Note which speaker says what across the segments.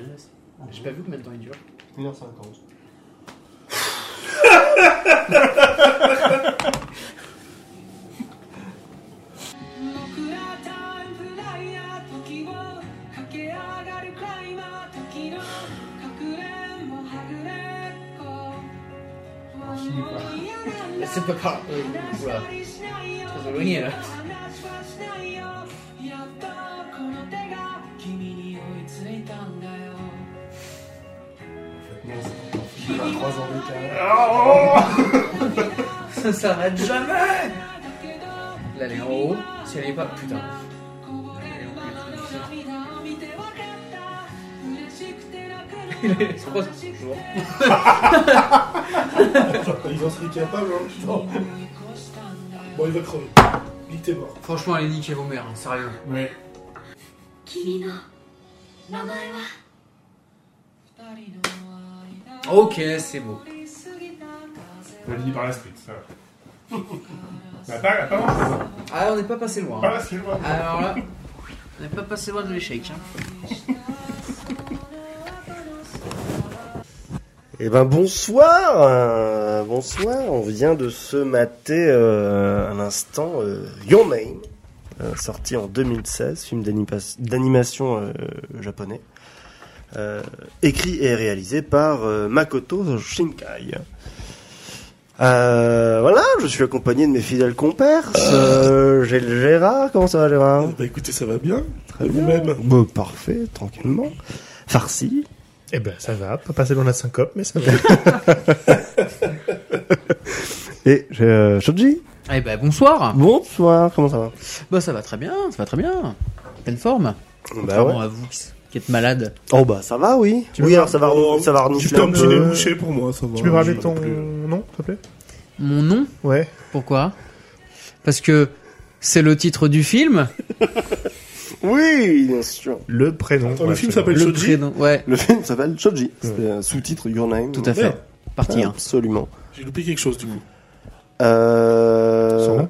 Speaker 1: Yes. J'ai pas vu combien de temps il dure.
Speaker 2: 1h50.
Speaker 1: Là, C'est pas par. euh, Oula. Très éloigné là.
Speaker 2: Non, c'est 23 ans d'écart.
Speaker 1: Ça s'arrête jamais Là elle est en haut. Si elle est pas. Putain. Elle est en haut. Il est trois jours.
Speaker 3: Ils en seraient capables, hein, putain. Bon, il va crever. Nick, t'es mort.
Speaker 1: Franchement, allez niquer vos mères, hein, sérieux.
Speaker 2: Ouais.
Speaker 4: 君の名前は
Speaker 1: Ok, c'est beau.
Speaker 5: On l'a dit par la street, ça. Bah, pas, pas loin,
Speaker 1: Ah, on n'est pas passé loin.
Speaker 5: pas là, c'est loin.
Speaker 1: Alors là, on n'est pas passé loin de l'échec. Hein.
Speaker 6: Eh ben bonsoir, euh, bonsoir. On vient de se mater euh, à l'instant euh, Your Name, euh, sorti en 2016, film d'anipa- d'animation euh, japonais, euh, écrit et réalisé par euh, Makoto Shinkai. Euh, voilà, je suis accompagné de mes fidèles compères. Euh, J'ai le Gérard, comment ça va Gérard
Speaker 3: Bah écoutez, ça va bien.
Speaker 6: Très
Speaker 3: bien. Vous-même
Speaker 6: Bon, parfait, tranquillement. Farci.
Speaker 3: Eh ben ça va, pas passer dans la syncope, mais ça va.
Speaker 6: Et euh, Shoji.
Speaker 1: Eh ben bonsoir.
Speaker 6: Bonsoir, comment ça va
Speaker 1: Bah ça va très bien, ça va très bien. Pleine forme.
Speaker 6: Bah ouais.
Speaker 1: Contrairement à vous qui, qui êtes malade.
Speaker 6: Oh bah ça va oui.
Speaker 3: Tu
Speaker 6: oui
Speaker 3: veux
Speaker 6: alors ça va
Speaker 3: Oh,
Speaker 6: ça va
Speaker 3: Juste
Speaker 6: renouveler
Speaker 3: un
Speaker 6: un
Speaker 3: petit
Speaker 6: peu.
Speaker 3: débouché pour moi, ça va.
Speaker 5: Tu peux me rappeler
Speaker 3: J'ai
Speaker 5: ton
Speaker 3: pas plus-
Speaker 5: nom, s'il te plaît
Speaker 1: Mon nom,
Speaker 5: Ouais.
Speaker 1: pourquoi Parce que c'est le titre du film.
Speaker 6: Oui bien sûr.
Speaker 5: Le prénom.
Speaker 3: Attends, le
Speaker 5: ouais,
Speaker 3: film
Speaker 5: c'est bon.
Speaker 3: s'appelle
Speaker 1: Le
Speaker 3: Shoji.
Speaker 1: prénom. Ouais,
Speaker 6: Le film s'appelle Shoji. C'était un sous-titre Your Name.
Speaker 1: tout à fait.
Speaker 3: merde.
Speaker 6: Ah.
Speaker 1: Parti. hein.
Speaker 6: Absolument.
Speaker 3: J'ai loupé quelque chose du coup.
Speaker 6: Euh...
Speaker 5: Son-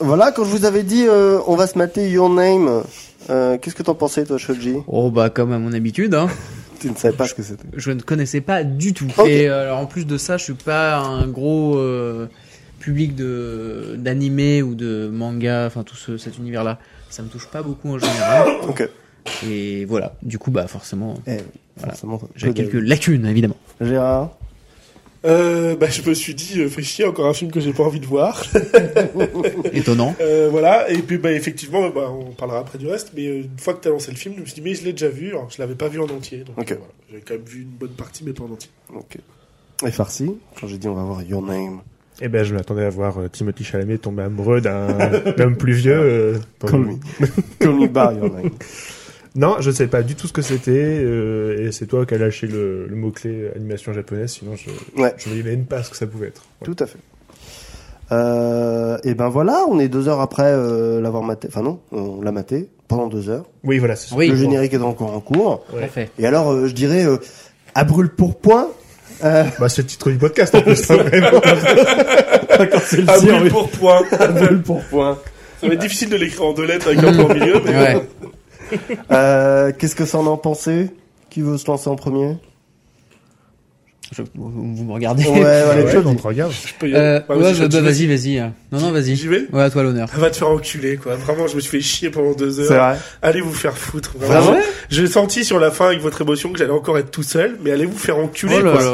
Speaker 6: Voilà quand je vous avais dit euh, on va se mater Your Name. Euh, Qu'est-ce que t'en pensais toi Shoji
Speaker 1: Oh bah comme à mon habitude, hein.
Speaker 6: Tu ne savais pas ce que c'était.
Speaker 1: je ne connaissais pas du tout.
Speaker 6: Ok.
Speaker 1: Et euh, alors, en plus de ça, je suis pas un gros euh, public de d'animé ou de manga, enfin tout ce, cet univers-là. Ça me touche pas beaucoup en général.
Speaker 6: Ok.
Speaker 1: Et voilà, du coup, bah forcément,
Speaker 6: Eh,
Speaker 1: Voilà.
Speaker 6: forcément,
Speaker 1: j'ai
Speaker 6: Shoji.
Speaker 1: quelques lacunes évidemment.
Speaker 6: Gérard.
Speaker 3: Euh, bah je me suis dit, euh, fais chier, encore un film que j'ai pas envie de voir.
Speaker 1: Étonnant.
Speaker 3: Euh, voilà, et puis bah, effectivement, bah, on parlera après du reste, mais euh, une fois que tu as lancé le film, je me suis dit, mais je l'ai déjà vu, alors je l'avais pas vu en entier. Donc,
Speaker 6: Ok.
Speaker 3: euh, voilà. J'avais quand même vu une bonne partie, mais pas en entier.
Speaker 6: Ok. Et Farsi quand j'ai dit on va voir Your Name.
Speaker 5: Eh ben, je m'attendais à voir euh, Timothy Chalamet tomber amoureux d'un d'un homme plus vieux. euh, pour
Speaker 6: Call
Speaker 5: nous.
Speaker 6: me. Call me by Your Name.
Speaker 5: Non, je sais pas du tout ce que c'était, euh, et c'est toi qui as lâché le, le mot-clé euh, animation japonaise, sinon je
Speaker 6: Ouais.
Speaker 5: je ne voyais même pas ce que ça pouvait être. Ouais.
Speaker 6: Tout à fait. Euh, et ben voilà, on est deux heures après euh, l'avoir maté. Enfin non, on l'a maté pendant deux heures.
Speaker 5: Oui, voilà, c'est ça.
Speaker 1: Oui.
Speaker 6: Le générique est encore en cours.
Speaker 5: Ouais.
Speaker 1: Parfait.
Speaker 6: Et alors, euh, je dirais euh, à brûle pour point. Euh,
Speaker 5: Bah, c'est le titre du podcast en plus, hein, vraiment.
Speaker 3: Ah, brûle pour point
Speaker 6: à brûle pour point.
Speaker 3: Ça va être difficile de l'écrire en deux lettres avec un point au milieu, mais
Speaker 1: Ouais.
Speaker 6: Euh, Qu'est-ce que ça en a pensé Qui veut se lancer en premier
Speaker 1: Je- vous vous me regardez.
Speaker 6: Ouais,
Speaker 5: Ah
Speaker 6: ouais,
Speaker 5: ouais,
Speaker 6: tu vois,
Speaker 5: on te regarde.
Speaker 3: je peux y
Speaker 1: Euh,
Speaker 3: aller. Bah,
Speaker 1: ouais,
Speaker 3: je-
Speaker 1: bah,
Speaker 3: j'y vais.
Speaker 1: vas-y, vas-y. euh. Non, non, vas-y.
Speaker 3: J'y vais
Speaker 1: Ouais, à toi l'honneur.
Speaker 3: Ah, va te faire enculer, quoi. Vraiment, je me suis fait chier pendant deux
Speaker 6: C'est
Speaker 3: heures.
Speaker 6: vrai.
Speaker 3: Allez vous faire foutre.
Speaker 1: Ah
Speaker 3: Vraiment. J'ai senti sur la fin, avec votre émotion, que j'allais encore être tout seul, mais allez vous faire enculer,
Speaker 1: Oh là
Speaker 3: quoi.
Speaker 1: là.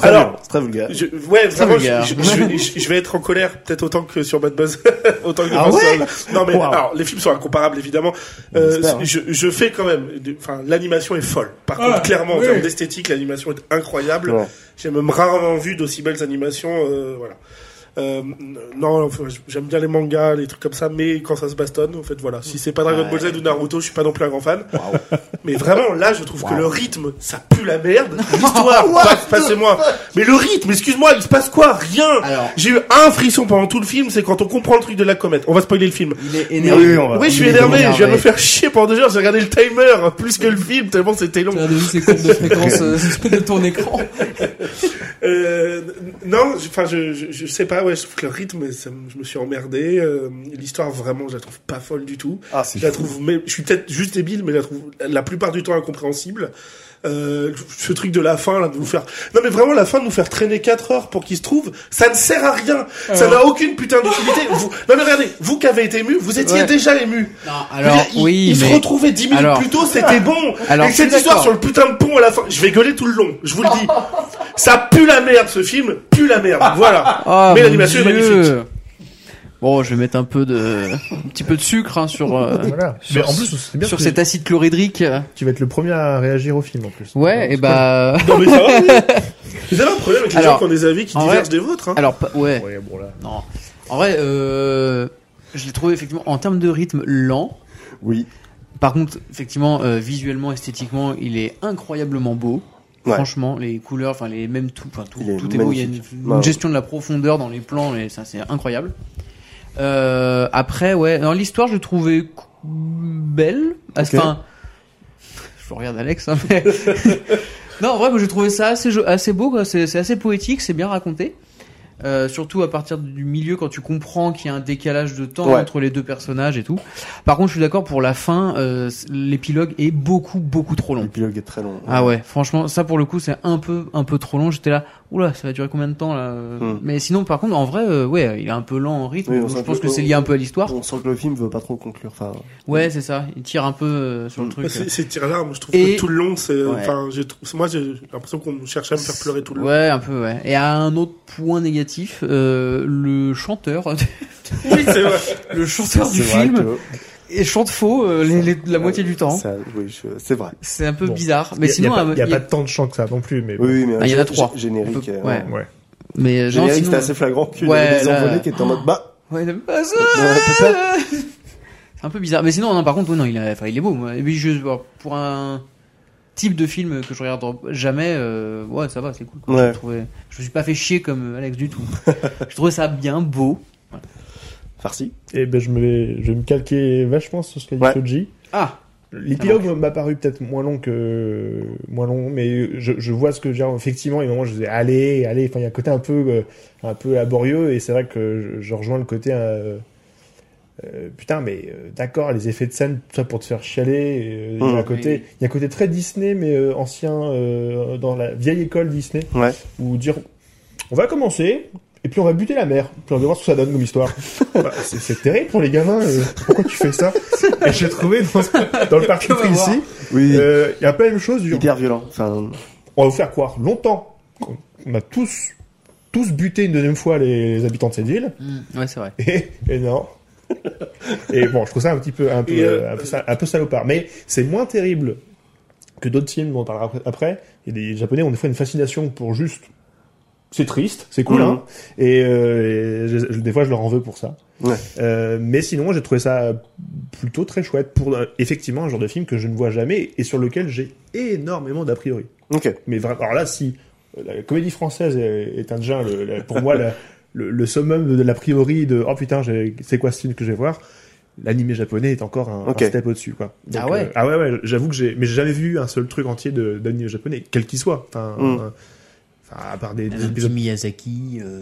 Speaker 3: Alors,
Speaker 6: Très bien, c'est très vulgaire.
Speaker 3: Je, ouais,
Speaker 1: Ça
Speaker 3: vraiment,
Speaker 1: me gare.
Speaker 3: je, je- je vais- je- je vais être en colère, peut-être autant que sur Bad Buzz, autant que
Speaker 6: Ah
Speaker 3: dans
Speaker 6: ouais
Speaker 3: Soul. Non mais
Speaker 6: Wow.
Speaker 3: alors, les films sont incomparables évidemment. Euh,
Speaker 6: J'espère, hein.
Speaker 3: je, je fais quand même, du- enfin l'animation est folle. Par contre, clairement en termes d'esthétique, l'animation est incroyable.
Speaker 6: Ouais.
Speaker 3: J'ai même rarement vu d'aussi belles animations, euh, voilà. Euh, non, enfin, j'aime bien les mangas, les trucs comme ça, mais quand ça se bastonne, en fait, voilà. Si c'est pas Dragon Ball Z ou Naruto, je suis pas non plus un grand fan. Mais vraiment, là, je trouve que le rythme, ça pue la merde. L'histoire, passe- passez-moi. Mais le rythme, excuse-moi, il se passe quoi Rien.
Speaker 1: Alors.
Speaker 3: J'ai eu un frisson pendant tout le film, c'est quand on comprend le truc de la comète. On va spoiler le film.
Speaker 1: Il est énervé.
Speaker 6: Oui, on va-
Speaker 3: Oui, je suis
Speaker 1: Il est
Speaker 3: énervé, je viens de me faire chier pendant deux heures, j'ai regardé le timer, plus que le film, tellement c'était long.
Speaker 1: Regardez juste les courbes de fréquence euh, de ton écran.
Speaker 3: Euh, n- non, je- enfin, je, je, je sais pas, ouais, je trouve que le rythme, ça me- je me suis emmerdé. euh, L'histoire, vraiment, je la trouve pas folle du tout.
Speaker 6: Ah, c'est
Speaker 3: Je la trouve, mais je suis peut-être juste débile, mais je la trouve la plupart du temps incompréhensible. Euh, ce truc de la fin, là, de nous faire. Non, mais vraiment, la fin de nous faire traîner 4 heures pour qu'il se trouve, ça ne sert à rien.
Speaker 1: Euh.
Speaker 3: Ça n'a aucune putain d'utilité. vous... Non, mais regardez, vous qui avez été ému, vous étiez
Speaker 1: Ouais.
Speaker 3: déjà ému.
Speaker 1: Non, alors,
Speaker 3: Il-
Speaker 1: oui,
Speaker 3: il se
Speaker 1: mais-
Speaker 3: retrouvait 10 minutes
Speaker 1: alors-
Speaker 3: plus tôt, c'était bon.
Speaker 1: Alors,
Speaker 3: Et
Speaker 1: je suis
Speaker 3: cette histoire
Speaker 1: d'accord.
Speaker 3: sur le putain de pont à la fin, je vais gueuler tout le long, je vous le dis. Ça pue la merde, ce film, pue la merde. Voilà.
Speaker 1: Ah,
Speaker 3: mais
Speaker 1: mon
Speaker 3: l'animation est
Speaker 1: Dieu.
Speaker 3: magnifique.
Speaker 1: Bon, je vais mettre un peu de, un petit peu de sucre hein, sur euh,
Speaker 5: Voilà.
Speaker 1: sur-
Speaker 5: Mais en plus, c'est bien
Speaker 1: sur
Speaker 5: parce que
Speaker 1: cet acide chlorhydrique.
Speaker 5: tu vas être le premier à réagir au film en plus.
Speaker 1: Ouais, et bah,
Speaker 3: Non, mais ça va, oui. Vous avez un problème avec les
Speaker 1: Alors,
Speaker 3: gens qui ont des avis qui
Speaker 1: en
Speaker 3: divergent
Speaker 1: vrai-
Speaker 3: des vôtres, hein.
Speaker 1: alors pas- ouais,
Speaker 5: Ouais, bon là.
Speaker 1: non. En vrai, euh, je l'ai trouvé effectivement en termes de rythme lent.
Speaker 6: Oui.
Speaker 1: Par contre, effectivement, euh, visuellement, esthétiquement, il est incroyablement beau.
Speaker 6: Ouais.
Speaker 1: Franchement, les couleurs, enfin les mêmes tout, enfin tout,
Speaker 6: Il est
Speaker 1: tout est beau. Il y a une,
Speaker 6: magnifique.
Speaker 1: une
Speaker 6: Ouais.
Speaker 1: gestion de la profondeur dans les plans, et ça c'est incroyable. Euh, après, ouais, dans l'histoire, je l'ai trouvais cou- belle. Ah, Enfin, je regarde Alex, hein, mais non, en vrai, moi j'ai trouvé ça assez, jo- assez beau, quoi. C'est, c'est assez poétique, c'est bien raconté. Euh, surtout à partir du milieu quand tu comprends qu'il y a un décalage de temps
Speaker 6: Ouais.
Speaker 1: entre les deux personnages et tout. Par contre, je suis d'accord pour la fin, euh, c- l'épilogue est beaucoup beaucoup trop long.
Speaker 6: L'épilogue est très long.
Speaker 1: Ah ouais, franchement, ça pour le coup, c'est un peu, un peu trop long. J'étais là, oula, ça va durer combien de temps là euh
Speaker 6: Hmm.
Speaker 1: Mais sinon, par contre, en vrai, euh, ouais, il est un peu lent en rythme.
Speaker 6: Oui, on
Speaker 1: donc
Speaker 6: sent
Speaker 1: je pense
Speaker 6: que-
Speaker 1: que c'est lié un peu à l'histoire.
Speaker 6: On sent que le film veut pas trop conclure. Enfin,
Speaker 1: Ouais, c'est ça. Il tire un peu euh, sur le
Speaker 6: Hmm.
Speaker 1: truc.
Speaker 3: Bah, C'est c'est tir à l'arme, je trouve
Speaker 1: Et-
Speaker 3: que tout le long, c'est.
Speaker 1: Ouais.
Speaker 3: Enfin, j'ai trou- moi, j'ai l'impression qu'on cherchait à me faire pleurer tout le long.
Speaker 1: Ouais, un peu, ouais. Et à un autre point négatif, euh, le chanteur,
Speaker 3: Oui, c'est vrai.
Speaker 1: le chanteur du
Speaker 6: c'est vrai
Speaker 1: film,
Speaker 6: que- Ah
Speaker 1: et chante faux euh, les- les- la moitié du temps. hein.
Speaker 6: Ça- oui, je- c'est vrai.
Speaker 1: C'est un peu
Speaker 5: Bon.
Speaker 1: bizarre. Mais
Speaker 5: il y a
Speaker 1: sinon,
Speaker 5: pas-
Speaker 1: euh,
Speaker 5: il y a,
Speaker 1: il y a-
Speaker 5: pas tant de chants que ça non plus, mais.
Speaker 6: Oui, oui, mais
Speaker 1: Ah, il y en a
Speaker 6: gé-
Speaker 1: trois.
Speaker 6: Générique.
Speaker 1: On peut-
Speaker 6: euh,
Speaker 1: ouais.
Speaker 5: Ouais.
Speaker 1: mais euh, non,
Speaker 6: Générique,
Speaker 1: sinon,
Speaker 6: c'était assez flagrant que
Speaker 1: Ouais,
Speaker 6: les
Speaker 1: là-
Speaker 6: envolées qui étaient en mode bah.
Speaker 1: Ouais, il aime pas ça.
Speaker 6: Ouais, c'est ça.
Speaker 1: C'est un peu bizarre. Mais sinon, non, par contre, ouais, non, il, a- enfin, il est beau. Moi. Et puis, je, alors, pour un type de film que je regarde jamais, euh, ouais, ça va, c'est cool. quoi.
Speaker 6: Ouais.
Speaker 1: Je, trouvais- je me suis pas fait chier comme euh, Alex du tout. je trouvais ça bien beau.
Speaker 6: Farci.
Speaker 5: Et ben je me vais, je vais me calquer vachement sur ce qu'a dit
Speaker 6: Ouais.
Speaker 5: Shoji.
Speaker 1: Ah,
Speaker 5: L'épilogue m'a paru peut-être moins long que moins long, mais je, je vois ce que je veux dire. Effectivement, il y a un moment, je disais allez, allez. Enfin, il y a un côté un peu euh, un peu laborieux, et c'est vrai que je, je rejoins le côté euh, euh, putain, mais euh, d'accord, les effets de scène, tout ça pour te faire chialer. euh, il y a
Speaker 6: Mmh.
Speaker 5: un côté, il y a un côté très Disney, mais euh, ancien euh, dans la vieille école Disney,
Speaker 6: Ouais.
Speaker 5: où dire on va commencer. Et puis on va buter la mère, puis on va voir ce que ça donne comme histoire. Bah, c'est c'est terrible pour les gamins, euh, pourquoi tu fais ça Et j'ai trouvé dans, ce- dans le parti
Speaker 1: Que va
Speaker 5: pris
Speaker 1: voir.
Speaker 5: ici,
Speaker 6: Oui.
Speaker 5: euh, il y a pas la même chose. du-
Speaker 6: Hyper violent. Enfin,
Speaker 5: On va vous faire croire longtemps qu'on on a tous, tous buté une deuxième fois les, les habitants de cette ville.
Speaker 1: Hmm, ouais, c'est vrai.
Speaker 5: Et, et non. et bon, je trouve ça un petit peu, un peu,
Speaker 3: Et, euh,
Speaker 5: un peu, sa- un peu salopard. Mais c'est moins terrible que d'autres films dont on parlera après- après. Et les Japonais ont des fois une fascination pour juste. C'est triste, c'est cool,
Speaker 3: Mm-hmm.
Speaker 6: Mhm.
Speaker 5: hein. Et, euh, et je- je- des fois, je leur en veux pour ça.
Speaker 6: Ouais.
Speaker 5: Euh, mais sinon, j'ai trouvé ça plutôt très chouette pour euh, effectivement un genre de film que je ne vois jamais et sur lequel j'ai énormément d'a priori.
Speaker 6: ok.
Speaker 5: Mais vraiment, alors là, si euh, la comédie française est, est un déjà, le- la- pour moi, la- le, le summum de l'a priori de oh putain, j'ai- c'est quoi ce film que je vais voir L'animé japonais est encore un, un
Speaker 6: Ok.
Speaker 5: step au-dessus, quoi. Donc,
Speaker 1: Ah ouais
Speaker 5: euh, ah ouais, ouais, j'avoue que j'ai, mais j'ai jamais vu un seul truc entier de- d'animé japonais, quel qu'il soit. Enfin,
Speaker 6: Mm.
Speaker 5: euh, enfin, à part des, des
Speaker 1: Un petit
Speaker 5: épisodes.
Speaker 1: Miyazaki. euh.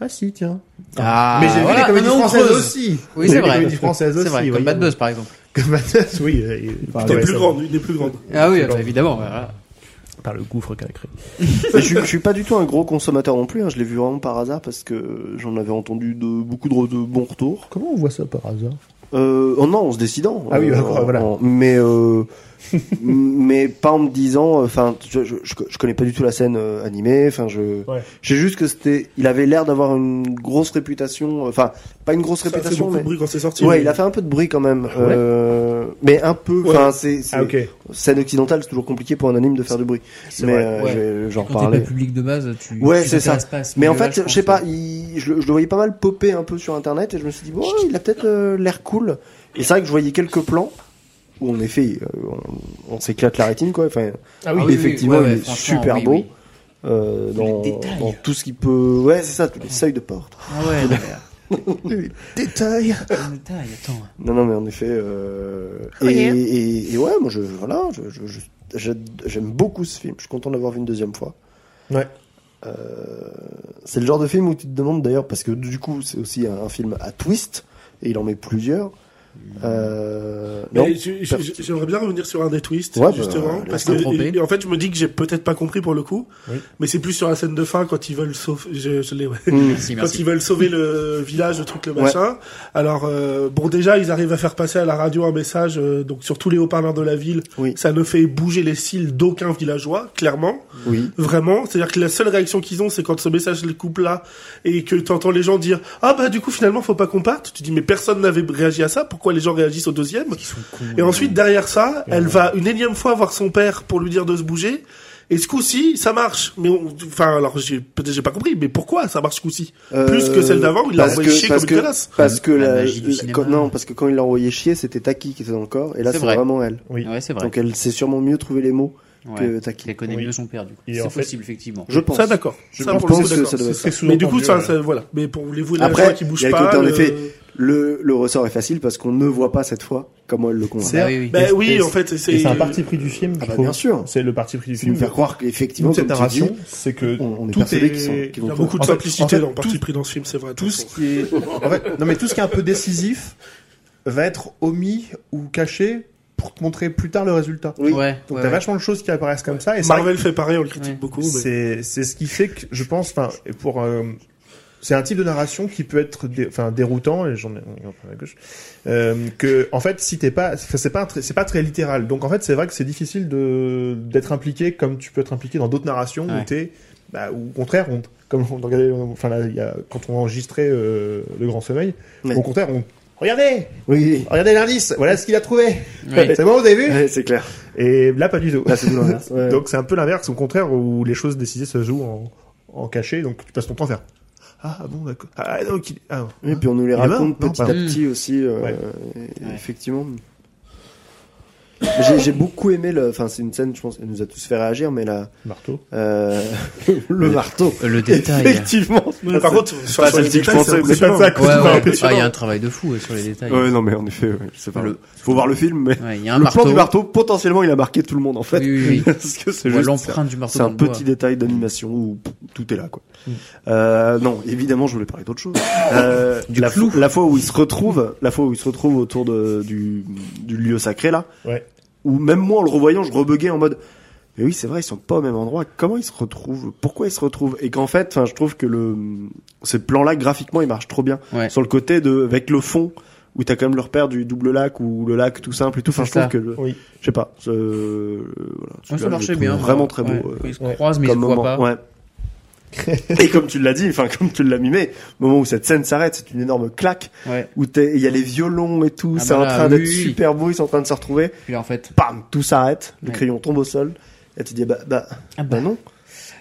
Speaker 5: Ah si, tiens.
Speaker 1: Ah,
Speaker 5: mais j'ai
Speaker 1: voilà,
Speaker 5: vu les comédies
Speaker 1: non, mais on
Speaker 5: françaises
Speaker 1: creuse.
Speaker 5: aussi.
Speaker 1: Oui, c'est
Speaker 5: J'ai vu Les
Speaker 1: vrai.
Speaker 5: comédies françaises
Speaker 1: C'est
Speaker 5: aussi.
Speaker 1: vrai, comme
Speaker 5: voyons.
Speaker 1: Bad Buzz par exemple.
Speaker 5: Comme Bad Buzz, oui. euh, il- par
Speaker 3: Une des
Speaker 5: ouais,
Speaker 3: plus
Speaker 5: ça-
Speaker 3: grandes, une des plus grandes.
Speaker 1: Ah oui,
Speaker 5: C'est
Speaker 1: bah,
Speaker 5: bon.
Speaker 1: évidemment. Voilà.
Speaker 5: Par le gouffre qu'elle a créé.
Speaker 6: je, suis- je suis pas du tout un gros consommateur non plus. hein. Je l'ai vu vraiment par hasard parce que j'en avais entendu de, beaucoup de, de bons retours.
Speaker 5: Comment on voit ça par hasard
Speaker 6: Euh, oh non, en se décidant.
Speaker 5: Ah oui,
Speaker 6: Euh,
Speaker 5: d'accord,
Speaker 6: en-
Speaker 5: voilà.
Speaker 6: en- mais euh, m- mais pas en me disant. euh, Enfin, je, je, je- je connais pas du tout la scène euh, animée. Enfin, je.
Speaker 5: Ouais.
Speaker 6: J'ai juste que c'était. Il avait l'air d'avoir une grosse réputation. euh, Enfin, pas une grosse
Speaker 3: Ça a fait
Speaker 6: réputation,
Speaker 3: beaucoup de
Speaker 6: mais.
Speaker 3: bruit quand c'est sorti.
Speaker 6: Ouais,
Speaker 3: mais-
Speaker 6: il a fait un peu de bruit quand même, euh, mais un peu.
Speaker 3: Ouais.
Speaker 6: Enfin, c'est c'est-
Speaker 5: Ah ok.
Speaker 6: scène occidentale, c'est toujours compliqué pour un anime de faire du bruit. Mais
Speaker 5: vrai.
Speaker 6: euh,
Speaker 1: Ouais.
Speaker 6: je vais- j'en
Speaker 1: Quand t'es
Speaker 6: reparler.
Speaker 1: pas public de base, tu.
Speaker 6: Ouais,
Speaker 1: tu
Speaker 6: c'est ça.
Speaker 1: t'intéresses pas à ce
Speaker 6: Mais en
Speaker 1: milieu-là,
Speaker 6: fait, je sais
Speaker 1: pense.
Speaker 6: pas, il- je, le- je le voyais pas mal popper un peu sur internet et je me suis dit, bon, ouais, il a peut-être euh, l'air cool. Et c'est vrai que je voyais quelques plans où en effet, euh, on, on s'éclate la rétine, quoi. Enfin,
Speaker 5: Ah oui,
Speaker 1: oui,
Speaker 6: effectivement,
Speaker 1: ouais, ouais,
Speaker 6: il est
Speaker 1: franchement,
Speaker 6: super
Speaker 1: oui,
Speaker 6: beau.
Speaker 1: oui.
Speaker 6: euh,
Speaker 1: les
Speaker 6: dans,
Speaker 1: détails.
Speaker 6: dans tout ce qui peut. Ouais, c'est ça, tous les seuils de porte.
Speaker 1: Ah ouais, non, mais,
Speaker 5: Détail.
Speaker 1: attends, détail, attends.
Speaker 6: Non, non, mais en effet. Euh...
Speaker 1: Oui.
Speaker 6: Et, et, et ouais, moi, je, voilà, je, je, je- je- j'aime beaucoup ce film. Je suis content de l'avoir vu une deuxième fois.
Speaker 5: Ouais.
Speaker 6: Euh, c'est le genre de film où tu te demandes d'ailleurs, parce que du coup, c'est aussi un, un film à twist, et il en met plusieurs. Euh, non.
Speaker 3: Mm. Mais je- je- je- J'aimerais bien revenir sur un des twists,
Speaker 6: Ouais, bah,
Speaker 3: justement,
Speaker 6: laisse-le
Speaker 3: parce que
Speaker 1: tromper.
Speaker 3: et- en fait, je me dis que j'ai peut-être pas compris pour le coup,
Speaker 5: Oui.
Speaker 3: mais c'est plus sur la scène de fin quand ils veulent sauver, je, je l'ai, ouais.
Speaker 6: Hmm.
Speaker 1: Merci,
Speaker 3: quand
Speaker 1: merci.
Speaker 3: ils veulent sauver le village, le truc, le
Speaker 6: Ouais.
Speaker 3: machin. Alors euh, bon, déjà, ils arrivent à faire passer à la radio un message, euh, donc sur tous les haut-parleurs de la ville.
Speaker 6: Oui.
Speaker 3: Ça ne fait bouger les cils d'aucun villageois, clairement.
Speaker 6: Oui.
Speaker 3: Vraiment, c'est-à-dire que la seule réaction qu'ils ont, c'est quand ce message les coupe là et que tu entends les gens dire ah bah du coup finalement faut pas qu'on parte. Tu dis mais personne n'avait réagi à ça. Pourquoi les gens réagissent au deuxième Et ensuite derrière ça, elle va une énième fois voir son père pour lui dire de se bouger. Et ce coup-ci, ça marche. Mais on- enfin alors j'ai peut-être j'ai pas compris, mais pourquoi ça marche ce coup-ci Plus
Speaker 6: Euh,
Speaker 3: que celle d'avant, où il l'a
Speaker 6: parce
Speaker 3: envoyé
Speaker 6: que-
Speaker 3: chier comme
Speaker 6: parce
Speaker 3: une
Speaker 6: que-
Speaker 3: connasse.
Speaker 6: Parce que
Speaker 1: La
Speaker 6: la,
Speaker 1: magie du
Speaker 6: la-
Speaker 1: cinéma.
Speaker 6: quand- non, parce que quand il l'a envoyé chier, c'était Taki qui était dans le corps, et là
Speaker 1: C'est
Speaker 6: c'est
Speaker 1: vrai.
Speaker 6: vraiment elle.
Speaker 1: Ah Ouais, c'est vrai.
Speaker 6: Donc elle sait sûrement mieux trouver les mots
Speaker 1: Ouais.
Speaker 6: que
Speaker 1: Elle
Speaker 6: Taki.
Speaker 1: connaît
Speaker 5: Oui.
Speaker 1: mieux son père, du coup.
Speaker 5: Et
Speaker 1: C'est
Speaker 5: en fait-
Speaker 1: possible, effectivement.
Speaker 6: Je pense.
Speaker 3: Ça d'accord.
Speaker 5: Je
Speaker 3: Ça, pour le
Speaker 6: pense
Speaker 3: coup,
Speaker 6: que
Speaker 3: d'accord.
Speaker 6: ça doit être ça.
Speaker 5: C'est souvent
Speaker 3: Mais du coup,
Speaker 5: tendu,
Speaker 3: ça,
Speaker 5: ouais.
Speaker 3: ça- voilà. Mais pour les vous,
Speaker 6: Après,
Speaker 3: qui
Speaker 6: il y
Speaker 3: bouge
Speaker 6: a le
Speaker 3: pas.
Speaker 6: côté, en
Speaker 3: le-
Speaker 6: effet, Le, le ressort est facile parce qu'on ne voit pas cette fois comment elle le convainc.
Speaker 5: C'est-
Speaker 1: Ah oui, oui.
Speaker 3: Ben oui,
Speaker 5: Et-
Speaker 3: en fait,
Speaker 5: Et c'est un parti pris du film, je
Speaker 6: Ah bah,
Speaker 5: trouve.
Speaker 6: bien sûr.
Speaker 5: C'est le parti pris du
Speaker 6: C'est de
Speaker 5: film.
Speaker 6: nous faire croire qu'effectivement,
Speaker 5: cette
Speaker 6: comme tu dis,
Speaker 5: narration, c'est que
Speaker 6: on, on est
Speaker 5: tout
Speaker 6: persuadé
Speaker 5: est...
Speaker 6: qu'ils sont, qu'ils
Speaker 3: Il y
Speaker 6: vont
Speaker 3: a beaucoup de
Speaker 5: En fait-
Speaker 3: simplicité
Speaker 5: en fait,
Speaker 3: dans le parti
Speaker 5: tout-
Speaker 3: pris dans ce film, c'est vrai. de
Speaker 7: tout
Speaker 3: toute
Speaker 7: ce
Speaker 3: façon.
Speaker 7: qui est en fait, non mais tout ce qui est un peu décisif va être omis ou caché pour te montrer plus tard le résultat.
Speaker 1: Ouais,
Speaker 6: oui.
Speaker 5: Donc
Speaker 1: ouais,
Speaker 5: t'as
Speaker 1: ouais.
Speaker 5: vachement de choses qui apparaissent comme ça et ça
Speaker 3: Marvel fait pareil, on le critique
Speaker 1: Ouais.
Speaker 3: beaucoup. Mais...
Speaker 5: c'est c'est ce qui fait que je pense enfin et pour euh, c'est un type de narration qui peut être dé- enfin déroutant et j'en ai on en parle à gauche euh, que en fait si t'es pas enfin, c'est pas un tr- c'est pas très littéral donc en fait c'est vrai que c'est difficile de d'être impliqué comme tu peux être impliqué dans d'autres narrations
Speaker 1: Ouais.
Speaker 5: où t'es bah, ou au contraire on comme on regardait enfin là il y a quand on enregistrait euh, le Grand Sommeil
Speaker 6: Ouais.
Speaker 5: au contraire on regardez
Speaker 6: Oui,
Speaker 5: regardez l'indice voilà ce qu'il a trouvé
Speaker 1: Ouais.
Speaker 5: c'est bon vous avez vu
Speaker 6: Ouais, c'est clair.
Speaker 5: et là, pas du tout.
Speaker 6: Là, c'est tout l'inverse. Ouais.
Speaker 5: Donc c'est un peu l'inverse, au contraire, où les choses décidées se jouent en, en cachet, donc tu passes ton temps à faire. Ah bon, d'accord. Ah, donc il- ah,
Speaker 6: Et puis on nous les
Speaker 5: Il est mort
Speaker 6: raconte
Speaker 5: Non,
Speaker 6: petit à
Speaker 1: pardon.
Speaker 6: petit aussi. euh,
Speaker 5: Ouais.
Speaker 6: et- Effectivement. J'ai j'ai beaucoup aimé le. Enfin, c'est une scène, je pense, elle nous a tous fait réagir, mais la.
Speaker 5: marteau.
Speaker 6: euh, le marteau.
Speaker 1: Euh, Le détail.
Speaker 6: Effectivement.
Speaker 3: Mais Par contre, sur
Speaker 6: Pas
Speaker 3: la scène
Speaker 6: celle-ci que
Speaker 3: détail,
Speaker 6: je pensais,
Speaker 3: c'est
Speaker 6: mais
Speaker 3: impressionnant.
Speaker 5: pas
Speaker 1: Ouais, ouais. Ah, Il
Speaker 3: impressionnant.
Speaker 1: y a un travail de fou ouais, sur les détails.
Speaker 6: Ouais, non, mais en effet, ouais, c'est pas.
Speaker 1: Le-
Speaker 6: Faut voir le film, mais.
Speaker 1: Ouais, il y a un
Speaker 6: le plan
Speaker 1: marteau.
Speaker 6: du marteau, potentiellement, il a marqué tout le monde, en fait.
Speaker 1: Oui, oui, oui.
Speaker 6: Parce que c'est
Speaker 1: Ouais,
Speaker 6: juste.
Speaker 1: L'empreinte du marteau.
Speaker 6: C'est un
Speaker 1: dans le bois. Mm.
Speaker 6: petit détail d'animation où pff, tout est là, quoi. Euh, non, évidemment, je voulais parler d'autre chose. Euh, la,
Speaker 1: clou.
Speaker 6: fo- la fois où ils se retrouvent, la fois où ils se retrouvent autour de, du, du lieu sacré là,
Speaker 5: Ouais.
Speaker 6: où même moi en le revoyant, je rebuguais en mode. Mais oui, c'est vrai, ils sont pas au même endroit. Comment ils se retrouvent Pourquoi ils se retrouvent Et qu'en fait, enfin, je trouve que le ce plan-là graphiquement, il marche trop bien.
Speaker 1: Ouais.
Speaker 6: Sur le côté de avec le fond où t'as quand même le repère du double lac ou le lac tout simple et tout. Enfin, je
Speaker 1: C'est
Speaker 6: trouve
Speaker 1: ça.
Speaker 6: que le-
Speaker 5: Oui.
Speaker 6: je sais pas. ce- euh, voilà,
Speaker 1: Ouais,
Speaker 6: celui-là,
Speaker 1: ça
Speaker 6: je
Speaker 1: marchait
Speaker 6: le trouve
Speaker 1: bien.
Speaker 6: Vraiment
Speaker 1: ouais.
Speaker 6: très beau.
Speaker 1: Ouais.
Speaker 6: euh,
Speaker 1: Ils se
Speaker 5: Ouais.
Speaker 1: croisent, mais ils se
Speaker 6: comme
Speaker 1: voient
Speaker 6: moment.
Speaker 1: pas.
Speaker 6: Ouais. et comme tu l'as dit, enfin comme tu l'as mimé, au moment où cette scène s'arrête, c'est une énorme claque
Speaker 1: Ouais.
Speaker 6: où t'es- il y a les violons et tout,
Speaker 1: Ah
Speaker 6: c'est
Speaker 1: bah
Speaker 6: en
Speaker 1: là,
Speaker 6: train
Speaker 1: oui,
Speaker 6: d'être
Speaker 1: oui.
Speaker 6: super beau, ils sont en train de se retrouver,
Speaker 1: Puis là, en fait.
Speaker 6: bam, tout s'arrête, le
Speaker 1: Ouais.
Speaker 6: crayon tombe au sol. Et tu dis bah bah,
Speaker 1: Ah
Speaker 6: bah non.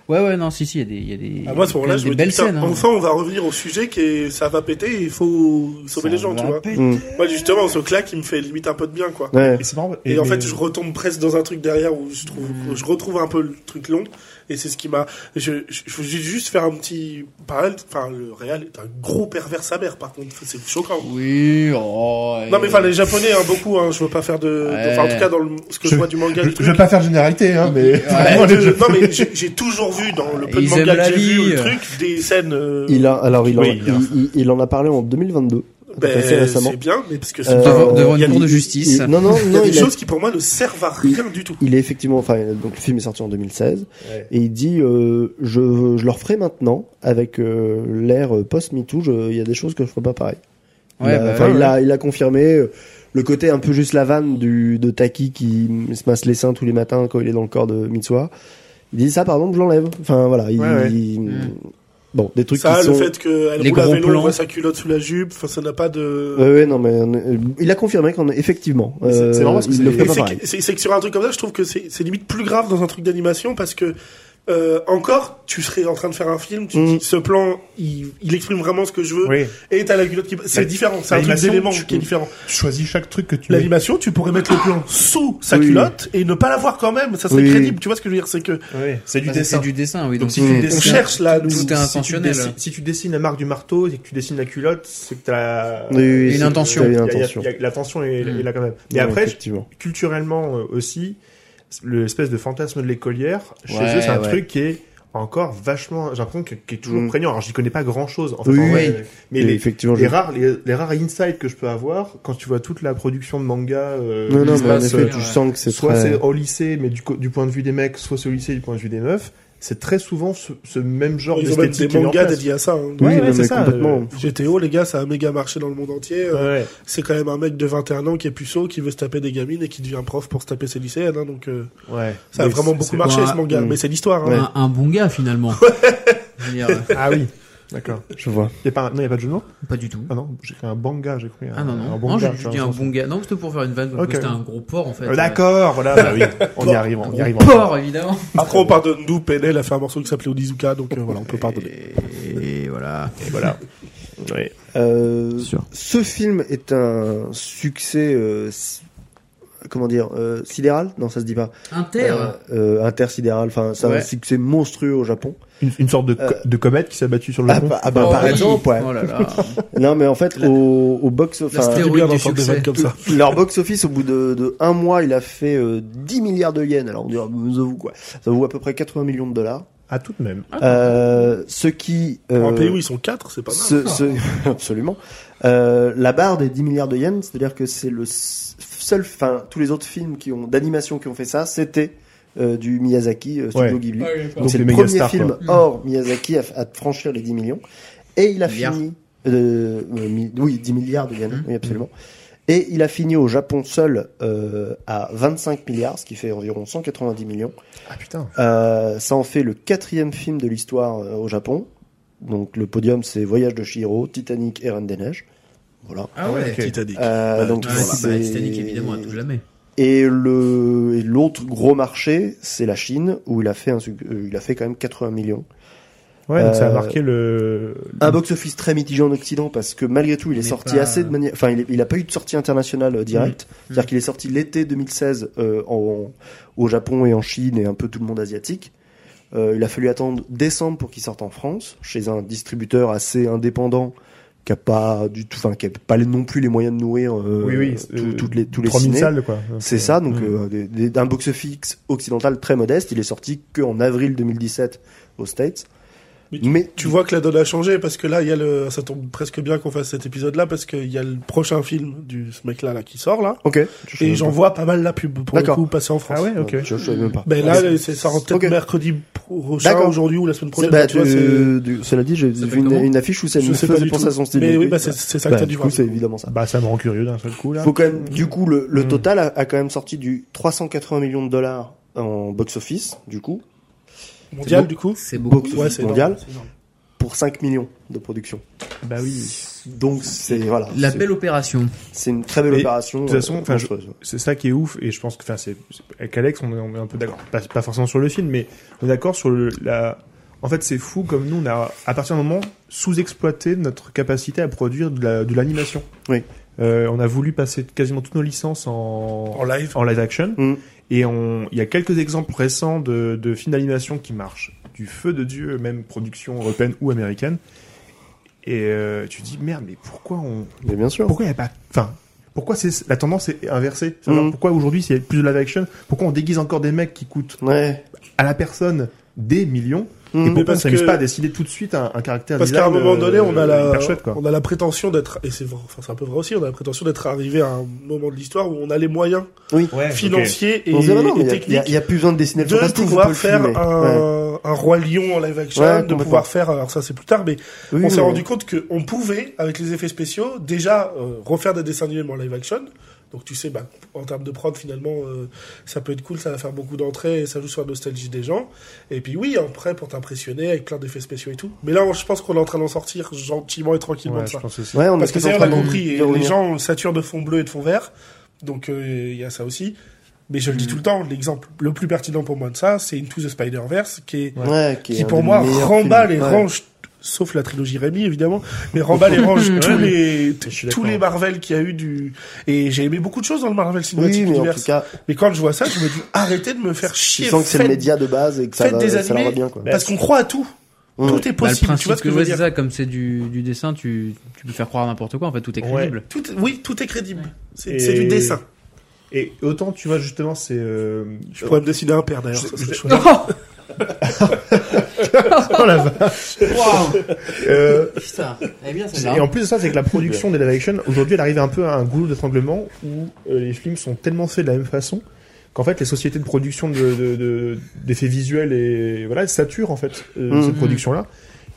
Speaker 1: Ouais, ouais, non, si, si, il y a des, il y a des,
Speaker 3: Ah, moi, à ce moment-là,
Speaker 1: des
Speaker 3: je me dis,
Speaker 1: belles
Speaker 3: putain,
Speaker 1: scènes. hein.
Speaker 3: enfin, on va revenir au sujet qui est, ça va péter, il faut sauver
Speaker 1: Ça
Speaker 3: les gens,
Speaker 1: va
Speaker 3: tu vois.
Speaker 1: péter.
Speaker 6: Mm.
Speaker 3: Moi, justement, ce claque, il me fait limite un peu de bien, quoi.
Speaker 6: Ouais.
Speaker 5: Et c'est marrant.
Speaker 3: Et, en
Speaker 5: mais-
Speaker 3: fait, je retombe presque dans un truc derrière où je trouve,
Speaker 1: Hmm.
Speaker 3: où je retrouve un peu le truc long. Et c'est ce qui m'a, je, je, je voulais juste faire un petit parallèle. Enfin, le réal est un gros pervers sa mère, par contre. C'est choquant.
Speaker 1: Oui, oh.
Speaker 3: Non, mais enfin, les
Speaker 1: gens.
Speaker 3: japonais, hein, beaucoup, hein. Je veux pas faire de,
Speaker 1: Ouais.
Speaker 3: enfin, en tout cas, dans le, ce que je,
Speaker 5: Je-
Speaker 3: vois du manga, du
Speaker 5: Je, je
Speaker 3: truc.
Speaker 5: vais pas faire généralité, hein, mais.
Speaker 1: Ouais.
Speaker 5: Moi, les
Speaker 3: Euh,
Speaker 5: jeux-
Speaker 3: non, mais j'ai j'ai toujours vu dans le peu de
Speaker 1: Ils
Speaker 3: manga
Speaker 1: aiment
Speaker 3: que
Speaker 1: la
Speaker 3: j'ai vu,
Speaker 1: vie.
Speaker 3: le truc, des scènes, euh,
Speaker 6: Il a alors il en,
Speaker 5: Oui, il y a un-
Speaker 6: il- il- il en a parlé en 2022.
Speaker 3: ben,
Speaker 6: assez récemment.
Speaker 3: c'est bien, mais parce que c'est
Speaker 6: Euh,
Speaker 1: Bah, Devant, devant
Speaker 3: il y a
Speaker 1: une cour
Speaker 3: des-
Speaker 1: de justice.
Speaker 6: Il- non non
Speaker 3: Il y
Speaker 6: non,
Speaker 3: a des
Speaker 6: il, a-
Speaker 3: choses qui pour moi ne servent à rien du tout.
Speaker 6: il est effectivement enfin donc le film est sorti en 2016
Speaker 5: Ouais.
Speaker 6: et il dit euh, je je le referai maintenant avec euh, l'ère post MeToo, je- il y a des choses que je ferai pas pareil. il,
Speaker 1: Ouais,
Speaker 6: a,
Speaker 1: bah,
Speaker 6: enfin,
Speaker 1: ouais,
Speaker 6: il,
Speaker 1: ouais.
Speaker 6: a, il a confirmé euh, le côté un peu juste la vanne du, de Taki qui se masse les seins tous les matins quand il est dans le corps de Mitsuha. Il dit ça, par exemple, je l'enlève. Enfin voilà. Il,
Speaker 5: Ouais, ouais.
Speaker 6: il-
Speaker 1: Mm.
Speaker 6: Bon, des trucs
Speaker 3: Ça,
Speaker 6: qui
Speaker 3: le
Speaker 6: sont.
Speaker 3: fait qu'elle
Speaker 1: Les
Speaker 3: roule à
Speaker 1: gros
Speaker 3: vélo, on
Speaker 1: plans.
Speaker 3: voit sa culotte sous la jupe, enfin, ça n'a pas de...
Speaker 6: Ouais, ouais, non, mais euh, il a confirmé qu'on effectivement.
Speaker 5: Mais c'est-
Speaker 6: euh,
Speaker 5: c'est marrant parce que
Speaker 6: il le
Speaker 5: c'est-
Speaker 6: ferait
Speaker 3: Et
Speaker 6: pas
Speaker 3: c'est
Speaker 6: pareil.
Speaker 3: que- C'est c'est que sur un truc comme ça, je trouve que c'est c'est limite plus grave dans un truc d'animation parce que euh, encore, tu serais en train de faire un film, tu te
Speaker 6: Mm.
Speaker 3: dis, ce plan, il, il exprime vraiment ce que je veux,
Speaker 5: Oui.
Speaker 3: et t'as la culotte qui... C'est
Speaker 5: La-
Speaker 3: différent, c'est un truc
Speaker 5: l'animation,
Speaker 3: d'élément
Speaker 5: tu-
Speaker 3: qui est différent.
Speaker 5: Tu choisis chaque truc que tu veux.
Speaker 3: L'animation, tu pourrais mettre le plan sous sa
Speaker 6: Oui.
Speaker 3: culotte et ne pas la voir quand même, ça serait
Speaker 6: Oui.
Speaker 3: crédible, tu vois ce que je veux dire, c'est que
Speaker 5: Ouais. C'est du
Speaker 1: Ah,
Speaker 5: dessin.
Speaker 1: C'est du dessin, oui.
Speaker 5: Donc,
Speaker 1: Donc,
Speaker 5: si tu
Speaker 1: on
Speaker 5: dessines-
Speaker 3: cherche, là,
Speaker 1: tout
Speaker 3: nous,
Speaker 1: est
Speaker 5: Si tu,
Speaker 1: intentionnel.
Speaker 5: dessines, si tu dessines la marque du marteau et que tu dessines la culotte, c'est que t'as.
Speaker 6: Oui, oui,
Speaker 1: une
Speaker 6: c'est-
Speaker 1: intention.
Speaker 6: t'as eu
Speaker 5: Il y
Speaker 6: une
Speaker 5: a- il y a-
Speaker 6: intention.
Speaker 5: il y a- La tension est,
Speaker 1: Mm.
Speaker 5: est là quand même. Et
Speaker 6: Ouais,
Speaker 5: après,
Speaker 6: effectivement.
Speaker 5: culturellement euh, aussi, l'espèce de fantasme de l'écolière, chez
Speaker 1: Ouais,
Speaker 5: eux, c'est un
Speaker 1: ouais.
Speaker 5: truc qui est encore vachement. J'ai l'impression que- qu'il est toujours
Speaker 6: Mm.
Speaker 5: prégnant. Alors, j'y connais pas grand chose. En fait,
Speaker 7: Oui,
Speaker 5: en vrai,
Speaker 1: oui.
Speaker 5: euh, Mais
Speaker 7: Et
Speaker 5: les,
Speaker 7: effectivement,
Speaker 5: les
Speaker 7: je-
Speaker 5: rares, les, les rares insights que je peux avoir quand tu vois toute la production de manga. euh,
Speaker 7: Non,
Speaker 5: qui
Speaker 7: non,
Speaker 5: se
Speaker 7: mais en
Speaker 5: passe,
Speaker 7: effet,
Speaker 5: euh,
Speaker 7: tu sens que c'est
Speaker 5: soit
Speaker 7: très...
Speaker 5: c'est au lycée, mais du, co- du point de vue des mecs, soit c'est au lycée du point de vue des meufs. C'est très souvent ce, ce même genre
Speaker 3: Ils ont même des
Speaker 5: d'esthétique qui est mis en
Speaker 3: mangas
Speaker 5: place.
Speaker 3: dédiés à ça. hein. Euh,
Speaker 7: Oui,
Speaker 5: Ouais, ouais,
Speaker 7: non,
Speaker 5: c'est
Speaker 7: mais
Speaker 5: ça,
Speaker 7: complètement.
Speaker 3: GTO, les gars, ça a méga marché dans le monde entier. euh,
Speaker 5: Ouais.
Speaker 3: C'est quand même un mec de 21 ans qui est puceau, qui veut se taper des gamines et qui devient prof pour se taper ses lycéennes. hein, donc euh,
Speaker 5: Ouais.
Speaker 3: ça a
Speaker 5: Mais
Speaker 3: vraiment
Speaker 5: c'est-
Speaker 3: beaucoup
Speaker 5: c'est-
Speaker 3: marché
Speaker 1: Ouais.
Speaker 3: ce manga,
Speaker 7: Mm.
Speaker 3: mais c'est l'histoire. hein.
Speaker 1: Un, un bon gars finalement. Je veux dire, euh,
Speaker 5: Ah oui, d'accord.
Speaker 7: Je vois.
Speaker 5: Y a pas, un- non, y a pas de jeu de mots
Speaker 1: pas du tout.
Speaker 5: Ah non, j'ai cru un banga, j'ai cru un,
Speaker 1: Ah non, non.
Speaker 5: un
Speaker 1: non,
Speaker 5: banga,
Speaker 1: j'ai
Speaker 5: j'ai
Speaker 1: dit un
Speaker 5: l'impression.
Speaker 1: bon gars. Non, c'était pour faire une vanne. parce
Speaker 5: Ok.
Speaker 1: que C'était un gros porc en fait.
Speaker 5: Euh, D'accord, voilà, bah oui, on y arrive, on y
Speaker 1: Un
Speaker 5: arrive.
Speaker 1: gros porc évidemment.
Speaker 3: Après, on pardonne nous, Penel a fait un morceau qui s'appelait Onizuka, donc euh, voilà, on peut pardonner.
Speaker 1: Et, et voilà.
Speaker 6: Euh,
Speaker 1: Sûr.
Speaker 6: ce film est un succès, euh, si- comment dire, euh, sidéral Non, ça se dit pas.
Speaker 1: Inter.
Speaker 6: Euh, euh, intersidéral. Enfin, c'est un
Speaker 1: Ouais.
Speaker 6: succès monstrueux au Japon.
Speaker 5: Une, une sorte de, co-
Speaker 6: Euh,
Speaker 5: de comète qui s'est abattue sur le
Speaker 6: Ah,
Speaker 5: pont.
Speaker 6: bah, ah bah,
Speaker 1: Oh
Speaker 6: par
Speaker 1: oui.
Speaker 6: exemple, ouais.
Speaker 1: Oh là là.
Speaker 6: Non, mais en fait, au, au box
Speaker 1: La
Speaker 6: office.
Speaker 1: stéroïde
Speaker 3: bien
Speaker 1: du
Speaker 3: d'entendre des
Speaker 1: succès.
Speaker 3: vannes comme ça.
Speaker 6: Leur box office, au bout de, de un mois, il a fait euh, 10 milliards de yens. Alors, on dirait, mais ça vaut quoi Ça vaut à peu près 80 millions de dollars.
Speaker 5: Ah, tout de même.
Speaker 6: Euh, ce qui. euh,
Speaker 3: Pour un pays où ils sont quatre, c'est pas mal.
Speaker 6: ce, ce- absolument. Euh, la barre des 10 milliards de yens, c'est-à-dire que c'est le s- seul, enfin, tous les autres films qui ont d'animation qui ont fait ça, c'était euh, du Miyazaki, euh, Studio
Speaker 5: Ouais.
Speaker 6: Ghibli.
Speaker 5: Donc,
Speaker 6: Donc c'est
Speaker 5: les
Speaker 6: le
Speaker 5: méga
Speaker 6: premier
Speaker 5: stars,
Speaker 6: film
Speaker 5: quoi.
Speaker 6: hors Miyazaki à, à franchir les 10 millions. Et il a
Speaker 1: Milliards.
Speaker 6: fini. euh, euh, mi- oui, 10 milliards de yens, oui, absolument. Et il a fini au Japon seul euh, à 25 milliards, ce qui fait environ 190 millions.
Speaker 5: Ah putain.
Speaker 6: Euh, ça en fait le quatrième film de l'histoire euh, au Japon. Donc le podium, c'est Voyage de Chihiro, Titanic et Reine des Neiges. Voilà.
Speaker 1: Ah ouais.
Speaker 5: ok.
Speaker 3: Titanic.
Speaker 6: Euh, donc
Speaker 1: Ouais, c'est- bah,
Speaker 6: c'est-
Speaker 1: Titanic évidemment à tout jamais.
Speaker 6: Et le et l'autre gros marché, c'est la Chine où il a fait un suc- euh, il a fait quand même 80 millions.
Speaker 5: Ouais, donc ça a
Speaker 6: Euh,
Speaker 5: marqué le.
Speaker 6: Un box office très mitigé en Occident parce que malgré tout, il est
Speaker 1: Mais
Speaker 6: sorti
Speaker 1: pas-
Speaker 6: assez de manière enfin il, est- il a pas eu de sortie internationale euh, directe. C'est-à-dire qu'il est sorti l'été 2016 euh, en, au Japon et en Chine et un peu tout le monde asiatique. Euh, il a fallu attendre décembre pour qu'il sorte en France, chez un distributeur assez indépendant qui a pas du tout, enfin qui a pas non plus les moyens de nourrir euh,
Speaker 5: Oui, oui,
Speaker 6: tout-
Speaker 5: euh,
Speaker 6: toutes les tous les
Speaker 5: 3000
Speaker 6: ciné.
Speaker 5: salles, quoi.
Speaker 6: C'est ça, donc
Speaker 5: Mm.
Speaker 6: euh, des- des- d'un box-office occidental très modeste. Il est sorti que en avril 2017 aux States.
Speaker 3: Mais
Speaker 6: Mais
Speaker 3: Tu vois que la donne a changé parce que là, il y a le, ça tombe presque bien qu'on fasse cet épisode-là parce qu'il y a le prochain film du ce mec-là là qui sort là
Speaker 6: ok.
Speaker 3: et j'en vois pas mal la pub pour le
Speaker 6: D'accord.
Speaker 3: coup passer en France.
Speaker 5: Ah ouais, ok.
Speaker 6: Je, je savais même pas.
Speaker 3: Ben là, c'est- ça rentre peut-être
Speaker 6: Ok.
Speaker 3: mercredi prochain,
Speaker 6: D'accord.
Speaker 3: aujourd'hui ou la semaine
Speaker 6: C'est-
Speaker 3: prochaine.
Speaker 6: bah,
Speaker 3: tu vois,
Speaker 6: tu-
Speaker 3: c'est-
Speaker 6: du- cela dit, j'ai
Speaker 1: s'appelle
Speaker 6: vu une,
Speaker 1: comment
Speaker 6: une affiche où ça
Speaker 3: Je
Speaker 6: me
Speaker 3: sais pas
Speaker 6: faisait
Speaker 3: du
Speaker 6: penser
Speaker 3: tout.
Speaker 6: à son style.
Speaker 3: Mais
Speaker 6: de-
Speaker 3: oui, bah, c'est c'est ça que
Speaker 6: Bah,
Speaker 3: t'as dû
Speaker 6: du
Speaker 3: voir.
Speaker 6: coup, c'est évidemment ça.
Speaker 5: Bah, ça me rend curieux d'un seul coup, là.
Speaker 6: Faut quand même, du coup, le, le
Speaker 3: Hmm.
Speaker 5: Mm.
Speaker 6: total a, a quand même sorti du 380 millions de dollars en box-office, du coup,
Speaker 3: Mondial
Speaker 6: beau.
Speaker 3: du coup.
Speaker 1: C'est
Speaker 6: beaucoup.
Speaker 1: beaucoup.
Speaker 3: Ouais, c'est
Speaker 6: Mondial.
Speaker 3: énorme, c'est énorme.
Speaker 6: pour 5 millions de production.
Speaker 5: Bah oui.
Speaker 6: Donc, c'est, voilà.
Speaker 1: La
Speaker 6: c'est-
Speaker 1: belle opération. Bah,
Speaker 6: C'est une très belle
Speaker 5: Mais,
Speaker 6: opération.
Speaker 5: de toute façon,
Speaker 6: euh,
Speaker 5: enfin, je-
Speaker 6: monstrueuse.
Speaker 5: C'est ça qui est ouf, et je pense que, enfin, c'est, c'est- avec Alex, on est, on est un peu d'accord. Pas, pas forcément sur le film, mais on est d'accord sur le, la, en fait, c'est fou comme nous, on a, à partir d'un moment, sous-exploité notre capacité à produire de, la- de l'animation.
Speaker 6: Oui.
Speaker 5: Euh, on a voulu passer quasiment toutes nos licences en,
Speaker 3: En live.
Speaker 5: en live action.
Speaker 6: Mm.
Speaker 5: Et on, il y a quelques exemples récents de, de films d'animation qui marchent du feu de Dieu, même production européenne ou américaine. Et euh, tu te dis merde, mais pourquoi on,
Speaker 6: Mais bien sûr.
Speaker 5: pourquoi il y a pas, enfin, pourquoi c'est la tendance est inversée C'est-à-dire,
Speaker 3: Mm.
Speaker 6: Mhm.
Speaker 5: Pourquoi aujourd'hui il y a plus de live action Pourquoi on déguise encore des mecs qui coûtent
Speaker 6: Ouais.
Speaker 5: à la personne des millions
Speaker 6: Mhm.
Speaker 5: et pourquoi on
Speaker 3: Mm. parce
Speaker 5: s'amuse
Speaker 3: que-
Speaker 5: pas à décider tout de suite un, un caractère
Speaker 3: Parce qu'à un
Speaker 5: design,
Speaker 3: moment donné,
Speaker 5: euh,
Speaker 3: on a la,
Speaker 5: hyper chouette, quoi.
Speaker 3: on a la prétention d'être, et c'est vrai- enfin, c'est un peu vrai aussi, on a la prétention d'être arrivé à un moment de l'histoire où on a les moyens financiers et,
Speaker 6: On se dit, ah, non,
Speaker 3: et
Speaker 6: mais il y a- il y, a-
Speaker 3: techniques
Speaker 6: il y a plus besoin de dessiner le
Speaker 3: de
Speaker 6: fantastique, on peut
Speaker 3: pouvoir
Speaker 6: le
Speaker 3: faire
Speaker 6: filmer. Ouais.
Speaker 3: un, un roi lion en live action,
Speaker 6: Ouais,
Speaker 3: de
Speaker 6: complètement.
Speaker 3: pouvoir faire, alors ça c'est plus tard, mais
Speaker 6: Oui,
Speaker 3: on s'est
Speaker 6: mais-
Speaker 3: rendu compte qu'on pouvait, avec les effets spéciaux, déjà euh, refaire des dessins animés en live action. Donc tu sais, bah, en termes de prod, finalement, euh, ça peut être cool, ça va faire beaucoup d'entrées, et ça joue sur la nostalgie des gens. Et puis oui, après, pour t'impressionner, avec plein d'effets spéciaux et tout. Mais là, on- je pense qu'on est en train d'en sortir gentiment et tranquillement
Speaker 5: Ouais,
Speaker 3: de
Speaker 5: je
Speaker 3: ça.
Speaker 5: pense aussi.
Speaker 6: Ouais, on
Speaker 3: Parce
Speaker 6: est
Speaker 3: que
Speaker 6: tous
Speaker 3: ça,
Speaker 6: en
Speaker 3: on l'a
Speaker 6: train de-
Speaker 3: compris, et
Speaker 6: de
Speaker 3: les
Speaker 6: revenir.
Speaker 3: gens saturent de fond bleu et de fond vert. Donc euh, il y a ça aussi. Mais je le
Speaker 6: Hmm.
Speaker 3: dis tout le temps, l'exemple le plus pertinent pour moi de ça, c'est Into the Spider-Verse, qui est
Speaker 6: Ouais,
Speaker 3: qui,
Speaker 6: est un
Speaker 3: pour
Speaker 6: des
Speaker 3: moi
Speaker 6: meilleurs
Speaker 3: remballe et
Speaker 6: films. Ouais.
Speaker 3: range sauf la trilogie Rémi évidemment mais remballe et range tous les tous les Marvel qu'il y a eu du et j'ai aimé beaucoup de choses dans le Marvel
Speaker 6: Oui,
Speaker 3: Cinematic
Speaker 6: mais en
Speaker 3: Universe
Speaker 6: tout cas,
Speaker 3: mais quand je vois ça je me dis arrêtez de me faire
Speaker 6: tu
Speaker 3: chier
Speaker 6: sens que c'est le
Speaker 3: faites-
Speaker 6: média de base et que ça
Speaker 3: faites
Speaker 6: va,
Speaker 3: des
Speaker 6: ça leur va
Speaker 3: animés
Speaker 6: bien, quoi.
Speaker 3: parce qu'on croit à tout
Speaker 6: Ouais.
Speaker 3: tout est
Speaker 1: Bah, le
Speaker 3: possible
Speaker 1: principe
Speaker 3: tu vois ce que je veux
Speaker 1: c'est
Speaker 3: dire
Speaker 1: ça, comme c'est du, du dessin, tu, tu peux faire croire à n'importe quoi, en fait, tout est
Speaker 5: Ouais.
Speaker 1: crédible.
Speaker 3: Tout est- oui tout est crédible c'est
Speaker 5: Et-
Speaker 3: c'est du dessin
Speaker 5: Et autant tu vois justement c'est euh,
Speaker 1: Oh,
Speaker 3: je pourrais me dessiner un père d'ailleurs
Speaker 5: Je-
Speaker 3: ça serait
Speaker 5: je-
Speaker 3: chouette.
Speaker 5: Oh la vache.
Speaker 1: Waouh
Speaker 5: Euh,
Speaker 1: Putain, elle est bien
Speaker 5: Et
Speaker 1: celle-là.
Speaker 5: en plus de ça, c'est que la production des live action, aujourd'hui, elle arrive un peu à un goulot d'étranglement où euh, les films sont tellement faits de la même façon qu'en fait, les sociétés de production de- de- de- d'effets visuels et voilà, saturent en fait euh,
Speaker 6: Mhm.
Speaker 5: cette production-là.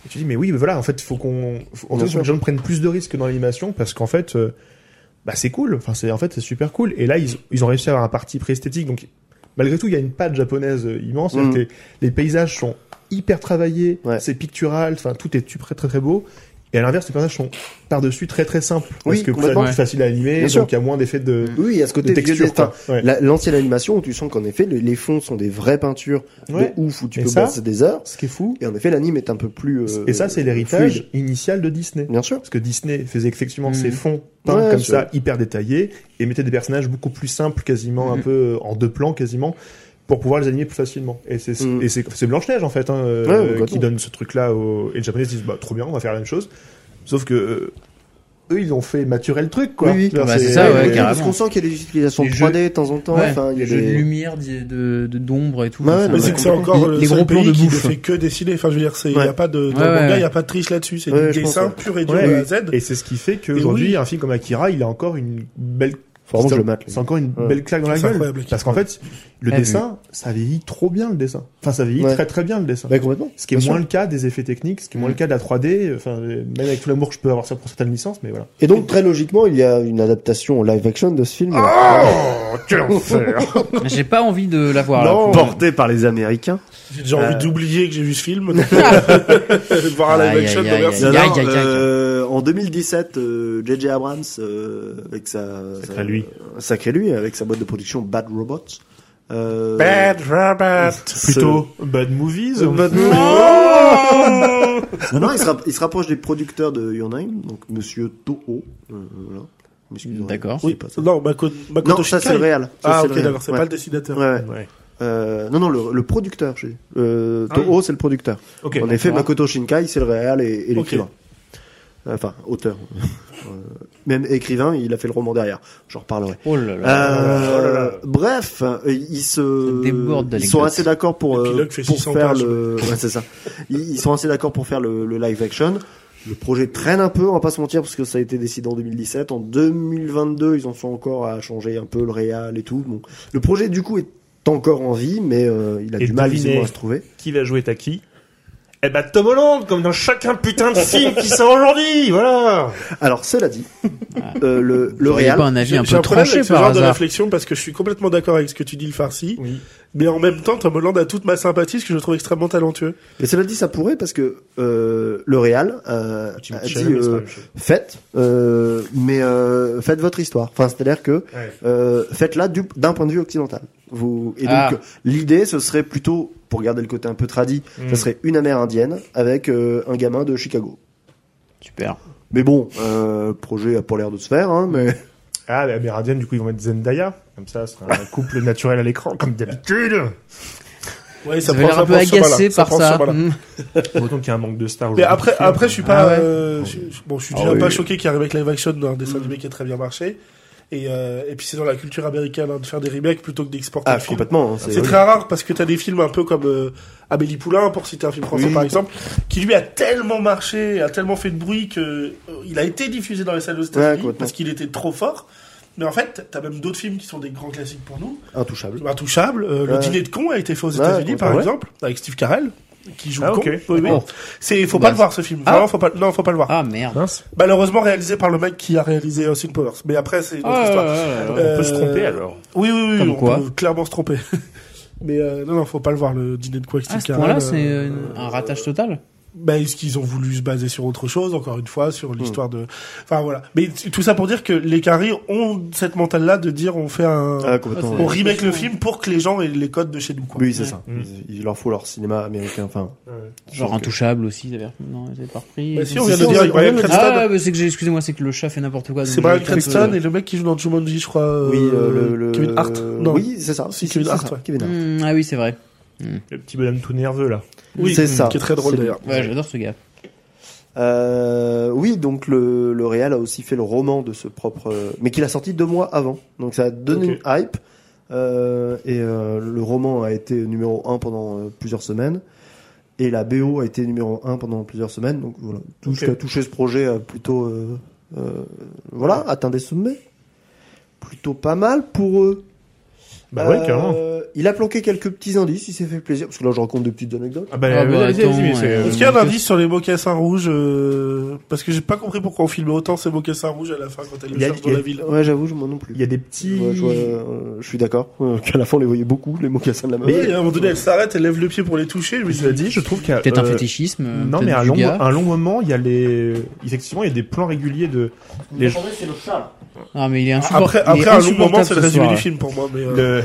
Speaker 5: Et tu dis, mais oui, mais voilà, en fait, faut qu'on, faut- en
Speaker 6: Bien
Speaker 5: fait, faut que
Speaker 6: sûr.
Speaker 5: les gens prennent plus de risques dans l'animation parce qu'en fait, euh, bah, c'est cool. Enfin, c'est, en fait, c'est super cool. Et là, ils, ils ont réussi à avoir un parti pré-esthétique. Donc, malgré tout, il y a une patte japonaise euh, immense. C'est-à-dire
Speaker 6: Mhm.
Speaker 5: que les, les paysages sont hyper travaillés,
Speaker 6: Ouais.
Speaker 5: c'est pictural, enfin, tout est très, très, très beau. Et à l'inverse, les personnages sont par-dessus très très simples.
Speaker 6: Oui,
Speaker 5: parce que plus
Speaker 6: complètement.
Speaker 5: plus facile à animer,
Speaker 6: Bien sûr.
Speaker 5: donc il y a moins d'effet de,
Speaker 6: Oui, il y a ce
Speaker 5: de
Speaker 6: côté vieux
Speaker 5: texture.
Speaker 6: destin.
Speaker 5: quoi. Ouais.
Speaker 6: La- L'ancienne animation où tu sens qu'en effet, le- les fonds sont des vraies peintures
Speaker 5: Ouais.
Speaker 6: de ouf où tu
Speaker 5: Et
Speaker 6: peux
Speaker 5: ça-
Speaker 6: passer des heures.
Speaker 5: Ce qui est fou.
Speaker 6: Et en effet, l'anime est un peu plus. euh,
Speaker 5: et ça, c'est l'héritage
Speaker 6: fluide.
Speaker 5: initial de Disney.
Speaker 6: Bien sûr.
Speaker 5: Parce que Disney faisait effectivement
Speaker 1: Mhm.
Speaker 5: ses fonds peints
Speaker 6: Mm. Ouais,
Speaker 5: comme
Speaker 6: c'est
Speaker 5: ça, hyper détaillés, et mettait des personnages beaucoup plus simples, quasiment
Speaker 6: Mm.
Speaker 5: un
Speaker 1: Mhm.
Speaker 5: peu euh, en deux plans, quasiment, pour pouvoir les animer plus facilement. Et c'est
Speaker 6: Mhm.
Speaker 5: et c'est c'est Blanche Neige en fait hein, euh,
Speaker 6: Ouais, complètement.
Speaker 5: qui donne ce truc-là. Aux... Et les Japonais se disent bah trop bien, on va faire la même chose. Sauf que euh, eux, ils ont fait maturer le truc quoi.
Speaker 6: Oui, oui.
Speaker 5: C'est-à-dire,
Speaker 1: Bah, c'est ça, ouais,
Speaker 6: Oui,
Speaker 1: carrément.
Speaker 6: Parce qu'on sent qu'il y a des utilisations
Speaker 1: Les
Speaker 6: de
Speaker 1: jeux-
Speaker 6: 3D de temps en temps.
Speaker 1: Ouais,
Speaker 6: Enfin, il y a
Speaker 1: les jeux de
Speaker 6: des.
Speaker 1: lumière, d'y- de de- d'ombre et tout.
Speaker 6: Ouais,
Speaker 1: enfin,
Speaker 6: mais
Speaker 3: Mais c'est que c'est encore
Speaker 1: Les-
Speaker 3: le
Speaker 1: les
Speaker 3: seul
Speaker 1: gros plans
Speaker 3: pays
Speaker 1: de
Speaker 3: qui ne
Speaker 1: bouffe.
Speaker 3: fait que dessiner. Enfin, je veux dire, c'est, il
Speaker 6: Ouais.
Speaker 3: n'y a pas de, dans
Speaker 1: Ouais,
Speaker 3: le manga,
Speaker 1: ouais.
Speaker 3: il n'y a pas de triche là-dessus. C'est
Speaker 6: Ouais, je
Speaker 3: du
Speaker 6: pense,
Speaker 3: dessin
Speaker 6: ouais.
Speaker 3: pur et dur
Speaker 5: Ouais.
Speaker 3: de A à Z.
Speaker 5: Et c'est ce qui fait qu'aujourd'hui,
Speaker 3: oui.
Speaker 5: un film comme Akira, il a encore une belle.
Speaker 6: Faut vraiment que
Speaker 5: c'est-
Speaker 6: je le mate, là.
Speaker 5: C'est encore une
Speaker 6: Ouais.
Speaker 5: belle claque dans la
Speaker 3: C'est
Speaker 5: gueule.
Speaker 3: incroyable, Akira.
Speaker 5: Parce qu'en fait, le
Speaker 1: Ah,
Speaker 5: dessin, ça vieillit trop bien le dessin. Enfin, ça vieillit
Speaker 6: Ouais.
Speaker 5: très très bien le dessin.
Speaker 6: Bah, complètement.
Speaker 5: Ce qui est
Speaker 6: Bien
Speaker 5: moins
Speaker 6: sûr.
Speaker 5: le cas des effets techniques, ce qui est moins le cas de la 3D, enfin, euh, même avec tout l'amour que je peux avoir ça pour certaines licences, mais voilà.
Speaker 6: Et donc, très logiquement, il y a une adaptation en live action de ce film. Ah
Speaker 3: Oh,
Speaker 1: J'ai pas envie de la voir. là, pour-
Speaker 6: porté par les Américains.
Speaker 3: J'ai déjà
Speaker 6: Euh.
Speaker 3: envie d'oublier que j'ai vu ce film. donc, Voir un live
Speaker 1: Aïe,
Speaker 3: action,
Speaker 1: aïe,
Speaker 3: donc
Speaker 1: aïe,
Speaker 3: merci.
Speaker 1: aïe.
Speaker 6: Non, non,
Speaker 1: aïe, aïe.
Speaker 6: euh, en 2017, euh, J.J. Abrams, euh, avec sa,
Speaker 5: Sacré
Speaker 6: sa-
Speaker 5: lui.
Speaker 6: sacré lui, avec sa boîte de production Bad Robots. euh,
Speaker 3: Bad Robot.
Speaker 6: se-
Speaker 5: Plutôt Oh, Euh, Bad Movies ou-
Speaker 6: Bad Movies.
Speaker 5: Non
Speaker 6: Non, non, il se, rapp- il se rapproche des producteurs de Your Name, donc Monsieur Toho. euh, voilà. M'excuserez,
Speaker 1: D'accord.
Speaker 6: c'est pas ça.
Speaker 3: Non, Mako- Makoto
Speaker 6: Non, ça
Speaker 3: Shinkai.
Speaker 6: c'est le réel. Ça,
Speaker 3: Ah,
Speaker 6: c'est
Speaker 3: ok,
Speaker 6: le réel.
Speaker 3: d'accord, c'est
Speaker 6: Ouais.
Speaker 3: pas le dessinateur.
Speaker 6: Ouais, ouais.
Speaker 5: Ouais.
Speaker 6: Euh, non, non, le, le producteur. j'ai dit. Euh,
Speaker 3: Ah
Speaker 6: Toho, c'est le producteur.
Speaker 5: Ok.
Speaker 6: en effet,
Speaker 1: d'accord.
Speaker 6: Makoto Shinkai, c'est le réel et, et
Speaker 3: Ok.
Speaker 6: l'écrivain. Enfin, auteur. Euh, Même écrivain, il a fait le roman derrière. J'en reparlerai.
Speaker 1: Oh là là.
Speaker 6: Euh,
Speaker 5: Oh là là.
Speaker 6: Bref, euh, ils se,
Speaker 1: Ça déborde
Speaker 6: ils sont
Speaker 1: d'anecdotes.
Speaker 6: assez d'accord pour,
Speaker 3: Le
Speaker 6: euh,
Speaker 3: pilote fait
Speaker 6: pour
Speaker 3: 600
Speaker 6: faire
Speaker 3: pages.
Speaker 6: le, ouais, c'est ça. Ils, ils sont assez d'accord pour faire le, le live action. Le projet traîne un peu, on va pas se mentir, parce que ça a été décidé en 2017. En 2022, ils en sont encore à changer un peu le réal et tout. Bon, le projet du coup est encore en vie, mais euh, il a
Speaker 5: Et
Speaker 6: du mal
Speaker 5: devinez.
Speaker 6: visiblement à se trouver.
Speaker 5: Qui va jouer Taki Eh ben, Tom Holland, comme dans chacun putain de film qui sort aujourd'hui, voilà
Speaker 6: Alors cela dit, euh, le,
Speaker 1: Ah.
Speaker 6: le
Speaker 1: Vous auriez
Speaker 6: réal,
Speaker 1: pas un avis
Speaker 3: J'ai
Speaker 1: un
Speaker 3: j'ai
Speaker 1: peu
Speaker 3: un problème
Speaker 1: tranché
Speaker 3: avec ce
Speaker 1: par
Speaker 3: genre de
Speaker 1: hasard.
Speaker 3: réflexion parce que je suis complètement d'accord avec ce que tu dis, le farci.
Speaker 5: Oui.
Speaker 3: Mais en même temps, Tom Holland a toute ma sympathie parce que je le trouve extrêmement talentueux.
Speaker 6: mais cela dit, ça pourrait parce que euh, le réal euh,
Speaker 5: Tu
Speaker 6: a
Speaker 5: me
Speaker 6: dit.
Speaker 5: challenges, c'est
Speaker 6: euh,
Speaker 5: pas la même chose.
Speaker 6: faites, euh, mais euh, faites votre histoire. Enfin, c'est-à-dire que
Speaker 5: Ouais.
Speaker 6: euh, faites-la du- d'un point de vue occidental. Vous et donc
Speaker 1: Ah.
Speaker 6: l'idée, ce serait plutôt pour garder le côté un peu tradit,
Speaker 5: Mm.
Speaker 6: ça serait une amérindienne avec euh, un gamin de Chicago.
Speaker 1: Super.
Speaker 6: Mais bon, euh, le projet a pas l'air de se faire, hein, mais
Speaker 5: Ah, mais Amérindienne, du coup, ils vont mettre Zendaya. Comme ça, ce sera un couple naturel à l'écran, comme d'habitude.
Speaker 3: Ouais,
Speaker 1: Ça avait l'air un peu agacé par ça. Mm.
Speaker 5: Autant qu'il y a un manque de stars
Speaker 3: Mais
Speaker 5: aujourd'hui.
Speaker 3: après, après, je suis pas.
Speaker 1: Ah ouais.
Speaker 3: euh, je- je- bon, je suis
Speaker 1: Ah
Speaker 3: déjà
Speaker 1: oui. Mm.
Speaker 3: pas choqué qu'il arrive avec live action d'un dessin animé qui a très bien marché. Et, euh, et puis c'est dans la culture américaine hein, de faire des remakes plutôt que d'exporter
Speaker 6: ah,
Speaker 3: le film.
Speaker 6: complètement. hein, c'est
Speaker 3: C'est très rare parce que t'as des films un peu comme euh, Amélie Poulain, pour citer un film français
Speaker 6: Oui.
Speaker 3: par exemple, qui lui a tellement marché, a tellement fait de bruit que euh, il a été diffusé dans les salles aux
Speaker 6: Ouais,
Speaker 3: États-Unis
Speaker 6: complètement.
Speaker 3: parce qu'il était trop fort. Mais en fait, t'as même d'autres films qui sont des grands classiques pour nous.
Speaker 6: intouchable.
Speaker 3: Intouchable. euh, Le
Speaker 6: Ouais.
Speaker 3: dîner de con a été fait aux
Speaker 6: Ouais,
Speaker 3: États-Unis, par
Speaker 5: ouais.
Speaker 3: exemple, avec Steve Carell, qui joue
Speaker 5: Ah,
Speaker 3: le con.
Speaker 5: ok.
Speaker 3: Oui, oui.
Speaker 1: D'accord.
Speaker 3: C'est, faut
Speaker 1: Bah,
Speaker 3: pas le voir ce film. Vraiment, faut pas. Non, faut pas le voir.
Speaker 1: Ah merde.
Speaker 5: Mince.
Speaker 3: Malheureusement réalisé par le mec qui a réalisé Austin Powers. Mais après, c'est une autre
Speaker 1: Ah,
Speaker 3: histoire.
Speaker 1: ouais, ouais, ouais.
Speaker 3: Euh,
Speaker 5: On peut se tromper alors.
Speaker 3: Oui, oui, oui.
Speaker 1: Comme
Speaker 3: on
Speaker 1: quoi.
Speaker 3: peut clairement se tromper. Mais euh, non, non, faut pas le voir le dîner de quoi avec
Speaker 1: Ah, à
Speaker 3: Steve
Speaker 1: ce
Speaker 3: Carell.
Speaker 1: point-là,
Speaker 3: euh,
Speaker 1: c'est euh, un ratage total.
Speaker 3: bah, est-ce qu'ils ont voulu se baser sur autre chose, encore une fois, sur l'histoire
Speaker 1: Hmm.
Speaker 3: de. Enfin voilà. Mais t- tout ça pour dire que les carrés ont cette mentale là de dire on fait un,
Speaker 6: Ah, complètement.
Speaker 3: on
Speaker 6: ouais.
Speaker 3: remake le film pour que les gens aient les codes de chez nous. Quoi.
Speaker 6: Oui, c'est ça. Il Il leur faut leur cinéma américain. Enfin,
Speaker 1: Genre intouchable aussi, d'ailleurs. Non, j'ai pas repris.
Speaker 3: Bah, si, on vient
Speaker 6: si,
Speaker 3: de
Speaker 6: on
Speaker 3: dire avec
Speaker 6: vient de
Speaker 3: Brian
Speaker 6: dire- Ah,
Speaker 3: Cranston.
Speaker 1: Ah, ouais, mais c'est que j'ai, excusez-moi, c'est que le chat fait n'importe quoi. donc
Speaker 3: C'est Brian
Speaker 1: j'ai un peu-
Speaker 3: Cranston et le mec qui joue dans Jumanji, je crois. euh,
Speaker 6: oui, euh, le, le-
Speaker 3: Kevin Hart. Non.
Speaker 6: Oui, c'est ça.
Speaker 3: Si,
Speaker 6: Si,
Speaker 3: Kevin
Speaker 6: c'est
Speaker 3: Hart,
Speaker 6: ça,
Speaker 3: ouais.
Speaker 6: Kevin Hart.
Speaker 1: Hmm, ah oui, c'est vrai.
Speaker 5: Le petit bonhomme tout nerveux là.
Speaker 3: Oui, Hmm.
Speaker 6: c'est ça.
Speaker 3: Qui est très drôle
Speaker 6: C'est lui.
Speaker 3: d'ailleurs.
Speaker 1: Ouais, j'adore ce gars.
Speaker 6: Euh, oui, donc le, le Real a aussi fait le roman de ce propre, euh, mais qu'il a sorti deux mois avant. Donc ça a donné
Speaker 5: Ok.
Speaker 6: une hype. Euh, et euh, le roman a été numéro un pendant euh, plusieurs semaines. Et la BO a été numéro 1 pendant plusieurs semaines. Donc voilà, tout ce
Speaker 3: Ok.
Speaker 6: qui a touché ce projet euh, plutôt. euh, euh, voilà, atteint des sommets. Plutôt pas mal pour eux.
Speaker 5: Bah ouais,
Speaker 6: Euh,
Speaker 5: carrément.
Speaker 6: Il a planqué quelques petits indices, il s'est fait plaisir. Parce que là, je raconte des petites anecdotes.
Speaker 5: Ah
Speaker 3: Eh,
Speaker 5: bah,
Speaker 1: Ah bah,
Speaker 5: vas-y,
Speaker 1: attends,
Speaker 5: vas-y, vas-y, c'est-
Speaker 1: ouais.
Speaker 3: Est-ce qu'il y a un indice sur les mocassins rouges euh, Parce que j'ai pas compris pourquoi on filmait autant ces mocassins rouges à la fin quand elle
Speaker 5: Il
Speaker 3: le
Speaker 5: y a-
Speaker 3: cherche
Speaker 5: il
Speaker 3: dans
Speaker 5: y a-
Speaker 3: la ville.
Speaker 6: Ouais, j'avoue, je m'en non plus.
Speaker 5: Il y a des petits.
Speaker 6: Ouais, je, vois, euh, je suis d'accord euh, qu'à la fin, on les voyait beaucoup, les mocassins de la meuf.
Speaker 3: Ouais, et à un moment donné, elle s'arrête, elle lève le pied pour les toucher. Je me
Speaker 5: Cela dit, je trouve qu'il y a
Speaker 1: Peut-être un
Speaker 5: euh,
Speaker 1: fétichisme. euh,
Speaker 5: Non,
Speaker 1: peut-être
Speaker 5: mais à un
Speaker 1: du
Speaker 5: long,
Speaker 3: hein.
Speaker 1: gars.
Speaker 5: un long moment, il y a les. Effectivement, il y a des plans réguliers de. Les... gens-
Speaker 1: Ah, mais il est insupportable.
Speaker 3: Après,
Speaker 1: il est
Speaker 3: après un long moment,
Speaker 1: insupportable
Speaker 3: c'est le
Speaker 1: ce
Speaker 3: résumé
Speaker 1: soir,
Speaker 3: du film pour moi. Mais, euh,
Speaker 5: le-
Speaker 1: là.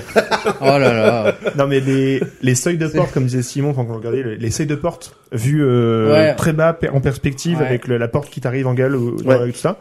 Speaker 1: Oh là là.
Speaker 5: Non, mais les, les seuils de porte, comme disait Simon quand on le regardait, les, les seuils de porte vus euh,
Speaker 1: Ouais.
Speaker 5: très bas per- en perspective
Speaker 1: Ouais.
Speaker 5: avec le- la porte qui t'arrive en gueule ou dans
Speaker 6: Ouais.
Speaker 5: la- tout ça.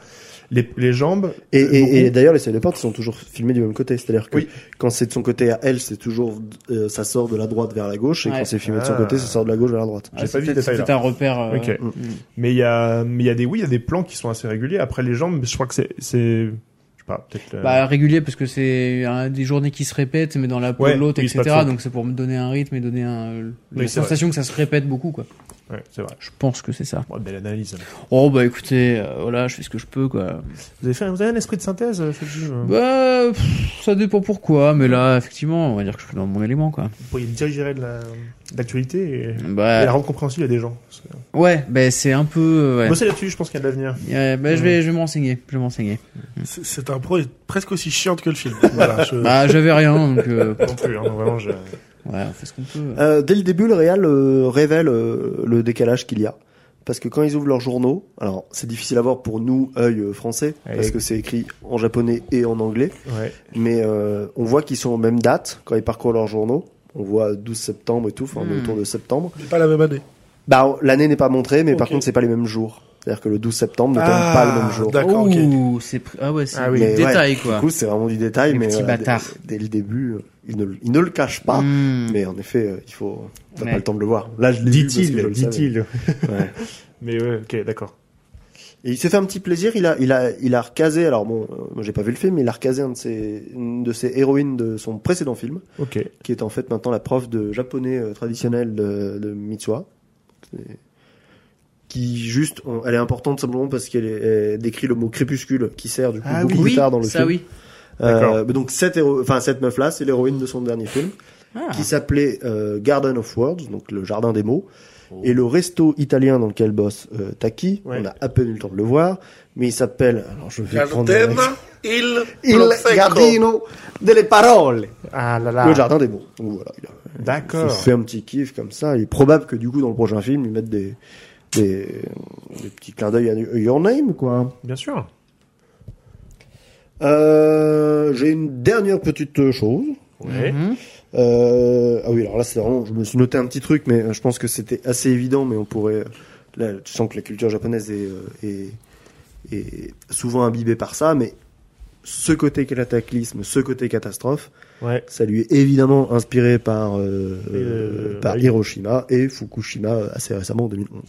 Speaker 5: Les, les jambes.
Speaker 6: Et,
Speaker 5: euh,
Speaker 6: et, et
Speaker 5: beaucoup.
Speaker 6: d'ailleurs, les salles de porte sont toujours filmées du même côté. C'est-à-dire que
Speaker 5: Oui.
Speaker 6: quand c'est de son côté à elle, c'est toujours euh, ça sort de la droite vers la gauche, et
Speaker 1: Ouais.
Speaker 6: quand c'est filmé de son
Speaker 5: Ah.
Speaker 6: côté, ça sort de la gauche vers la droite.
Speaker 5: J'ai
Speaker 1: Ah,
Speaker 5: pas
Speaker 1: C'est
Speaker 5: vu ce
Speaker 1: peut-être- c'est
Speaker 5: détail-là.
Speaker 1: peut-être un repère. euh,
Speaker 5: Ok.
Speaker 1: mm.
Speaker 5: Mais il y a, mais il y a des, oui, il y a des plans qui sont assez réguliers. Après les jambes, je crois que c'est, c'est, je sais pas, peut-être. euh,
Speaker 1: Bah, régulier parce que c'est un- des journées qui se répètent, mais dans la peau
Speaker 5: Ouais,
Speaker 1: de l'autre,
Speaker 5: oui, c'est pas
Speaker 1: etc.
Speaker 5: faux.
Speaker 1: Donc c'est pour me donner un rythme et donner un, la
Speaker 5: Oui, c'est
Speaker 1: sensation que ça se répète beaucoup, quoi.
Speaker 5: ouais, c'est vrai.
Speaker 1: Je pense que c'est ça.
Speaker 5: Bon, belle analyse.
Speaker 1: Oh bah écoutez, euh, voilà, je fais ce que je peux, quoi.
Speaker 5: Vous avez fait, vous avez un esprit de synthèse, euh, ce jeu, hein
Speaker 1: Bah, pff, ça dépend pourquoi, mais là, effectivement, on va dire que je suis dans mon élément, quoi.
Speaker 5: Vous pourriez me diriger de la, de l'actualité et, et la
Speaker 1: Bah,
Speaker 5: rendre compréhensible à des gens. Parce que-
Speaker 1: ouais, bah c'est un peu, euh, ouais.
Speaker 5: Bosser là-dessus, je pense qu'il y a de l'avenir.
Speaker 1: Ouais, bah, je vais, je vais me renseigner, je vais me renseigner.
Speaker 3: c'est- Cette impro est presque aussi chiante que le film. Voilà, je-
Speaker 1: Bah, j'avais rien, donc, euh,
Speaker 5: Non plus, hein, vraiment, je...
Speaker 1: ouais, on fait ce qu'on peut.
Speaker 6: Euh, dès le début, le Real euh, révèle euh, le décalage qu'il y a. Parce que quand ils ouvrent leurs journaux, alors c'est difficile à voir pour nous, œil euh, français,
Speaker 5: Ouais.
Speaker 6: parce que c'est écrit en japonais et en anglais,
Speaker 5: ouais.
Speaker 6: mais euh, on voit qu'ils sont aux mêmes dates quand ils parcourent leurs journaux. On voit 12 septembre et tout, enfin on est
Speaker 1: Hmm.
Speaker 6: autour de septembre.
Speaker 3: C'est pas la même année.
Speaker 6: Bah, on- l'année n'est pas montrée, mais par
Speaker 3: Ok.
Speaker 6: contre, c'est pas les mêmes jours. C'est-à-dire que le 12 septembre ne tombe
Speaker 3: Ah,
Speaker 6: pas le même jour.
Speaker 3: D'accord, ok.
Speaker 1: Ouh, c'est, pr- ah ouais, c'est
Speaker 5: Ah oui.
Speaker 1: des
Speaker 6: Mais ouais,
Speaker 1: détails, quoi.
Speaker 6: Du coup, c'est vraiment du détail,
Speaker 1: Les
Speaker 6: mais
Speaker 1: petits
Speaker 6: dès-
Speaker 1: bâtards.
Speaker 6: dès, le début, euh, il ne, il ne le cache pas.
Speaker 1: Hmm.
Speaker 6: Mais en effet, euh, il faut. T'as
Speaker 1: Ouais.
Speaker 6: pas le temps de le voir. Là, je l'ai vu parce que je
Speaker 5: Dit-il,
Speaker 6: le savais.
Speaker 5: dit-il.
Speaker 6: Ouais.
Speaker 5: Mais ouais, ok, d'accord.
Speaker 6: Et il s'est fait un petit plaisir. Il a, il a, il a recasé. Alors bon, euh, moi j'ai pas vu le film, mais il a recasé un de ses, une de ses héroïnes de son précédent film,
Speaker 5: Ok.
Speaker 6: qui est en fait maintenant la prof de japonais euh, traditionnel de, de Mitsuha. C'est- Qui juste, on- elle est importante simplement parce qu'elle est- elle décrit le mot crépuscule qui sert du coup
Speaker 5: Ah
Speaker 6: beaucoup
Speaker 5: oui.
Speaker 6: plus tard dans le
Speaker 1: ça
Speaker 6: film.
Speaker 1: oui.
Speaker 5: D'accord.
Speaker 6: Euh, mais donc cette, héro- enfin cette meuf là, c'est l'héroïne de son dernier film
Speaker 1: Ah.
Speaker 6: qui s'appelait euh, Garden of Words, donc le jardin des mots. Et le resto italien dans lequel bosse euh, Taki,
Speaker 5: Ouais.
Speaker 6: on a à peine eu le temps de le voir, mais il s'appelle. Alors je vais prendre.
Speaker 3: Garden, il,
Speaker 6: Il
Speaker 3: Prosecco.
Speaker 6: Gardino delle Parole,
Speaker 5: Ah là là.
Speaker 6: le jardin des mots. Donc voilà, il a- il
Speaker 5: D'accord.
Speaker 6: se fait un petit kiff comme ça. Il est probable que du coup dans le prochain film ils mettent des des, des petits clins d'œil à Your Name quoi.
Speaker 5: Bien sûr.
Speaker 6: Euh, J'ai une dernière petite chose.
Speaker 5: Ouais.
Speaker 1: Mhm.
Speaker 6: Euh, ah oui, alors là, c'est vraiment, je me suis noté un petit truc, mais euh, je pense que c'était assez évident, mais on pourrait. euh, Là, tu sens que la culture japonaise est, euh, est, est souvent imbibée par ça, mais ce côté cataclysme, ce côté catastrophe,
Speaker 5: Ouais.
Speaker 6: ça lui est évidemment inspiré par, euh,
Speaker 5: Euh,
Speaker 6: par
Speaker 5: oui.
Speaker 6: Hiroshima et Fukushima euh, assez récemment en 2011.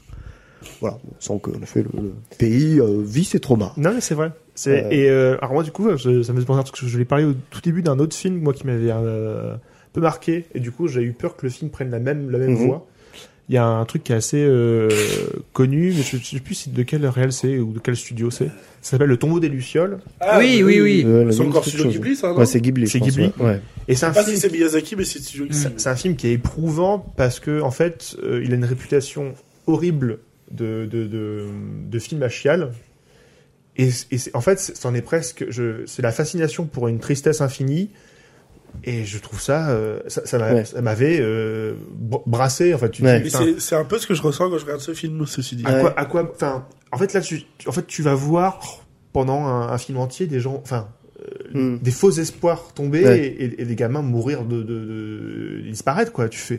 Speaker 6: Voilà, on sent qu'on a fait le, le pays euh, vit ses traumas.
Speaker 5: Non mais c'est vrai. C'est
Speaker 6: Euh.
Speaker 5: et euh, alors moi du coup je- ça me fait penser à un truc que je l'ai parlé au tout début d'un autre film moi qui m'avait euh, un peu marqué et du coup j'ai eu peur que le film prenne la même la même
Speaker 6: Mhm.
Speaker 5: voie. Il y a un truc qui est assez euh, connu mais je, je sais plus si- de quel réel c'est ou de quel studio c'est. Ça s'appelle Le Tombeau des lucioles
Speaker 3: Ah,
Speaker 1: oui, oui, oui.
Speaker 6: Euh, la
Speaker 3: C'est
Speaker 6: même
Speaker 3: encore
Speaker 6: petite
Speaker 3: Studio
Speaker 6: chose.
Speaker 3: Ghibli, ça, non
Speaker 6: Ouais, c'est Ghibli. je
Speaker 5: C'est
Speaker 6: pense,
Speaker 5: Ghibli
Speaker 6: ouais. ouais.
Speaker 5: et c'est
Speaker 3: Je
Speaker 5: un
Speaker 3: sais pas
Speaker 5: film
Speaker 3: si c'est Miyazaki, mais c'est Studio
Speaker 1: Hmm.
Speaker 3: Ghibli.
Speaker 5: C'est un film qui est éprouvant parce que en fait, euh, il a une réputation horrible de de, de, de film à chial. Et, c- et c'est- en fait, c'est- c'en est presque. je- C'est la fascination pour une tristesse infinie. Et je trouve ça, euh, ça, ça m'a-
Speaker 6: Ouais.
Speaker 5: ça m'avait euh, br- brassé en fait. Tu te
Speaker 6: Ouais.
Speaker 5: dis,
Speaker 3: Mais
Speaker 5: putain,
Speaker 3: c'est- c'est un peu ce que je ressens quand je regarde ce film, ceci dit.
Speaker 5: à
Speaker 6: Ouais.
Speaker 5: quoi, à quoi, enfin, en fait là, tu, tu- en fait, tu vas voir pendant un, un film entier des gens, enfin, euh,
Speaker 6: Mm.
Speaker 5: des faux espoirs tomber
Speaker 6: Ouais.
Speaker 5: et, et- et des gamins mourir de, de, de- disparaître quoi. Tu fais,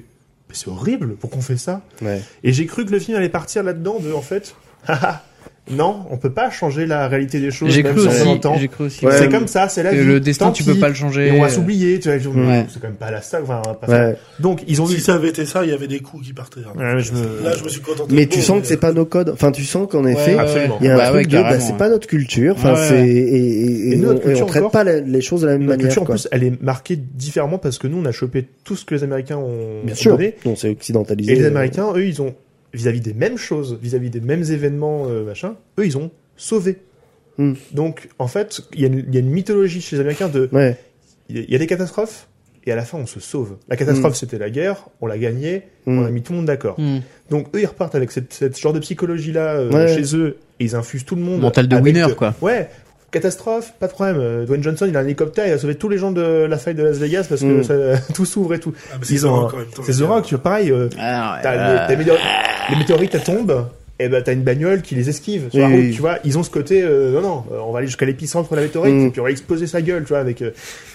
Speaker 5: mais c'est horrible, pourquoi on fait ça
Speaker 6: Ouais.
Speaker 5: Et j'ai cru que le film allait partir là-dedans de, en fait, haha, Non, on peut pas changer la réalité des choses.
Speaker 1: J'ai
Speaker 5: même
Speaker 1: cru
Speaker 5: si on
Speaker 1: aussi.
Speaker 5: l'entend.
Speaker 1: J'ai cru aussi.
Speaker 6: Ouais,
Speaker 5: c'est
Speaker 6: mais-
Speaker 5: comme ça, c'est la
Speaker 1: que
Speaker 5: vie.
Speaker 1: le destin,
Speaker 5: tant
Speaker 1: tu peux
Speaker 5: pis.
Speaker 1: pas le changer.
Speaker 5: Et on va s'oublier, tu vois. ils vont-
Speaker 1: Ouais.
Speaker 5: C'est quand même pas la salle. enfin, on va pas faire-
Speaker 6: Ouais.
Speaker 5: Donc, ils ont
Speaker 3: Si
Speaker 5: vu.
Speaker 3: ça avait été ça, il y avait des coups qui partaient. hein.
Speaker 5: Ouais, mais je me-
Speaker 3: Là, je me suis contenté.
Speaker 6: Mais
Speaker 3: de
Speaker 6: tu
Speaker 3: mots,
Speaker 6: sens
Speaker 3: mais-
Speaker 6: que c'est pas nos codes. Enfin, tu sens qu'en
Speaker 1: Ouais,
Speaker 6: effet,
Speaker 1: ouais,
Speaker 5: absolument.
Speaker 6: il y a un
Speaker 1: Bah ouais,
Speaker 6: truc de, bah,
Speaker 1: carrément,
Speaker 6: c'est
Speaker 1: ouais.
Speaker 6: pas notre culture. Enfin,
Speaker 1: Ouais, ouais.
Speaker 6: c'est et, et,
Speaker 5: Et nous,
Speaker 6: on,
Speaker 5: notre
Speaker 6: et on
Speaker 5: culture
Speaker 6: traite
Speaker 5: encore-
Speaker 6: pas la- les choses de la même
Speaker 5: Notre
Speaker 6: manière.
Speaker 5: culture, en
Speaker 6: quoi.
Speaker 5: plus, elle est marquée différemment parce que nous, on a chopé tout ce que les Américains ont
Speaker 6: Bien
Speaker 5: ont
Speaker 6: sûr,
Speaker 5: donné.
Speaker 6: on s'est occidentalisé.
Speaker 5: Et les
Speaker 6: euh,
Speaker 5: Américains, eux, ils ont, vis-à-vis des mêmes choses, vis-à-vis des mêmes événements, euh, machin, eux, ils ont sauvé.
Speaker 6: Hmm.
Speaker 5: Donc, en fait, il y, a une- il y a une mythologie chez les Américains de.
Speaker 6: Ouais.
Speaker 5: Il y a- il y a des catastrophes, et à la fin, on se sauve. La catastrophe,
Speaker 6: Hmm.
Speaker 5: c'était la guerre, on l'a gagnée, on
Speaker 6: Mm.
Speaker 5: a mis tout le monde d'accord.
Speaker 1: Hmm.
Speaker 5: Donc, eux, ils repartent avec cette, cette genre de psychologie-là euh,
Speaker 6: Ouais.
Speaker 5: chez eux, et ils infusent tout le monde.
Speaker 1: Mental de
Speaker 5: avec
Speaker 1: winner, quoi.
Speaker 5: Ouais, catastrophe, pas de problème. euh, Dwayne Johnson, il a un hélicoptère, il a sauvé tous les gens de la faille de Las Vegas parce que
Speaker 6: Mm.
Speaker 5: ça- tout s'ouvre et tout.
Speaker 3: Ah, mais c'est
Speaker 5: Ils
Speaker 3: The
Speaker 5: ont
Speaker 3: Rock
Speaker 5: un-
Speaker 3: en même temps,
Speaker 5: C'est
Speaker 3: le
Speaker 5: The
Speaker 3: gars.
Speaker 5: Rock, tu vois, pareil. euh,
Speaker 1: Alors,
Speaker 5: T'as
Speaker 1: euh,
Speaker 5: les, t'as météor- les météorites, elles tombent, et ben t'as une bagnole qui les esquive sur la
Speaker 6: Oui,
Speaker 5: route,
Speaker 6: oui.
Speaker 5: tu vois. Ils ont ce côté, euh, non, non, euh, on va aller jusqu'à l'épicentre de la météorite,
Speaker 6: Mm.
Speaker 5: et puis on va exploser sa gueule, tu vois. Avec, euh,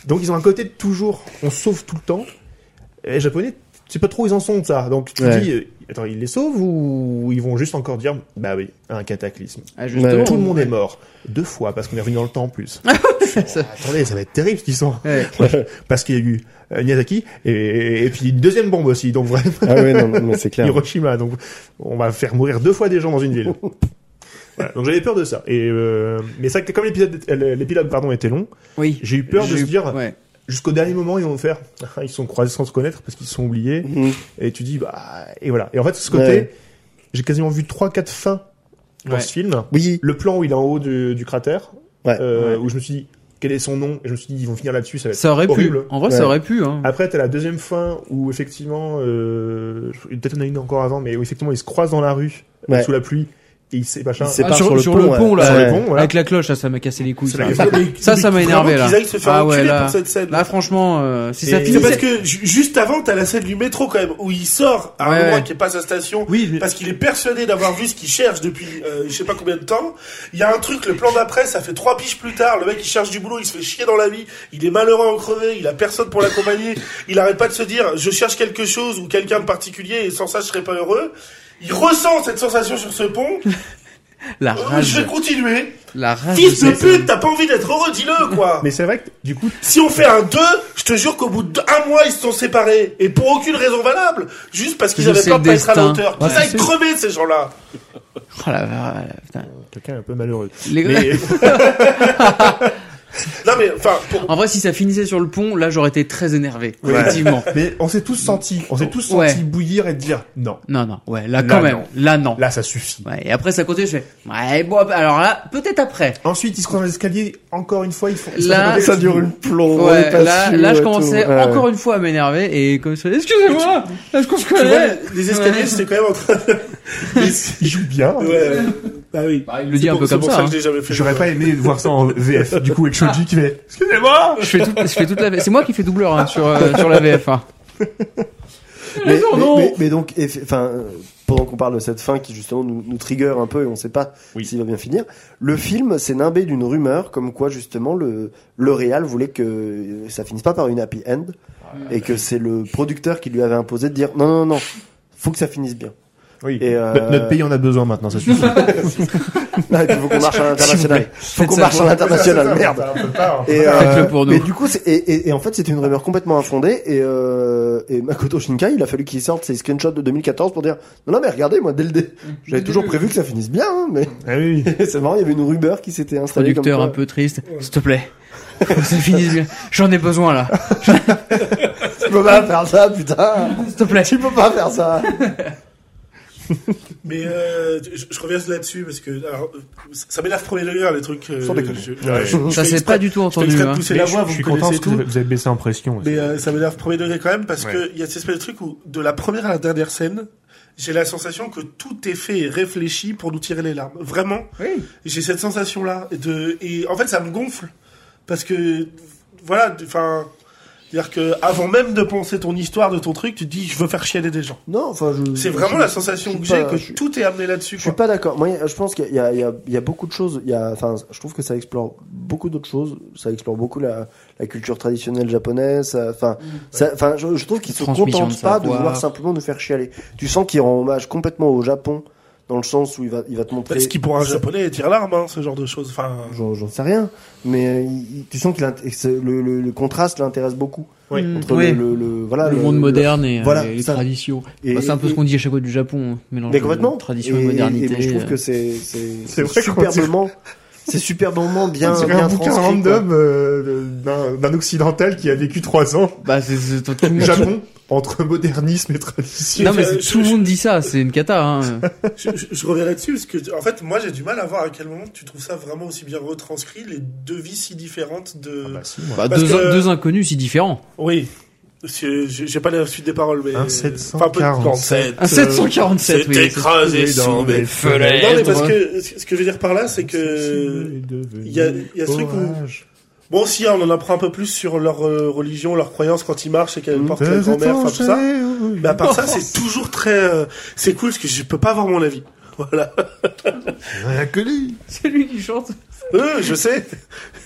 Speaker 5: Donc ils ont un côté de toujours, on sauve tout le temps. Et les Japonais, tu sais pas trop où ils en sont de ça. Donc tu te
Speaker 6: Ouais.
Speaker 5: dis, euh, attends, ils les sauvent ou ils vont juste encore dire, bah oui, un cataclysme.
Speaker 1: ah, justement.
Speaker 6: Ouais.
Speaker 5: Tout le monde est mort. Deux fois, parce qu'on est revenu dans le temps en plus. Ah,
Speaker 1: Ça-
Speaker 5: Attendez, ça va être terrible cette histoire.
Speaker 1: Ouais.
Speaker 5: Parce qu'il y a eu euh, Miyazaki et, et puis une deuxième bombe aussi. Donc vraiment,
Speaker 6: Ah ouais, non, non, mais c'est clair.
Speaker 5: Hiroshima. Donc, on va faire mourir deux fois des gens dans une ville. Voilà, donc j'avais peur de ça. Et euh, mais ça, comme l'épisode, euh, l'épilogue pardon était long,
Speaker 1: Oui.
Speaker 5: j'ai eu peur de
Speaker 1: J'ai-
Speaker 5: se dire
Speaker 1: ouais.
Speaker 5: jusqu'au dernier moment ils vont faire, ah, ils se sont croisés sans se connaître parce qu'ils se sont oubliés.
Speaker 6: Mhm.
Speaker 5: Et tu dis bah et voilà. Et en fait de ce côté,
Speaker 6: Ouais.
Speaker 5: j'ai quasiment vu trois quatre fins dans
Speaker 1: Ouais.
Speaker 5: ce film.
Speaker 6: Oui,
Speaker 5: Le plan où il est en haut du, du cratère,
Speaker 6: Ouais.
Speaker 5: euh,
Speaker 1: Ouais.
Speaker 5: où je me suis dit quel est son nom et je me suis dit ils vont finir là-dessus, ça va être
Speaker 1: Ça aurait
Speaker 5: horrible.
Speaker 1: pu. En vrai,
Speaker 6: Ouais.
Speaker 1: ça aurait pu. Hein.
Speaker 5: Après, t'as la deuxième fin où effectivement, euh, je- peut-être on a une encore avant, mais où effectivement ils se croisent dans la rue euh,
Speaker 6: Ouais.
Speaker 5: sous la pluie et ils se machin.
Speaker 6: C'est
Speaker 1: Ah,
Speaker 6: pas
Speaker 1: sur-
Speaker 6: sur le
Speaker 1: sur
Speaker 6: pont,
Speaker 1: le pont, là.
Speaker 5: Sur le
Speaker 6: Ouais.
Speaker 5: pont, voilà.
Speaker 1: Avec la cloche, ça, ça m'a cassé les couilles.
Speaker 3: C'est
Speaker 1: ça.
Speaker 3: la- mais-
Speaker 1: Ça,
Speaker 3: mais
Speaker 1: ça m'a énervé,
Speaker 3: vraiment
Speaker 1: là.
Speaker 3: qu'ils aillent se faire
Speaker 1: Ah ouais,
Speaker 3: enculer
Speaker 1: là.
Speaker 3: pour cette scène.
Speaker 1: Là, franchement, euh, si
Speaker 5: Et-
Speaker 1: ça
Speaker 5: C'est
Speaker 1: finit.
Speaker 3: C'est parce que ju- juste avant, t'as la scène du métro quand même, où il sort à un
Speaker 1: Ouais.
Speaker 3: endroit qui est pas sa station,
Speaker 5: Oui, mais-
Speaker 3: parce qu'il est persuadé d'avoir vu ce qu'il cherche depuis euh, je sais pas combien de temps. Il y a un truc, le plan d'après, ça fait trois piges plus tard, le mec il cherche du boulot, il se fait chier dans la vie, il est malheureux en crevé, il a personne pour l'accompagner, il arrête pas de se dire je cherche quelque chose ou quelqu'un de particulier et sans ça je serais pas heureux. Il ressent cette sensation sur ce pont,
Speaker 1: La
Speaker 3: Euh, je
Speaker 1: rage.
Speaker 3: vais continuer.
Speaker 1: La rage.
Speaker 3: Fils de
Speaker 1: cette scène.
Speaker 3: pute, t'as pas envie d'être heureux, dis-le quoi.
Speaker 5: Mais c'est vrai que du coup,
Speaker 3: Si on fait un 2, je te jure qu'au bout d'un mois, ils se sont séparés. Et pour aucune raison valable. Juste parce qu'ils
Speaker 1: Parce
Speaker 3: avaient
Speaker 1: que
Speaker 3: peur de pas
Speaker 1: c'est
Speaker 3: être à la
Speaker 1: le
Speaker 3: hauteur.
Speaker 1: destin.
Speaker 3: Qu'ils
Speaker 1: Ouais,
Speaker 3: aillent
Speaker 1: c'est-
Speaker 3: crever, ces gens-là.
Speaker 1: Oh la vache, putain.
Speaker 5: quelqu'un est un peu malheureux.
Speaker 1: Les-
Speaker 5: Mais
Speaker 3: Non, mais, enfin, pour...
Speaker 1: En vrai, si ça finissait sur le pont, là, j'aurais été très énervé. Effectivement.
Speaker 5: mais on s'est tous sentis, on s'est tous
Speaker 1: Ouais.
Speaker 5: sentis bouillir et dire non.
Speaker 1: Non, non. Ouais, là,
Speaker 5: Là,
Speaker 1: quand même.
Speaker 5: non.
Speaker 1: Là, non.
Speaker 5: Là, ça suffit.
Speaker 1: Ouais, et après, ça continue, je fais, ouais, bon, bah, alors là, peut-être après.
Speaker 5: Ensuite, ils se croisent dans l'escalier. Encore une fois, ils font. ils se
Speaker 1: Là-
Speaker 5: font des-
Speaker 6: ça dure une plombe. on
Speaker 1: Ouais,
Speaker 6: est pas
Speaker 1: là,
Speaker 6: sûr
Speaker 1: là,
Speaker 6: et
Speaker 1: je
Speaker 6: tout.
Speaker 1: commençais
Speaker 6: Ouais.
Speaker 1: encore une fois à m'énerver et comme ça, excusez-moi, est-ce qu'on se
Speaker 3: tu vois,
Speaker 1: connaît?
Speaker 3: les escaliers,
Speaker 1: Ouais.
Speaker 3: c'était quand même en train de...
Speaker 5: Ils jouent bien.
Speaker 3: Ouais. Bah oui.
Speaker 1: Bah, il le dit un peu
Speaker 3: C'est
Speaker 1: comme
Speaker 3: pour
Speaker 1: ça.
Speaker 3: ça
Speaker 1: hein.
Speaker 3: que je l'ai jamais fait.
Speaker 5: J'aurais pas aimé voir ça en VF. Du coup, avec Shoji qui fait. Excusez-moi.
Speaker 1: Je fais, tout, je fais toute la, c'est moi qui fais doubleur, hein, sur, euh, sur la VF, hein.
Speaker 6: Mais,
Speaker 1: non,
Speaker 6: mais-
Speaker 1: non.
Speaker 6: mais- mais donc, eff- enfin, euh, pendant qu'on parle de cette fin qui justement nous, nous trigger un peu et on sait pas
Speaker 5: Oui.
Speaker 6: s'il va bien finir, le film s'est nimbé d'une rumeur comme quoi justement le L'Oréal voulait que euh, ça finisse pas par une happy end et que c'est le producteur qui lui avait imposé de dire non non non, faut que ça finisse bien.
Speaker 5: Oui.
Speaker 6: Et, euh,
Speaker 5: Notre notre pays en a besoin maintenant. Ça suffit.
Speaker 6: Ah, et puis faut qu'on marche à l'international. Faut qu'on
Speaker 1: Faites ça.
Speaker 6: marche à l'international.
Speaker 3: Ah,
Speaker 6: Merde.
Speaker 3: bah,
Speaker 5: Ça, on peut pas, hein.
Speaker 6: Et, euh,
Speaker 1: Faites-le pour nous.
Speaker 6: mais du coup, c'est- et, et- et en fait, c'était une rumeur complètement infondée. Et, euh, et Makoto Shinkai, il a fallu qu'il sorte ses screenshots de 2014 pour dire non, non, mais regardez, moi, dès le dé,
Speaker 3: Mm.
Speaker 6: j'avais toujours prévu que ça finisse bien. hein, mais
Speaker 5: Ah oui.
Speaker 6: c'est marrant, il y avait une rumeur qui s'était installée. comme
Speaker 1: Producteur hein.
Speaker 6: quoi-
Speaker 1: un peu triste, s'il te plaît. Faut que ça finisse bien. J'en ai besoin, là.
Speaker 6: Tu peux pas faire ça, putain.
Speaker 1: S'il te plaît.
Speaker 6: Tu peux pas faire ça.
Speaker 3: Mais, euh, je, je reviens là-dessus parce que, alors, euh, ça m'énerve premier degré, les trucs. euh,
Speaker 6: Sans déconner.
Speaker 3: je-
Speaker 5: Ouais.
Speaker 3: je- je
Speaker 1: Ça,
Speaker 3: fais
Speaker 1: c'est
Speaker 3: exprès-
Speaker 1: pas du tout
Speaker 3: je fais
Speaker 1: entendu,
Speaker 3: exprès de
Speaker 1: hein.
Speaker 3: pousser la voix,
Speaker 5: je
Speaker 3: vous
Speaker 5: suis
Speaker 3: me
Speaker 5: content
Speaker 3: connaissez
Speaker 5: parce que vous
Speaker 3: tout.
Speaker 5: avez, vous avez baissé en pression. aussi.
Speaker 3: Mais euh, ça m'énerve premier degré quand même parce
Speaker 5: Ouais.
Speaker 3: que il y a cette espèce de truc où de la première à la dernière scène, j'ai la sensation que tout est fait et réfléchi pour nous tirer les larmes. Vraiment,
Speaker 1: Oui.
Speaker 3: j'ai cette sensation là de et en fait ça me gonfle parce que voilà, enfin dire que avant même de penser ton histoire de ton truc, tu te dis je veux faire chialer des gens.
Speaker 6: Non, enfin, je.
Speaker 3: C'est vraiment
Speaker 6: je-
Speaker 3: la
Speaker 6: je
Speaker 3: sensation que
Speaker 6: suis
Speaker 3: j'ai
Speaker 6: pas-
Speaker 3: que
Speaker 6: je suis-
Speaker 3: tout est amené là-dessus.
Speaker 6: Je suis
Speaker 3: quoi.
Speaker 6: pas d'accord. Moi, je pense qu'il y, a- il y a- il y a beaucoup de choses. Il y a, enfin, je trouve que ça explore beaucoup d'autres choses. Ça explore beaucoup la, la culture traditionnelle japonaise. ça- Enfin,
Speaker 3: Mm.
Speaker 6: ça- enfin, je, je trouve qu'ils se
Speaker 1: Transmission
Speaker 6: contentent
Speaker 1: de
Speaker 6: pas de
Speaker 1: savoir.
Speaker 6: vouloir simplement nous faire chialer. Tu sens qu'ils rendent hommage complètement au Japon dans le sens où il va, il va te montrer.
Speaker 3: Est-ce qu'il pourra un japonais et tire l'arme, hein, ce genre de choses Enfin,
Speaker 6: J'en j'en sais rien, mais euh, il- il- tu sens que l'int- que c'est- le, le- le contraste l'intéresse beaucoup.
Speaker 3: Oui.
Speaker 1: Mm,
Speaker 6: Entre
Speaker 1: ouais.
Speaker 6: le, le- le- voilà,
Speaker 1: le monde moderne et euh,
Speaker 6: voilà,
Speaker 1: les
Speaker 6: ça.
Speaker 1: traditions.
Speaker 6: Et-
Speaker 1: Bah, c'est un peu
Speaker 6: et-
Speaker 1: ce qu'on dit à chaque fois du Japon, hein, mélange
Speaker 6: Mais
Speaker 1: de
Speaker 6: complètement.
Speaker 1: tradition
Speaker 6: Et-
Speaker 1: et,
Speaker 6: et-
Speaker 1: modernité.
Speaker 6: et je trouve
Speaker 1: euh.
Speaker 6: que c'est c'est c'est
Speaker 5: vrai qu'on dirait-
Speaker 6: superbement c'est superbement bien
Speaker 5: On dirait
Speaker 6: bien
Speaker 5: un bouquin
Speaker 6: transcrit, quoi.
Speaker 5: random euh, de- d'un- d'un occidental qui a vécu trois ans
Speaker 1: Bah, c'est, c'est- tout, tout le
Speaker 5: au
Speaker 1: monde-
Speaker 5: Japon entre modernisme et tradition.
Speaker 1: Non, mais
Speaker 3: Je-
Speaker 1: c'est-
Speaker 3: je-
Speaker 1: tout le
Speaker 3: je-
Speaker 1: monde dit ça, c'est une cata. Hein.
Speaker 3: je, je- je reviens là-dessus parce que en fait, moi, j'ai du mal à voir à quel moment tu trouves ça vraiment aussi bien retranscrit les deux vies si différentes de.
Speaker 5: Ah bah si, moi.
Speaker 1: Bah,
Speaker 3: Parce
Speaker 1: deux,
Speaker 3: que-
Speaker 1: deux inconnus si différents.
Speaker 3: Oui. Parce que J'ai j'ai pas la suite des paroles, mais.
Speaker 5: Un
Speaker 3: Enfin, peu- non, c'est-
Speaker 5: 747.
Speaker 1: Un 747, oui.
Speaker 3: C'était
Speaker 1: c'est-
Speaker 3: écrasé
Speaker 5: c'est-
Speaker 3: sous
Speaker 5: dans
Speaker 3: mes
Speaker 5: mes
Speaker 3: fenêtres. Non, mais parce
Speaker 1: fenêtres.
Speaker 3: que ce que je veux dire par là, c'est que. il y a- il y a ce truc où- Bon, si, hein, on en apprend un peu plus sur leur euh, religion, leurs croyances quand ils marchent et
Speaker 5: Mm,
Speaker 3: qu'elles portent la grand-mère, enfin tout ça. Mais à part ça, c'est toujours très. euh, c'est cool parce que je peux pas avoir mon avis. Voilà.
Speaker 5: Rien que lui.
Speaker 1: C'est lui qui chante.
Speaker 3: Euh, je sais.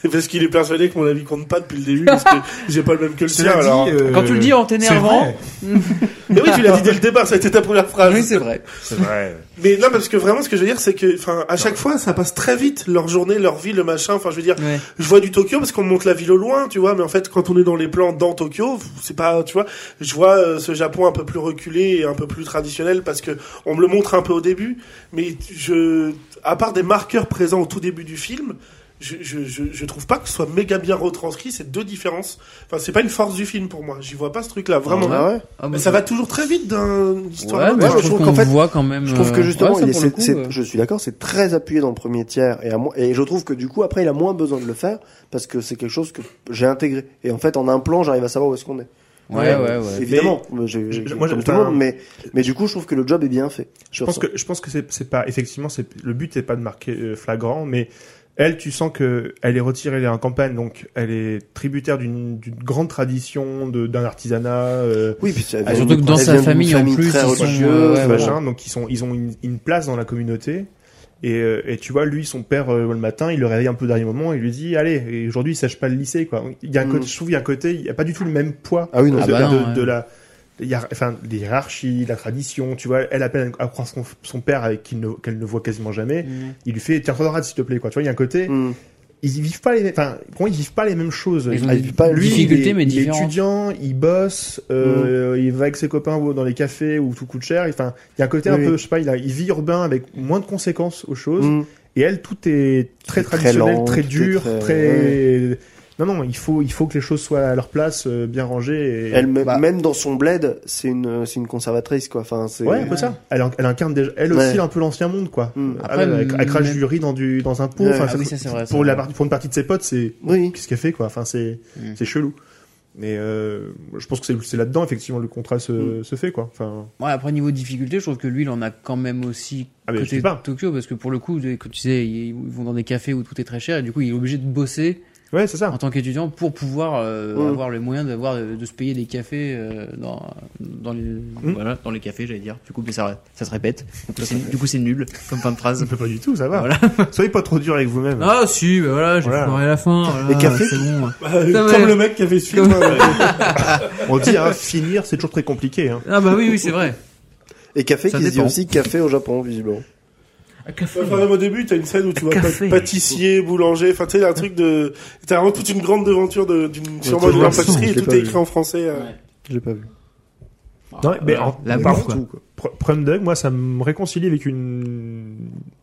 Speaker 3: Parce qu'il est persuadé que mon avis compte pas depuis le début parce que j'ai pas le même que le sien.
Speaker 5: Cela dit,
Speaker 3: Alors.
Speaker 5: euh,
Speaker 1: Quand tu le dis en t'énervant.
Speaker 3: Mais oui, tu l'as dit dès le départ, ça a été ta première phrase.
Speaker 1: Oui, c'est vrai.
Speaker 5: C'est vrai.
Speaker 3: Mais non, parce que vraiment, ce que je veux dire, c'est que, enfin, à chaque fois, ça passe très vite, leur journée, leur vie, le machin. Enfin, je veux dire,
Speaker 1: Ouais.
Speaker 3: je vois du Tokyo parce qu'on monte la ville au loin, tu vois. Mais en fait, quand on est dans les plans dans Tokyo, c'est pas, tu vois, je vois euh, ce Japon un peu plus reculé et un peu plus traditionnel parce que on me le montre un peu au début. Mais je, à part des marqueurs présents au tout début du film. Je, je, je, je trouve pas que ce soit méga bien retranscrit, c'est deux différences. Enfin, c'est pas une force du film pour moi. J'y vois pas ce truc-là, vraiment.
Speaker 6: Ah ouais.
Speaker 1: Ah,
Speaker 3: Mais
Speaker 1: moi,
Speaker 3: ça va toujours très vite d'une histoire à
Speaker 1: Ouais,
Speaker 3: l'autre.
Speaker 1: mais
Speaker 6: Ouais,
Speaker 1: je
Speaker 6: mais
Speaker 1: trouve qu'on
Speaker 6: qu'en fait-
Speaker 1: voit quand même.
Speaker 6: Je trouve que
Speaker 1: euh,
Speaker 6: justement,
Speaker 1: ouais, ça,
Speaker 6: il est-
Speaker 1: pour le
Speaker 6: c'est-
Speaker 1: coup,
Speaker 6: c'est-
Speaker 1: euh,
Speaker 6: je suis d'accord, c'est très appuyé dans le premier tiers et, à moi- et je trouve que du coup après il a moins besoin de le faire parce que c'est quelque chose que j'ai intégré et en fait en un plan j'arrive à savoir où est-ce qu'on est.
Speaker 1: Ouais, ouais, ouais.
Speaker 6: Évidemment, j'ai- j'ai-
Speaker 5: moi,
Speaker 6: comme
Speaker 5: j'ai-
Speaker 6: tout le
Speaker 5: enfin,
Speaker 6: monde, mais mais du coup je trouve que le job est bien fait.
Speaker 5: Je pense que je pense que c'est c'est pas effectivement c'est le but est pas de marquer euh, flagrant mais elle tu sens que elle est retirée elle est en campagne donc elle est tributaire d'une d'une grande tradition de d'un artisanat euh,
Speaker 6: oui, puis ça
Speaker 1: Ah,
Speaker 6: vient
Speaker 1: surtout
Speaker 6: d'une-
Speaker 1: que dans
Speaker 6: elle
Speaker 1: sa
Speaker 6: vient d'une
Speaker 1: famille, en plus,
Speaker 6: très
Speaker 1: ils sont, euh,
Speaker 6: religieuse,
Speaker 1: ouais,
Speaker 6: machin.
Speaker 5: machin, donc ils sont ils ont une, une place dans la communauté et, euh, et tu vois lui son père euh, le matin il le réveille un peu au dernier moment il lui dit allez et aujourd'hui il sèche pas le lycée quoi il y a un
Speaker 6: Mm.
Speaker 5: côté, je trouve il y a un côté il y a pas du tout le même poids
Speaker 6: Ah oui, non,
Speaker 5: de,
Speaker 1: Ah bah
Speaker 5: de-
Speaker 1: non, ouais.
Speaker 5: de la il y a- enfin des hiérarchies la tradition tu vois elle appelle à croire son, son père avec qu'il ne- qu'elle ne, voit quasiment jamais
Speaker 1: Mm.
Speaker 5: il lui fait tiens regarde s'il te plaît quoi tu vois il y a un côté
Speaker 6: Hmm.
Speaker 5: ils y vivent pas les mêmes enfin comment ils vivent pas les mêmes choses
Speaker 1: Ils ont
Speaker 6: Ah,
Speaker 1: des
Speaker 6: il peut pas-
Speaker 5: lui, il
Speaker 1: difficultés,
Speaker 5: est,
Speaker 1: mais
Speaker 5: il est
Speaker 1: différentes.
Speaker 5: étudiant, il bosse, euh, il va avec ses copains au- dans les cafés où tout coûte cher. Enfin, il y a un côté un
Speaker 6: Oui.
Speaker 5: peu, je sais pas, il, a, il vit urbain avec moins de conséquences aux choses.
Speaker 6: Hmm.
Speaker 5: Et elle, tout est très
Speaker 6: Très
Speaker 5: traditionnel,
Speaker 6: lent,
Speaker 5: très
Speaker 6: tout est
Speaker 5: dur,
Speaker 6: très-
Speaker 5: très. Non, non, il faut, il faut que les choses soient à leur place, euh, bien rangées. Et...
Speaker 6: Elle me-
Speaker 5: bah,
Speaker 6: même dans son bled, c'est une c'est une conservatrice quoi. Enfin, c'est
Speaker 5: Ouais, un peu ça. Elle, en- elle incarne déjà, elle
Speaker 6: Ouais.
Speaker 5: aussi un peu l'ancien monde, quoi. Ah,
Speaker 6: Hmm.
Speaker 1: Après,
Speaker 5: elle, elle- elle crache
Speaker 1: même-
Speaker 5: du riz dans du dans un pot.
Speaker 6: Ouais.
Speaker 5: Enfin,
Speaker 1: Ah
Speaker 5: ça-
Speaker 1: oui, ça, c'est vrai, ça,
Speaker 5: pour la
Speaker 1: ouais.
Speaker 5: partie- pour une partie de ses potes, c'est
Speaker 6: Oui.
Speaker 5: qu'est-ce qu'elle fait quoi enfin c'est
Speaker 1: Mm.
Speaker 5: c'est chelou mais euh, je pense que c'est- c'est là-dedans effectivement le contrat se,
Speaker 1: Mm.
Speaker 5: se fait quoi enfin
Speaker 1: Ouais, après, niveau difficulté, je trouve que lui, il en a quand même aussi
Speaker 5: Ah, mais je
Speaker 1: côté
Speaker 5: dis pas.
Speaker 1: Tokyo, parce que pour le coup, comme tu sais, ils ils vont dans des cafés où tout est très cher, et du coup, il est obligé de bosser
Speaker 5: ouais c'est ça
Speaker 1: en tant qu'étudiant pour pouvoir euh,
Speaker 6: Ouais.
Speaker 1: avoir les moyens d'avoir euh, de, de se payer des cafés euh, dans, dans, les,
Speaker 5: Hmm.
Speaker 1: voilà, dans les cafés, j'allais dire. Du coup, mais ça, ça se répète. Du coup, c'est- Du coup, c'est nul comme fin de phrase.
Speaker 5: ça peut pas du tout ça va
Speaker 1: Voilà.
Speaker 5: soyez pas trop dur avec vous-même
Speaker 1: Ah, si, bah voilà, j'ai
Speaker 5: Voilà.
Speaker 1: foiré à la fin. Voilà,
Speaker 6: Les cafés
Speaker 1: c'est bon.
Speaker 3: Euh,
Speaker 1: Ça va.
Speaker 3: comme le mec qui avait ce film. euh,
Speaker 5: on dit hein, finir c'est toujours très compliqué hein.
Speaker 1: Ah, bah oui, oui, c'est vrai.
Speaker 6: Et café
Speaker 1: Ça
Speaker 6: qui se dit
Speaker 1: dépend.
Speaker 6: aussi café au Japon visiblement.
Speaker 1: Un café.
Speaker 3: Enfin, même au début, t'as une scène où tu vois
Speaker 1: Café.
Speaker 3: pat- pâtissier, boulanger, enfin, tu sais, un truc de, t'as vraiment toute une grande devanture de, d'une, sûrement
Speaker 6: t'as
Speaker 3: de leur
Speaker 6: raison,
Speaker 3: pâtisserie
Speaker 6: je
Speaker 3: et
Speaker 6: l'ai
Speaker 3: tout
Speaker 6: pas
Speaker 3: est
Speaker 6: vu.
Speaker 3: écrit en français. euh.
Speaker 6: Je l'ai pas vu.
Speaker 5: Non, mais
Speaker 1: Voilà.
Speaker 5: en-
Speaker 1: Ah, la
Speaker 5: mais
Speaker 1: bouffe,
Speaker 5: par
Speaker 1: quoi.
Speaker 5: contre, Pr- Prime Dog moi ça me réconcilie avec une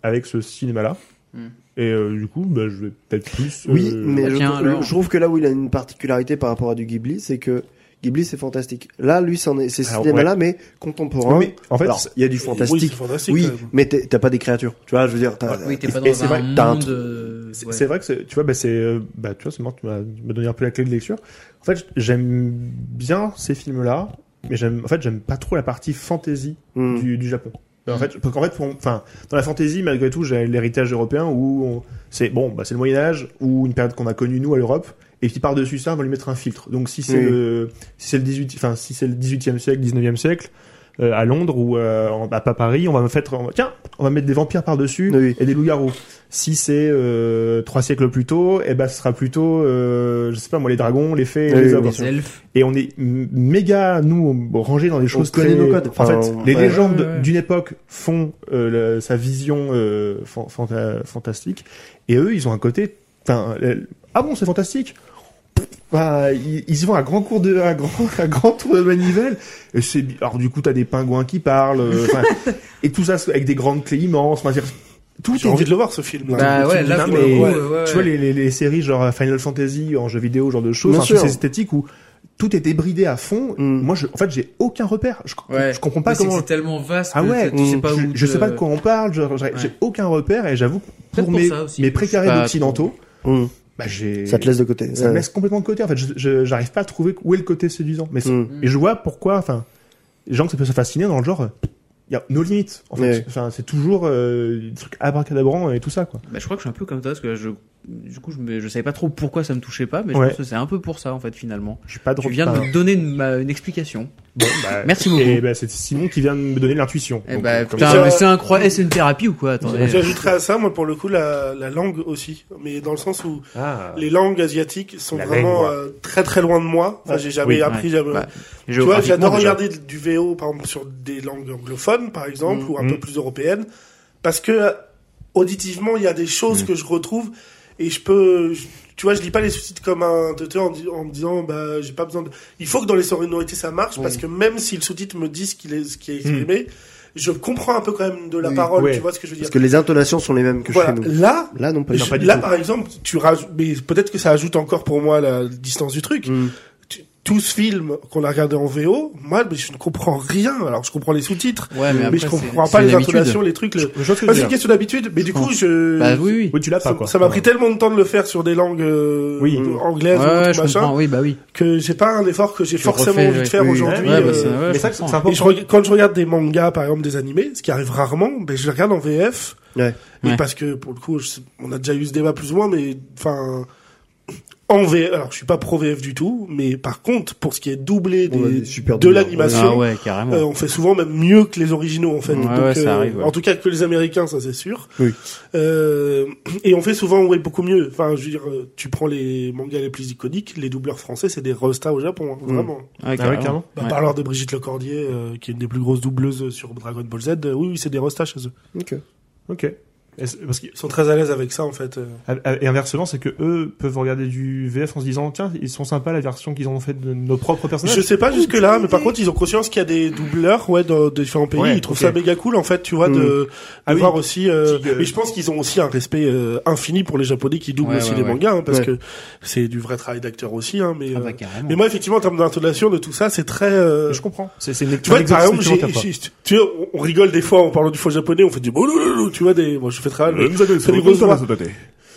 Speaker 5: avec ce cinéma là
Speaker 1: Mm.
Speaker 5: et euh, du coup bah, je vais peut-être plus
Speaker 6: Oui,
Speaker 5: euh,
Speaker 6: mais
Speaker 1: bah
Speaker 6: je,
Speaker 1: tiens,
Speaker 6: le-
Speaker 1: alors.
Speaker 6: je trouve que là où il a une particularité par rapport à du Ghibli, c'est que Ghibli c'est fantastique. Là, lui, c'en est, c'est ce
Speaker 5: Alors,
Speaker 6: cinéma-là, mais contemporain.
Speaker 5: Non, mais en fait
Speaker 6: Alors,
Speaker 5: c'est-
Speaker 6: il y a du
Speaker 3: Oui,
Speaker 6: fantastique.
Speaker 3: c'est fantastique.
Speaker 6: Oui,
Speaker 3: quand même.
Speaker 6: mais t'es- t'as pas des créatures. Tu vois, je veux dire, t'as,
Speaker 5: euh,
Speaker 1: Oui, t'es pas
Speaker 6: et
Speaker 1: dans
Speaker 6: c'est vrai,
Speaker 1: un
Speaker 6: t'as un
Speaker 1: monde.
Speaker 6: truc.
Speaker 1: euh,
Speaker 5: C'est
Speaker 1: ouais.
Speaker 5: c'est vrai que c'est- tu vois, bah, c'est, euh, bah, tu vois, c'est mort, tu m'as tu m'as donné un peu la clé de lecture. En fait, j'aime bien ces films-là, mais j'aime, en fait, j'aime pas trop la partie fantasy
Speaker 6: Hmm.
Speaker 5: du, du Japon. En fait, parce qu'en fait, pour- enfin, dans la fantasy, malgré tout, j'ai l'héritage européen où on- c'est bon, bah, c'est le Moyen Âge ou une période qu'on a connue nous à l'Europe, et puis par dessus ça, on va lui mettre un filtre. Donc si c'est
Speaker 6: Oui.
Speaker 5: le, si c'est le 18, enfin, si c'est le 18e siècle, 19e siècle, euh, à Londres ou euh, en- à pas Paris, on va me faire on va- tiens, on va mettre des vampires par-dessus
Speaker 6: Oui.
Speaker 5: et des loups-garous. Si c'est euh, trois siècles plus tôt, eh ben ce sera plutôt euh, je sais pas moi les dragons, les fées, et
Speaker 6: Oui,
Speaker 5: les
Speaker 6: oui,
Speaker 5: ogres.
Speaker 6: bien
Speaker 1: Les elfes.
Speaker 5: Et on est m- méga nous rangés dans des choses
Speaker 6: connaît
Speaker 5: très-
Speaker 6: nos codes.
Speaker 5: En
Speaker 6: Enfin,
Speaker 5: fait,
Speaker 6: on-
Speaker 5: les
Speaker 6: ouais.
Speaker 5: légendes
Speaker 1: Ouais, ouais.
Speaker 5: d'une époque font euh, la- sa vision euh, fan- fanta- fantastique et eux ils ont un côté enfin euh, ah bon c'est fantastique. Bah, ils, ils y vont à grand cours de à grand à grand tour de manivelle et c'est bi- alors du coup t'as des pingouins qui parlent euh, enfin, et tout ça avec des grandes clés immenses enfin, c'est-à-dire, tout
Speaker 3: J'ai
Speaker 5: est
Speaker 3: envie de le voir ce film.
Speaker 1: Bah
Speaker 3: Le
Speaker 1: ouais,
Speaker 3: film
Speaker 1: là,
Speaker 3: d'un
Speaker 1: pour
Speaker 5: le
Speaker 3: mec,
Speaker 5: coup,
Speaker 3: ouais.
Speaker 1: euh, ouais,
Speaker 5: tu
Speaker 1: ouais.
Speaker 5: vois les, les, les séries genre Final Fantasy en jeu vidéo genre de choses
Speaker 6: Bien
Speaker 5: enfin, toutes
Speaker 6: sûr.
Speaker 5: ces esthétiques où tout est débridé à fond
Speaker 6: Mm.
Speaker 5: moi je, en fait j'ai aucun repère je, com-
Speaker 1: Ouais.
Speaker 5: je comprends pas
Speaker 1: Mais c'est que
Speaker 5: comment
Speaker 1: C'est tellement vaste.
Speaker 5: ah
Speaker 1: que
Speaker 5: ouais
Speaker 1: tu sais pas
Speaker 5: je,
Speaker 1: où
Speaker 5: je
Speaker 1: te-
Speaker 5: sais pas de quoi on parle genre, j'ai j'ai aucun repère et j'avoue que
Speaker 1: Peut-être
Speaker 5: pour
Speaker 1: pour
Speaker 5: mes,
Speaker 1: ça aussi,
Speaker 5: mes
Speaker 1: je suis
Speaker 5: précarés
Speaker 1: pas
Speaker 5: d'occidentaux
Speaker 6: Mm.
Speaker 5: bah j'ai
Speaker 6: Ça te laisse de côté.
Speaker 5: ça me laisse complètement de côté en fait je- je j'arrive pas à trouver où est le côté séduisant mais c'est-
Speaker 6: Mm.
Speaker 5: et je vois pourquoi enfin les gens que ça peut se fasciner dans le genre il y a nos limites en fait
Speaker 6: Ouais.
Speaker 5: enfin c'est toujours euh, des trucs abracadabrants et tout ça quoi
Speaker 1: Bah, je crois que je suis un peu comme toi parce que je, du coup, je, me- je savais pas trop pourquoi ça me touchait pas, mais je
Speaker 5: Ouais.
Speaker 1: pense que c'est un peu pour ça en fait finalement.
Speaker 5: je suis pas drôle
Speaker 1: Tu viens de
Speaker 5: enfin,
Speaker 1: me donner une, ma- une explication.
Speaker 5: Bon, bah,
Speaker 1: Merci beaucoup.
Speaker 3: Mmh.
Speaker 5: Et bah, c'est Simon qui vient de me donner l'intuition.
Speaker 1: Eh
Speaker 5: Donc,
Speaker 1: bah,
Speaker 5: euh, comme
Speaker 1: putain,
Speaker 5: ça-
Speaker 1: mais c'est incroyable. Eh, C'est une thérapie ou quoi Attendez.
Speaker 3: J'ajouterais à ça, moi, pour le coup, la, la langue aussi. Mais dans le sens où
Speaker 5: Ah.
Speaker 3: les langues asiatiques sont
Speaker 5: La
Speaker 3: vraiment
Speaker 5: lingua.
Speaker 3: euh, très très loin de moi. Enfin, j'ai jamais
Speaker 5: Oui,
Speaker 3: appris, jamais.
Speaker 1: Bah,
Speaker 3: tu vois,
Speaker 1: géographiquement,
Speaker 3: j'adore
Speaker 1: déjà.
Speaker 3: regarder du VO, par exemple, sur des langues anglophones, par exemple, ou un
Speaker 5: Mm.
Speaker 3: peu plus européennes. Parce que, auditivement, il y a des
Speaker 6: Mm.
Speaker 3: choses que je retrouve et je peux, je- tu vois, je lis pas les sous-titres comme un tuteur en, dis- en me disant, bah, j'ai pas besoin de, il faut que dans les sonorités ça marche parce
Speaker 6: Mm.
Speaker 3: que même si le sous-titre me dit ce qu'il est, ce qui est exprimé, je comprends un peu quand même de la
Speaker 6: Oui.
Speaker 3: parole,
Speaker 5: Ouais.
Speaker 3: tu vois ce que je veux dire.
Speaker 6: Parce que les intonations sont les mêmes que
Speaker 3: voilà.
Speaker 6: chez nous.
Speaker 3: Là,
Speaker 6: Là, non, pas
Speaker 3: je-
Speaker 6: du tout.
Speaker 3: là, par exemple, tu rajoutes, mais peut-être que ça ajoute encore pour moi la distance du truc.
Speaker 6: Mm.
Speaker 3: Tu- Tout ce film qu'on a regardé en VO, moi, mais je ne comprends rien. Alors, je comprends les sous-titres,
Speaker 1: Ouais, mais,
Speaker 3: mais,
Speaker 1: après,
Speaker 3: je
Speaker 1: c'est-
Speaker 3: comprends
Speaker 1: c'est
Speaker 3: pas
Speaker 1: une
Speaker 3: les
Speaker 1: habitude.
Speaker 3: intonations, les trucs. Le...
Speaker 5: Je vois ce que
Speaker 3: Ah,
Speaker 5: tu
Speaker 3: c'est
Speaker 5: veux
Speaker 3: une
Speaker 5: dire.
Speaker 3: question d'habitude, mais du coup, je.
Speaker 1: Bah oui, oui.
Speaker 5: Oui, tu l'as pas,
Speaker 3: Ça-
Speaker 5: quoi.
Speaker 3: Ça m'a pris tellement de temps de le faire sur des langues euh,
Speaker 5: Oui.
Speaker 3: anglaises
Speaker 1: Ouais,
Speaker 3: ou
Speaker 1: ouais,
Speaker 3: autres,
Speaker 1: je
Speaker 3: machin
Speaker 1: comprends. Oui, bah oui.
Speaker 3: que j'ai pas un effort que j'ai
Speaker 1: le
Speaker 3: forcément
Speaker 1: refais,
Speaker 3: envie de
Speaker 1: ouais.
Speaker 3: faire
Speaker 6: Oui,
Speaker 3: aujourd'hui.
Speaker 1: ouais, bah,
Speaker 3: euh,
Speaker 1: c'est- ouais,
Speaker 5: mais
Speaker 1: je
Speaker 5: ça,
Speaker 1: comprends.
Speaker 5: c'est
Speaker 3: et je
Speaker 5: important.
Speaker 3: reg- quand je regarde des mangas, par exemple des animés, ce qui arrive rarement, ben je les regarde en VF.
Speaker 6: Ouais.
Speaker 3: Et
Speaker 1: Ouais.
Speaker 3: parce que pour le coup, je sais- on a déjà eu ce débat plus ou moins, mais enfin en VF. Alors je suis pas pro VF du tout, mais par contre pour ce qui est doublé
Speaker 6: On a
Speaker 3: des-
Speaker 6: des super
Speaker 3: de
Speaker 6: doubleurs.
Speaker 3: l'animation,
Speaker 1: Ah ouais, carrément.
Speaker 3: euh, on fait souvent même mieux que les originaux en fait.
Speaker 1: Ouais,
Speaker 3: Donc,
Speaker 1: ouais, ça
Speaker 3: euh,
Speaker 1: arrive, ouais.
Speaker 3: En tout cas que les Américains, ça c'est sûr.
Speaker 6: Oui.
Speaker 3: Euh, et on fait souvent ouais beaucoup mieux. Enfin je veux dire, euh, tu prends les mangas les plus iconiques, les doubleurs français c'est des restas au Japon, hein,
Speaker 6: Mm.
Speaker 3: vraiment.
Speaker 1: ouais,
Speaker 5: Ah ouais, carrément.
Speaker 3: Bah,
Speaker 1: Ouais.
Speaker 3: Parleur de Brigitte Lecordier, euh, qui est une des plus grosses doubleuses sur Dragon Ball Z. euh, oui, oui, c'est des restas chez eux.
Speaker 6: Ok.
Speaker 5: Ok. Et c'est- Parce que,
Speaker 3: Ils sont très à l'aise avec ça, en fait. euh.
Speaker 5: et inversement, c'est que eux peuvent regarder du VF en se disant tiens, ils sont sympas la version qu'ils ont fait de nos propres
Speaker 3: Je
Speaker 5: personnages.
Speaker 3: sais pas jusque là, mais par contre, ils ont conscience qu'il y a des doubleurs, ouais, dans de différents pays.
Speaker 5: Ouais,
Speaker 3: ils trouvent
Speaker 5: ok.
Speaker 3: ça méga cool, en fait, tu vois, de, de
Speaker 5: Ah oui.
Speaker 3: voir aussi. euh,
Speaker 5: Qui, euh,
Speaker 3: Mais je pense qu'ils ont aussi un respect euh, infini pour les Japonais qui doublent
Speaker 1: Ouais,
Speaker 3: aussi
Speaker 1: ouais,
Speaker 3: les
Speaker 1: ouais.
Speaker 3: mangas, hein, parce
Speaker 6: Ouais.
Speaker 3: que c'est du vrai travail d'acteur aussi. Hein, mais,
Speaker 1: Ah
Speaker 3: euh,
Speaker 1: bah carrément.
Speaker 3: mais moi, effectivement, en termes d'intonation de tout ça, c'est très. euh,
Speaker 5: Je comprends. C'est c'est une
Speaker 3: Tu vois, par
Speaker 5: un exercice
Speaker 3: exemple,
Speaker 5: supplémentaire,
Speaker 3: j'ai- j'ai- tu vois, on- on rigole des fois en parlant du faux japonais, on fait du bololo, tu vois, des, moi je fais très mal, mais c'est Euh, des grosses voix.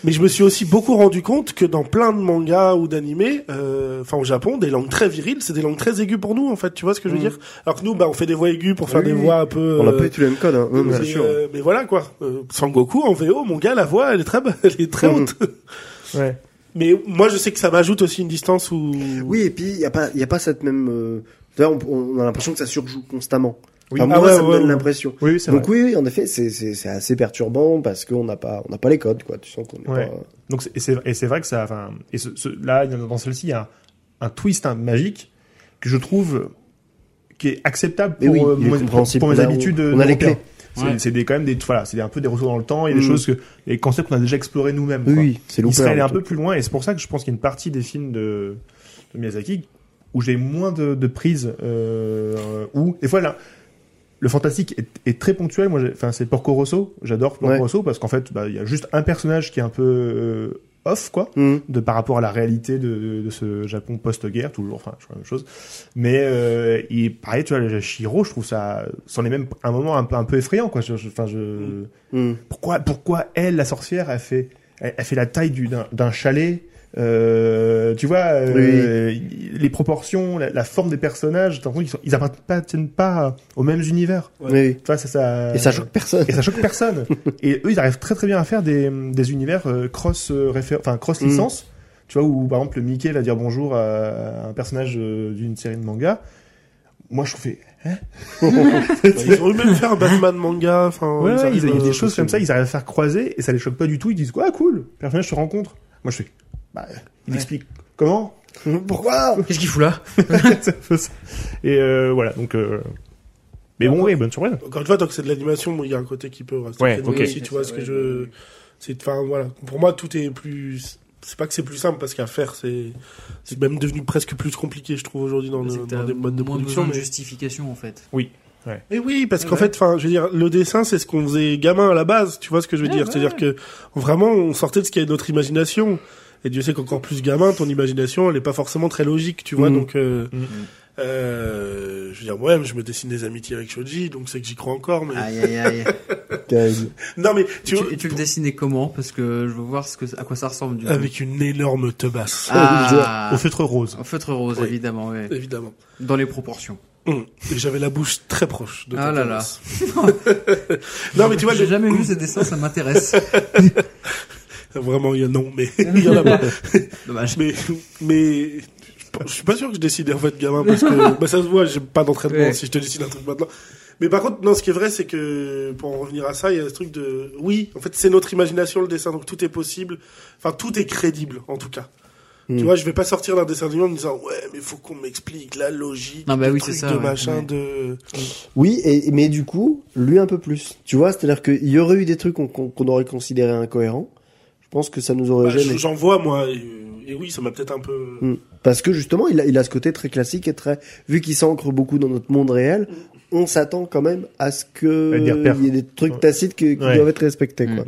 Speaker 3: Mais je me suis aussi beaucoup rendu compte que dans plein de mangas ou d'animés, euh, enfin au Japon, des langues très viriles, c'est des langues très aiguës pour nous en fait, tu vois ce que je veux dire Alors que nous, bah, on fait des voix aiguës pour faire
Speaker 6: Oui,
Speaker 3: des
Speaker 6: oui.
Speaker 3: voix un peu.
Speaker 6: On n'a
Speaker 3: euh,
Speaker 6: pas eu tous les mêmes codes, hein. Hum,
Speaker 3: mais,
Speaker 6: c'est sûr.
Speaker 3: euh, mais voilà quoi. Euh, Sangoku en VO, mon gars, la voix, elle est très, elle est très
Speaker 6: Mhm.
Speaker 3: haute.
Speaker 5: quoi. Ouais.
Speaker 3: Mais moi, je sais que ça m'ajoute aussi une distance où.
Speaker 6: Oui, et puis, il n'y a, pas- y a pas cette même... euh, D'ailleurs, on, on a l'impression que ça surjoue constamment.
Speaker 5: Oui.
Speaker 6: Enfin,
Speaker 3: Ah
Speaker 6: moi,
Speaker 3: ouais,
Speaker 6: ça me
Speaker 3: ouais,
Speaker 6: donne
Speaker 3: ouais.
Speaker 6: l'impression.
Speaker 5: Oui, oui, c'est vrai.
Speaker 6: Donc oui, oui, en effet, c'est- c'est c'est assez perturbant parce qu'on n'a pas, on n'a pas les codes, quoi. Tu sens qu'on n'est
Speaker 5: Ouais.
Speaker 6: pas...
Speaker 5: Donc c'est- et c'est et c'est vrai que ça. Enfin, et ce, ce- là, il y en a dans celle-ci, il y a un, un twist hein, magique que je trouve qui est acceptable
Speaker 6: Mais
Speaker 5: pour,
Speaker 6: Eh oui,
Speaker 5: euh,
Speaker 6: il est
Speaker 5: mon- pour,
Speaker 6: compréhensible.
Speaker 5: mes
Speaker 6: Là, on-
Speaker 5: habitudes.
Speaker 6: on a les
Speaker 5: européennes.
Speaker 6: clés.
Speaker 5: C'est
Speaker 1: Ouais.
Speaker 5: c'est des quand même des voilà, c'est un peu des retours dans le temps et des
Speaker 6: Mm.
Speaker 5: choses que les concepts qu'on a déjà explorés nous-mêmes.
Speaker 6: Oui,
Speaker 5: quoi.
Speaker 6: oui, c'est
Speaker 5: Il
Speaker 6: loupé.
Speaker 5: serait allé
Speaker 6: hein,
Speaker 5: un
Speaker 6: tout.
Speaker 5: peu plus loin et c'est pour ça que je pense qu'il y a une partie des films de, de Miyazaki où j'ai moins de, de prise euh, où des fois là le fantastique est, est très ponctuel moi j'ai- enfin c'est Porco Rosso j'adore Porco
Speaker 6: Ouais.
Speaker 5: Rosso parce qu'en fait bah, il y a juste un personnage qui est un peu euh, off quoi
Speaker 6: Hum.
Speaker 5: de par rapport à la réalité de, de, de ce Japon post-guerre toujours enfin je crois la même chose mais euh, il pareil tu vois le Shiro je trouve ça c'en est même un moment un peu un peu effrayant quoi Je- je- enfin je,
Speaker 6: Hum.
Speaker 5: pourquoi, pourquoi elle, la sorcière, elle fait, elle, elle fait la taille du- d'un d'un chalet euh, Tu vois, euh, y- les proportions, la, la forme des personnages, t'as l'impression qu'ils sont- ils appartiennent pas, appartiennent pas aux mêmes univers.
Speaker 6: Oui.
Speaker 5: Tu vois, ça, ça,
Speaker 6: Et ça choque personne.
Speaker 5: et ça choque personne. et eux, ils arrivent très très bien à faire des, des univers euh, cross euh, réfé- enfin cross
Speaker 6: Mm.
Speaker 5: licence. Tu vois où par exemple le Mickey va dire bonjour à un personnage euh, d'une série de manga.
Speaker 7: moi je fais
Speaker 5: hein
Speaker 3: bah, Ils auraient même fait un Batman manga. Enfin,
Speaker 7: Ouais, ouais,
Speaker 3: arrivent,
Speaker 7: ils- il y a
Speaker 3: euh,
Speaker 7: des choses comme ça,
Speaker 3: possible.
Speaker 7: ils arrivent à faire croiser et ça les choque pas du tout. Ils disent quoi, cool, le personnage se rencontre. Moi je fais, bah, il explique comment, pourquoi.
Speaker 1: Qu'est-ce qu'il fout là
Speaker 7: C'est un peu ça. et euh, voilà, donc. euh, Mais bon, oui, bonne surprise.
Speaker 3: Encore une fois, tant que c'est de l'animation, bon, il y a un côté qui peut rester.
Speaker 7: Ouais,
Speaker 3: canon
Speaker 7: ok.
Speaker 3: aussi, tu vois, ce que je. C'est, enfin, voilà. Pour moi, tout est plus. C'est pas que c'est plus simple parce qu'à faire, c'est. C'est même devenu presque plus compliqué, je trouve, aujourd'hui, dans,
Speaker 1: C'est
Speaker 3: le-
Speaker 1: que
Speaker 3: dans
Speaker 1: t'as
Speaker 3: des modes de
Speaker 1: moins
Speaker 3: production.
Speaker 1: besoin de
Speaker 3: Mais...
Speaker 1: justification en fait.
Speaker 3: Mais oui, parce qu'en fait, enfin, je veux dire, le dessin, c'est ce qu'on faisait gamin à la base, tu vois ce que je veux dire. C'est-à-dire que vraiment, on sortait de ce qu'il y avait de notre imagination. Et Dieu sait qu'encore plus gamin, ton imagination, elle est pas forcément très logique, tu vois.
Speaker 7: Mhm.
Speaker 3: Donc, euh,
Speaker 7: Mhm.
Speaker 3: euh, je veux dire, moi-même, je me dessine des amitiés avec Shoji, donc c'est que j'y crois encore. Mais
Speaker 1: Aïe aïe aïe.
Speaker 3: non, mais
Speaker 1: tu,
Speaker 3: tu, vois,
Speaker 1: et tu le dessinais comment Parce que je veux voir ce que, à quoi ça ressemble du coup.
Speaker 3: avec une énorme tebasse,
Speaker 1: Ah,
Speaker 7: Au feutre rose.
Speaker 1: un feutre rose
Speaker 3: Oui.
Speaker 1: évidemment, ouais.
Speaker 3: évidemment.
Speaker 1: dans les proportions.
Speaker 3: Mhm. Et j'avais la bouche très proche de ta
Speaker 1: Ah là
Speaker 3: tebasse. non, mais tu vois,
Speaker 1: j'ai
Speaker 3: le-
Speaker 1: jamais vu ces dessins, ça m'intéresse.
Speaker 3: vraiment, il y a non, mais il y en a pas.
Speaker 1: Dommage.
Speaker 3: Mais, mais je suis pas sûr que je décide en fait gamin parce que bah, ça se voit, j'ai pas d'entraînement
Speaker 1: Ouais.
Speaker 3: si je te décide un truc maintenant. Mais par contre, non, ce qui est vrai, c'est que pour en revenir à ça, il y a ce truc de oui, en fait, c'est notre imagination le dessin, donc tout est possible. Enfin, tout est crédible en tout cas.
Speaker 1: Hmm.
Speaker 3: Tu vois, je vais pas sortir d'un dessin animé en me disant ouais, mais faut qu'on m'explique la logique,
Speaker 1: Non, bah
Speaker 3: du
Speaker 1: oui,
Speaker 3: truc
Speaker 1: c'est ça,
Speaker 3: de
Speaker 1: ouais.
Speaker 3: machin,
Speaker 1: Ouais.
Speaker 3: de.
Speaker 6: Oui, et, mais du coup, lui un peu plus. Tu vois, c'est-à-dire qu'il y aurait eu des trucs qu'on qu'on- qu'on aurait considéré incohérents. Je pense que ça nous aurait
Speaker 3: Bah,
Speaker 6: gêné.
Speaker 3: J'en vois moi, et, et oui, ça m'a peut-être un peu.
Speaker 1: Hmm.
Speaker 6: Mm. Parce que justement, il a, il a ce côté très classique et très. Vu qu'il s'ancre beaucoup dans notre monde réel, on s'attend quand même à ce que
Speaker 7: À des repères.
Speaker 6: il y ait des trucs
Speaker 7: Ouais.
Speaker 6: tacites que- qui
Speaker 7: Ouais.
Speaker 6: doivent être respectés.
Speaker 1: Mm.
Speaker 6: Quoi.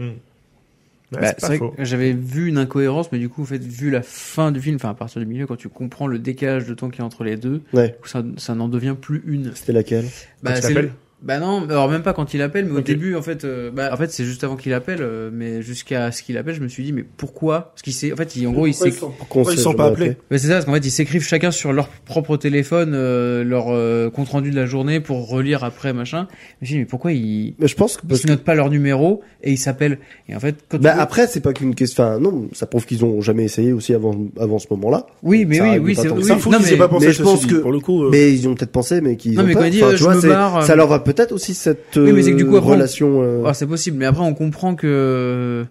Speaker 1: Bah,
Speaker 7: Ouais, c'est
Speaker 1: c'est
Speaker 7: pas
Speaker 1: vrai
Speaker 7: faux.
Speaker 1: que j'avais vu une incohérence, mais du coup, en fait, vu la fin du film, enfin à partir du milieu, quand tu comprends le décalage de temps qu'il y a entre les deux,
Speaker 6: Ouais.
Speaker 1: ça, ça n'en devient plus une.
Speaker 6: C'était laquelle
Speaker 1: Bah,
Speaker 7: il
Speaker 1: c'est le-
Speaker 7: appelle
Speaker 1: Bah non, alors même pas quand il appelle, mais au
Speaker 7: Ok.
Speaker 1: début, en fait, euh,
Speaker 3: Ah.
Speaker 1: bah, en fait, c'est juste avant qu'il appelle, euh, mais jusqu'à ce qu'il appelle, je me suis dit, mais pourquoi Parce qu'il sait, en fait, il, en gros, il
Speaker 3: Pourquoi
Speaker 1: sait.
Speaker 3: ils sont-
Speaker 6: Pourquoi on
Speaker 3: Pourquoi ils
Speaker 6: s'est
Speaker 3: sont
Speaker 6: jamais
Speaker 3: pas appelés
Speaker 1: Mais c'est ça, parce qu'en fait, ils s'écrivent chacun sur leur propre téléphone, euh, leur euh, compte rendu de la journée pour relire après, machin. Je me suis dit, mais pourquoi ils,
Speaker 6: Mais je pense que.
Speaker 1: ils
Speaker 6: Parce
Speaker 1: se notent pas leur numéro et ils s'appellent Et en fait, quand
Speaker 6: que- bah,
Speaker 1: tu-
Speaker 6: après, c'est pas qu'une question. Enfin, non, ça prouve qu'ils ont jamais essayé aussi avant, avant ce moment-là.
Speaker 1: oui, mais
Speaker 6: ça
Speaker 1: oui,
Speaker 6: règle
Speaker 1: oui,
Speaker 6: pas
Speaker 1: c'est
Speaker 6: tant que
Speaker 1: oui.
Speaker 3: Ça, faut
Speaker 1: non,
Speaker 3: qu'ils aient
Speaker 1: mais-
Speaker 3: pas pensé
Speaker 6: mais
Speaker 3: à
Speaker 6: je
Speaker 3: ceci
Speaker 6: pense
Speaker 3: dit,
Speaker 6: que-
Speaker 3: pour le coup. euh,
Speaker 6: Mais ils ont peut-être pensé, mais qu'ils
Speaker 1: Non,
Speaker 6: ont
Speaker 1: mais
Speaker 6: peur.
Speaker 1: quand il dit,
Speaker 6: Enfin,
Speaker 1: euh,
Speaker 6: tu
Speaker 1: je
Speaker 6: vois,
Speaker 1: me
Speaker 6: c'est-
Speaker 1: barre, euh,
Speaker 6: ça leur va peut-être aussi cette
Speaker 1: Oui, mais c'est que du coup,
Speaker 6: euh,
Speaker 1: après, on-
Speaker 6: relation. euh,
Speaker 1: Ah, c'est possible, mais après on comprend que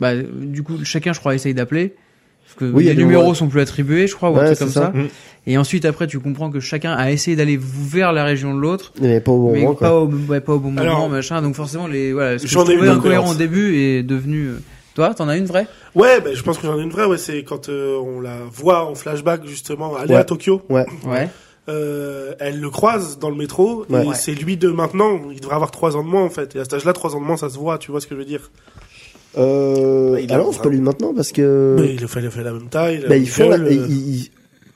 Speaker 1: bah, du coup chacun je crois essaye d'appeler. Parce que
Speaker 6: Oui, il y a
Speaker 1: les
Speaker 6: des
Speaker 1: numéros
Speaker 6: moments-
Speaker 1: sont plus attribués, je crois, ou
Speaker 6: Ouais,
Speaker 1: un truc
Speaker 6: c'est
Speaker 1: comme
Speaker 6: ça.
Speaker 1: ça.
Speaker 7: Mm.
Speaker 1: Et ensuite après tu comprends que chacun a essayé d'aller vers la région de l'autre,
Speaker 6: Il n'est pas au bon
Speaker 1: mais
Speaker 6: moment.
Speaker 1: pas
Speaker 6: quoi.
Speaker 1: au, ouais, pas au bon
Speaker 3: Alors-
Speaker 1: moment, machin. Donc forcément les voilà, ce que je
Speaker 3: J'en ai
Speaker 1: trouvais
Speaker 3: une
Speaker 1: incohérent
Speaker 3: incohérente.
Speaker 1: au début est devenu. euh, Toi, t'en as une vraie
Speaker 3: Ouais, ben je pense que j'en ai une vraie. Ouais, c'est quand euh, on la voit en flashback justement aller à
Speaker 6: Ouais.
Speaker 3: Tokyo.
Speaker 6: Ouais.
Speaker 1: Ouais.
Speaker 3: Euh, elle le croise dans le métro.
Speaker 6: Ouais.
Speaker 3: Et
Speaker 6: Ouais.
Speaker 3: c'est lui de maintenant. Il devrait avoir trois ans de moins en fait. Et à cet âge-là, trois ans de moins, ça se voit. Tu vois ce que je veux dire
Speaker 6: Euh,
Speaker 3: Bah, il a
Speaker 6: alors, c'est pas
Speaker 3: vraiment-
Speaker 6: lui maintenant parce que
Speaker 3: Mais Il a fait, il a fait la même taille. la
Speaker 6: bah,
Speaker 3: même
Speaker 6: ils font la-
Speaker 3: gueule, euh.
Speaker 6: ils- ils-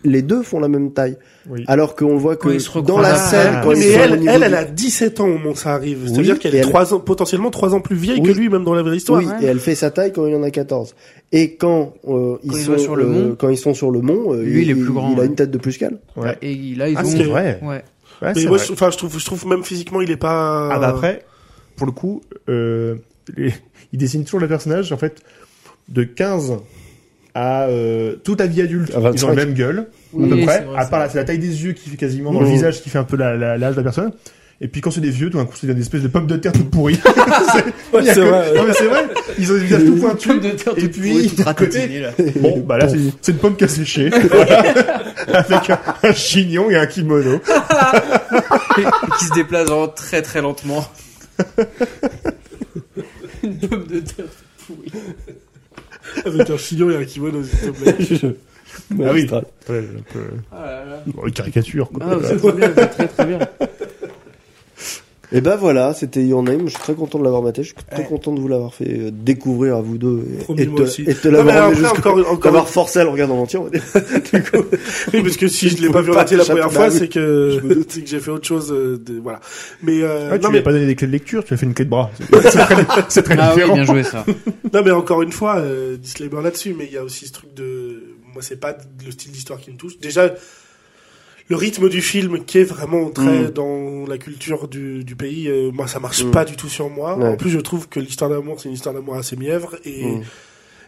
Speaker 6: les deux font la même taille.
Speaker 7: Oui.
Speaker 3: Ah,
Speaker 6: Alors qu'on voit que
Speaker 1: Quand ils se
Speaker 6: dans
Speaker 1: recroisent.
Speaker 6: la
Speaker 1: Ah,
Speaker 6: scène, quand
Speaker 3: Oui,
Speaker 6: ils
Speaker 3: mais
Speaker 6: sont au
Speaker 3: elle,
Speaker 6: niveau
Speaker 3: elle,
Speaker 6: du-
Speaker 3: elle a 17 ans au moment où ça arrive. C'est-à-dire
Speaker 6: Oui,
Speaker 3: qu'elle
Speaker 6: et
Speaker 3: est
Speaker 6: elle-
Speaker 3: trois ans, potentiellement trois ans plus vieille
Speaker 6: Oui.
Speaker 3: que lui, même dans la vraie histoire.
Speaker 1: hein.
Speaker 6: oui, et elle fait sa taille quand il en a 14. Et quand, euh, ils,
Speaker 1: Quand ils
Speaker 6: sont,
Speaker 1: vont sur le
Speaker 6: euh,
Speaker 1: mont.
Speaker 6: quand ils sont sur le mont, euh,
Speaker 1: Lui, il est plus grand,
Speaker 6: Il a
Speaker 1: ouais.
Speaker 6: une tête de plus qu'elle.
Speaker 7: Ouais.
Speaker 1: Et là ils
Speaker 7: Ah,
Speaker 1: ont.
Speaker 7: c'est vrai.
Speaker 1: Ouais.
Speaker 7: Ouais,
Speaker 3: Mais
Speaker 7: c'est
Speaker 3: moi,
Speaker 7: vrai.
Speaker 3: je, enfin, je trouve, je trouve même physiquement, il est pas.
Speaker 7: Ah bah après, pour le coup, euh, les- il dessine toujours le personnage, en fait, de 15 à euh, toute la vie adulte.
Speaker 6: À
Speaker 7: Ils
Speaker 6: 25.
Speaker 7: ont la même gueule,
Speaker 1: Oui,
Speaker 7: à peu
Speaker 1: c'est
Speaker 7: près.
Speaker 1: vrai,
Speaker 7: à
Speaker 1: c'est
Speaker 7: part
Speaker 1: vrai.
Speaker 7: la, c'est la taille des yeux qui fait quasiment dans le
Speaker 3: Mmh.
Speaker 6: Mhm.
Speaker 7: visage, qui fait un peu la- la- l'âge de la personne. Et puis quand c'est des vieux, tout d'un coup, c'est une espèce de pomme de terre toute pourrie.
Speaker 3: Ouais,
Speaker 7: Il y a
Speaker 3: c'est
Speaker 7: que-
Speaker 3: vrai.
Speaker 7: Non mais c'est vrai, ils ont des visages tout pointus.
Speaker 1: de terre,
Speaker 7: Et
Speaker 1: toute
Speaker 7: puis,
Speaker 1: pourrie, toute
Speaker 7: à côté-
Speaker 1: ratatinée, là.
Speaker 7: Bon, bah là, c'est c'est une pomme qui a séché. Avec un, un chignon et un kimono.
Speaker 1: qui se déplace vraiment très très lentement. Une pomme de terre.
Speaker 3: Avec un chignon et un kimono, s'il te plaît.
Speaker 7: Ah oui.
Speaker 6: Magistral.
Speaker 7: Ouais, un peu-
Speaker 1: Oh là là.
Speaker 7: bon, une caricature, quoi.
Speaker 1: Ah, c'est trop bien, c'est très très bien.
Speaker 6: Et ben voilà, c'était Your Name. Je suis très content de l'avoir maté. Je suis très content de vous l'avoir fait euh, découvrir à vous deux et-
Speaker 3: Promis,
Speaker 6: et,
Speaker 3: moi aussi.
Speaker 6: te, et te
Speaker 3: Non, mais
Speaker 6: l'avoir
Speaker 3: après,
Speaker 6: amené jusqu'au-
Speaker 3: encore, encore
Speaker 6: d'avoir forcé à le regarder en entier. on va dire.
Speaker 3: Oui, parce que si je l'ai
Speaker 6: Faut
Speaker 3: pas vu
Speaker 6: pas
Speaker 3: rater la
Speaker 6: t'échapper,
Speaker 3: première
Speaker 6: bah
Speaker 3: fois,
Speaker 6: oui.
Speaker 3: c'est que
Speaker 6: Je me
Speaker 3: c'est que j'ai fait autre chose. euh, De, voilà. Mais euh,
Speaker 7: Ah, tu
Speaker 3: non,
Speaker 7: lui as
Speaker 3: mais
Speaker 7: pas donné des clés de lecture, tu lui as fait une clé de bras. C'est très, c'est très
Speaker 1: Ah oui,
Speaker 7: différent.
Speaker 1: bien joué ça.
Speaker 3: non, mais encore une fois, euh, disclaimer là-dessus. Mais il y a aussi ce truc de moi, c'est pas le style d'histoire qui me touche. Déjà, le rythme du film qui est vraiment très
Speaker 6: Mm.
Speaker 3: dans la culture du, du pays, euh, moi, ça marche
Speaker 6: Mm.
Speaker 3: pas du tout sur moi.
Speaker 6: Ouais.
Speaker 3: En plus, je trouve que l'histoire d'amour, c'est une histoire d'amour assez mièvre et
Speaker 6: Mm.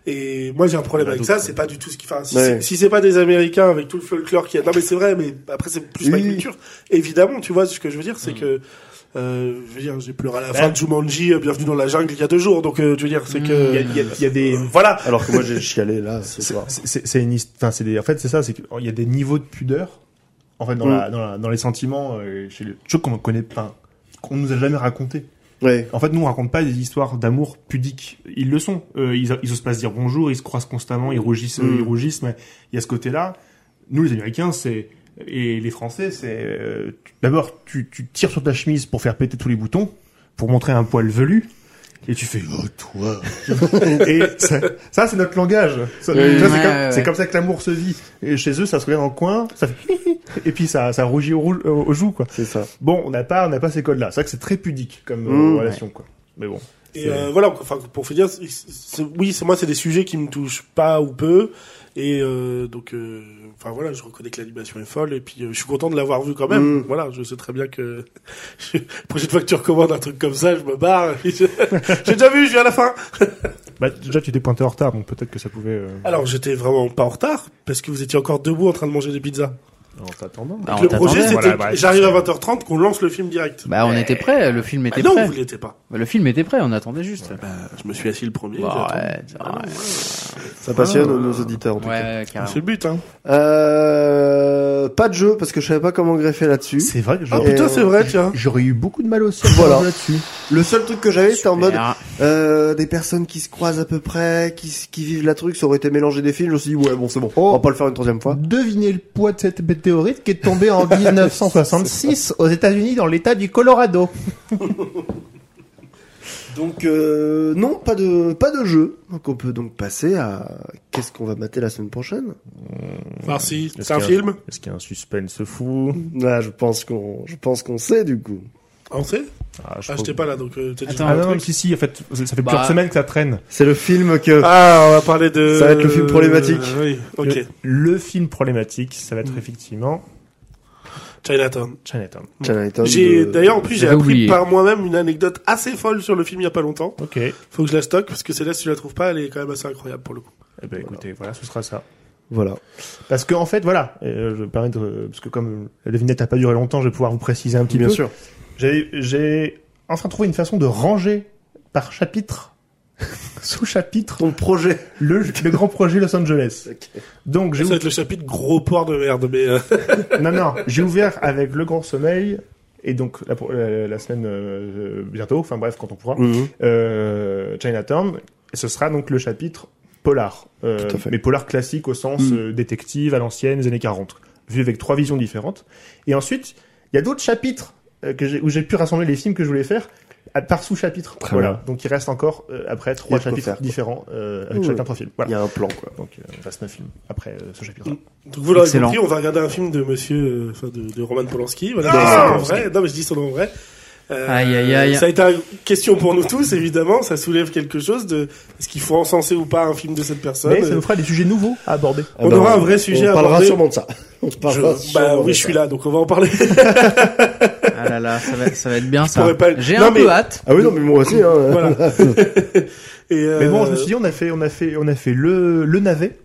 Speaker 3: Et moi, j'ai un problème
Speaker 5: Il y en a
Speaker 3: avec
Speaker 5: d'autres,
Speaker 3: ça. C'est pas du tout ce qui. Enfin, si
Speaker 6: Ouais.
Speaker 3: c'est- si c'est pas des Américains avec tout le folklore qu'il y a. Non, mais c'est vrai. Mais après, c'est plus ma
Speaker 6: Oui.
Speaker 3: culture. Évidemment, tu vois ce que je veux dire,
Speaker 5: Mm.
Speaker 3: c'est que. Euh, je veux dire, j'ai pleuré à
Speaker 5: Bah,
Speaker 3: la fin de Jumanji, euh, Bienvenue dans la jungle, il y a deux jours. Donc, euh, je veux dire, c'est
Speaker 5: Mm. Il y a-
Speaker 3: que.
Speaker 5: il y a- il y a des,
Speaker 3: Voilà.
Speaker 6: Alors que moi j'ai chialé là ce
Speaker 5: C'est-
Speaker 6: soir.
Speaker 5: c'est- c'est- c'est une hist- enfin, c'est des- en fait c'est ça c'est qu'il y a des niveaux de pudeur en fait dans,
Speaker 6: Mm.
Speaker 5: la- dans, la- dans les sentiments euh, chez les des choses qu'on connaît pas qu'on nous a jamais raconté
Speaker 6: Ouais.
Speaker 5: en fait nous on raconte pas des histoires d'amour pudiques ils le sont Euh, ils, ils osent pas se dire bonjour ils se croisent constamment ils rougissent euh,
Speaker 6: Mm.
Speaker 5: ils rougissent mais il y a ce côté là nous les américains c'est et les français c'est euh, tu- d'abord tu, tu tires sur ta chemise pour faire péter tous les boutons pour montrer un poil velu et tu fais oh toi et ça, ça, c'est notre langage. Ça,
Speaker 1: Oui.
Speaker 5: ça, c'est
Speaker 1: Ouais,
Speaker 5: comme,
Speaker 1: ouais,
Speaker 5: c'est
Speaker 1: ouais.
Speaker 5: comme ça que l'amour se vit. Et chez eux, ça se regarde en coin, ça fait et puis ça, ça rougit au, roule- au- au joue quoi.
Speaker 6: C'est ça.
Speaker 5: Bon, on n'a pas, on n'a pas ces codes-là. C'est vrai que c'est très pudique comme euh,
Speaker 6: Mmh,
Speaker 5: relation quoi. Mais bon.
Speaker 3: Et
Speaker 5: C'est-
Speaker 3: euh, voilà, enfin, pour finir, c'est- c'est- oui, c'est moi, c'est des sujets qui me touchent pas ou peu. Et euh, donc, euh, enfin voilà, je reconnais que l'animation est folle. Et puis, euh, je suis content de l'avoir vu quand même.
Speaker 6: Mm.
Speaker 3: Voilà, je sais très bien que la prochaine fois que tu recommandes un truc comme ça, je me barre. et puis je- J'ai déjà vu, je viens à la fin.
Speaker 5: Bah, déjà tu t'es pointé en retard, donc peut-être que ça pouvait. euh,
Speaker 3: Alors, j'étais vraiment pas en retard parce que vous étiez encore debout en train de manger des pizzas.
Speaker 5: En t'attendant.
Speaker 1: Bah, on
Speaker 3: le projet,
Speaker 1: t'attendait.
Speaker 3: c'était
Speaker 5: Voilà, bah,
Speaker 3: j'arrive à
Speaker 5: c'est-
Speaker 3: 20h30, qu'on lance le film direct.
Speaker 1: Bah, on était prêt, le film
Speaker 3: Ah
Speaker 1: était
Speaker 3: non,
Speaker 1: prêt.
Speaker 3: vous l'étiez pas.
Speaker 1: Bah, le film était prêt, on attendait juste.
Speaker 3: Je me suis assis le premier.
Speaker 1: Bah,
Speaker 3: j'ai attendu.
Speaker 1: arrête, arrête.
Speaker 6: Ça passionne nos auditeurs en tout
Speaker 1: Ah. ouais,
Speaker 6: cas.
Speaker 1: ouais, carrément.
Speaker 3: C'est le but, hein.
Speaker 6: Euh, pas de jeu parce que je savais pas comment greffer là-dessus.
Speaker 5: C'est vrai que
Speaker 3: Ah
Speaker 5: j'aurais,
Speaker 6: Et
Speaker 3: putain,
Speaker 6: on-
Speaker 3: c'est vrai, tiens.
Speaker 5: j'aurais eu beaucoup de mal aussi
Speaker 6: Voilà.
Speaker 5: là-dessus.
Speaker 6: Le seul truc que j'avais c'était en mode
Speaker 1: Super.
Speaker 6: euh, des personnes qui se croisent à peu près, qui, s- qui vivent la truc, ça aurait été mélangé des films. Je me suis dit ouais bon c'est bon,
Speaker 3: Oh.
Speaker 6: on va pas le faire une troisième fois.
Speaker 5: Devinez le poids de cette météorite qui est tombée en 1966 aux États-Unis dans l'État du Colorado.
Speaker 6: Donc euh, non pas de pas de jeu. Donc on peut donc passer à qu'est-ce qu'on va mater la semaine prochaine.
Speaker 3: Enfin, si,
Speaker 5: Est-ce
Speaker 3: c'est un
Speaker 5: qu'il y a-
Speaker 3: film.
Speaker 5: Est-ce qu'il y a un suspense fou Ah,
Speaker 3: Mm.
Speaker 6: Là Ah, je pense qu'on je pense qu'on sait du coup.
Speaker 3: Ah, On sait
Speaker 5: Ah, je
Speaker 3: Ah,
Speaker 5: crois-
Speaker 3: j'étais pas là, donc euh, t'as dit
Speaker 1: Attends,
Speaker 5: Ah
Speaker 3: un
Speaker 5: non,
Speaker 3: truc.
Speaker 5: mais si, si, en fait, ça fait
Speaker 1: Bah.
Speaker 5: plusieurs semaines que ça traîne.
Speaker 6: C'est le film que
Speaker 3: Ah, on va parler de...
Speaker 6: Ça va être le film problématique.
Speaker 3: Euh, oui, ok.
Speaker 5: Le, le film problématique, ça va être effectivement
Speaker 3: Chinatown.
Speaker 5: Chinatown.
Speaker 6: Chinatown
Speaker 3: Mm. J'ai,
Speaker 6: de-
Speaker 3: d'ailleurs, en plus, j'ai
Speaker 1: J'avais
Speaker 3: appris
Speaker 1: oublié.
Speaker 3: par moi-même une anecdote assez folle sur le film il y a pas longtemps.
Speaker 5: Ok. Eh
Speaker 3: Faut que je la stocke, parce que celle-là, si tu la trouves pas, elle est quand même assez incroyable pour le coup.
Speaker 5: ben, écoutez, voilà, ce sera ça.
Speaker 6: voilà.
Speaker 5: Parce que, en fait, voilà, euh, je vais me permettre, euh, parce que comme la devinette n'a pas duré longtemps, je vais pouvoir vous préciser un petit
Speaker 6: Bien
Speaker 5: peu.
Speaker 6: sûr.
Speaker 5: J'ai, j'ai enfin trouvé une façon de ranger par chapitre, sous chapitre,
Speaker 6: Ton projet.
Speaker 5: le, le grand projet Los Angeles. Donc, j'ai
Speaker 3: Ça va être le chapitre gros porc de merde, mais euh,
Speaker 5: Non, non, j'ai ouvert avec Le Grand Sommeil, et donc la, pro- la- la semaine euh, euh, bientôt, enfin bref, quand on
Speaker 6: Mm.
Speaker 5: pourra, euh, Chinatown, et ce sera donc le chapitre polar. Euh,
Speaker 6: Tout à fait.
Speaker 5: Mais polar classique au sens
Speaker 6: Mhm.
Speaker 5: euh, détective à l'ancienne, des années 40, vu avec trois visions différentes. Et ensuite, il y a d'autres chapitres euh, que j'ai- où j'ai pu rassembler les films que je voulais faire à- par sous-chapitre.
Speaker 6: Très
Speaker 5: Voilà.
Speaker 6: bien.
Speaker 5: Donc il reste encore euh, après
Speaker 6: quoi
Speaker 5: trois chapitres
Speaker 6: faire, quoi.
Speaker 5: différents euh, avec
Speaker 6: Oui.
Speaker 5: chacun trois films.
Speaker 6: Il y
Speaker 5: Voilà.
Speaker 6: a un plan quoi.
Speaker 5: Donc euh, il reste neuf films après euh, ce chapitre. là
Speaker 3: donc vous l'aurez
Speaker 1: Excellent.
Speaker 3: compris, on va regarder un film de monsieur, euh, enfin de, de Roman Polanski. Voilà,
Speaker 6: Ah,
Speaker 3: je dis son nom en
Speaker 6: Polanski.
Speaker 3: vrai. Non, mais je dis son nom en vrai. Euh,
Speaker 1: Aïe, aïe, aïe.
Speaker 3: Ça a été une question pour nous tous, évidemment. Ça soulève quelque chose de est-ce qu'il faut encenser ou pas un film de cette personne.
Speaker 5: Mais ça
Speaker 3: Euh,
Speaker 5: nous fera des sujets nouveaux à aborder.
Speaker 6: Euh,
Speaker 3: On aura un vrai sujet
Speaker 6: Ah bah, On
Speaker 3: à
Speaker 6: parlera
Speaker 3: aborder.
Speaker 6: sûrement de ça. On parlera
Speaker 3: je-
Speaker 6: sûrement
Speaker 3: bah
Speaker 6: de
Speaker 3: oui, je
Speaker 6: ça.
Speaker 3: suis là, donc on va en parler.
Speaker 1: Ah là là, ça va, ça va être bien ça.
Speaker 3: pourrais pas-
Speaker 1: J'ai
Speaker 3: Non,
Speaker 1: un
Speaker 3: mais-
Speaker 1: peu hâte.
Speaker 6: Ah oui, non, mais moi aussi. Hein.
Speaker 3: Voilà. Et euh,
Speaker 5: Mais bon, je me suis dit, on a fait, on a fait, on a fait le, le navet,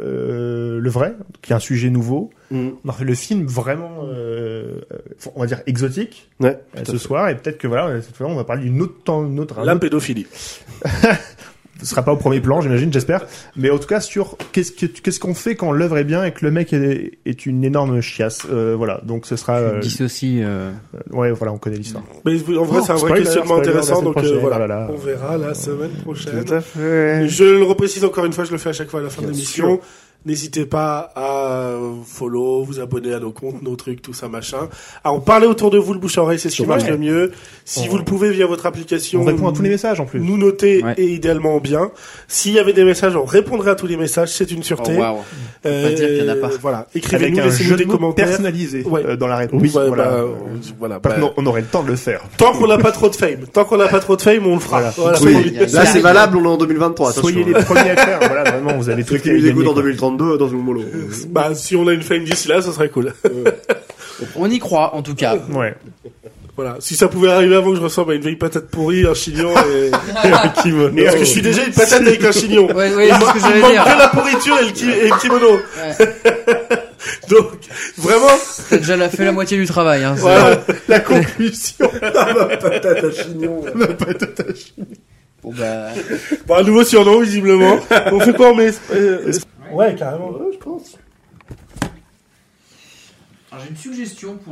Speaker 5: euh, le vrai, qui est un sujet nouveau.
Speaker 6: Mm.
Speaker 5: On a fait le film vraiment, euh, euh, on va dire exotique
Speaker 6: Ouais,
Speaker 5: euh,
Speaker 6: tout à
Speaker 5: ce soir, et peut-être que voilà, cette fois on va parler d'une autre, temps- une autre,
Speaker 3: la pédophilie.
Speaker 5: ce sera pas au premier plan, j'imagine, j'espère. Mais en tout cas, sur qu'est-ce que- qu'est-ce qu'on fait quand l'œuvre est bien et que le mec est, est une énorme chiasse. Euh, voilà, donc ce sera, euh,
Speaker 1: Dissocie. euh,
Speaker 5: ouais, voilà, on connaît l'histoire.
Speaker 3: Mais en vrai,
Speaker 5: Oh,
Speaker 3: c'est un vrai
Speaker 5: spoiler,
Speaker 3: questionnement
Speaker 5: spoiler, la
Speaker 3: intéressant,
Speaker 5: semaine
Speaker 3: donc euh,
Speaker 5: prochaine,
Speaker 3: voilà.
Speaker 5: oh là là.
Speaker 3: On verra la semaine prochaine.
Speaker 6: Tout à fait.
Speaker 3: Je le reprécise encore une fois, je le fais à chaque fois à la fin de
Speaker 6: Bien
Speaker 3: l'émission. N'hésitez pas à follow, vous abonner à nos comptes, nos trucs, tout ça, machin. À en parler autour de vous, le bouche à oreille, c'est ce qui
Speaker 5: Ouais.
Speaker 3: marche le mieux. Si
Speaker 5: On-
Speaker 3: vous le pouvez via votre application,
Speaker 5: on répond à tous les messages en plus.
Speaker 3: nous noter
Speaker 1: Ouais.
Speaker 3: et idéalement bien. S'il y avait des messages, on répondrait à tous les messages, c'est une sûreté. Euh,
Speaker 1: On va dire qu'il y en a pas.
Speaker 3: Voilà,
Speaker 5: avec
Speaker 3: écrivez-nous,
Speaker 5: un
Speaker 3: laissez-nous
Speaker 5: jeu de
Speaker 3: des
Speaker 5: mots
Speaker 3: commentaires.
Speaker 5: personnalisé
Speaker 3: Ouais.
Speaker 5: euh, dans la réponse.
Speaker 3: Ouais,
Speaker 5: voilà.
Speaker 3: bah, voilà,
Speaker 5: Parce
Speaker 3: bah,
Speaker 5: qu'on- on aurait le temps de le faire.
Speaker 3: Tant qu'on n'a pas trop de fame, tant qu'on n'a pas trop de fame, on le fera.
Speaker 5: Voilà.
Speaker 3: Voilà,
Speaker 6: Oui,
Speaker 3: promis.
Speaker 1: il y a-
Speaker 6: là, c'est valable, on est en 2023.
Speaker 5: Soyez les
Speaker 6: attention, hein.
Speaker 5: premiers à le faire. Voilà, vraiment, vous avez
Speaker 6: Ceux
Speaker 5: truc
Speaker 6: qui
Speaker 5: à
Speaker 6: nous
Speaker 5: gagner.
Speaker 6: écoutent en
Speaker 5: quoi.
Speaker 6: 2032 dans une molo.
Speaker 3: Bah, si on a une fame d'ici là, ça serait cool.
Speaker 1: On y croit en tout cas.
Speaker 5: Ouais.
Speaker 3: Voilà. Si ça pouvait arriver avant que je ressemble à une vieille patate pourrie, un chignon et, et un kimono. Parce que je suis déjà une patate avec un chignon.
Speaker 1: Ouais, ouais, c'est ce que
Speaker 3: Il
Speaker 1: j'allais
Speaker 3: manque
Speaker 1: dire.
Speaker 3: que la pourriture et le, ki- et le kimono. Donc, vraiment,
Speaker 1: T'as déjà la- fait la moitié du travail. Hein.
Speaker 3: voilà.
Speaker 7: La conclusion.
Speaker 6: Patate à chignon.
Speaker 1: Bon, bah,
Speaker 3: Bon, un nouveau surnom, visiblement. On fait pas en mais... euh,
Speaker 6: Ouais, carrément. je pense.
Speaker 1: Alors, j'ai une suggestion pour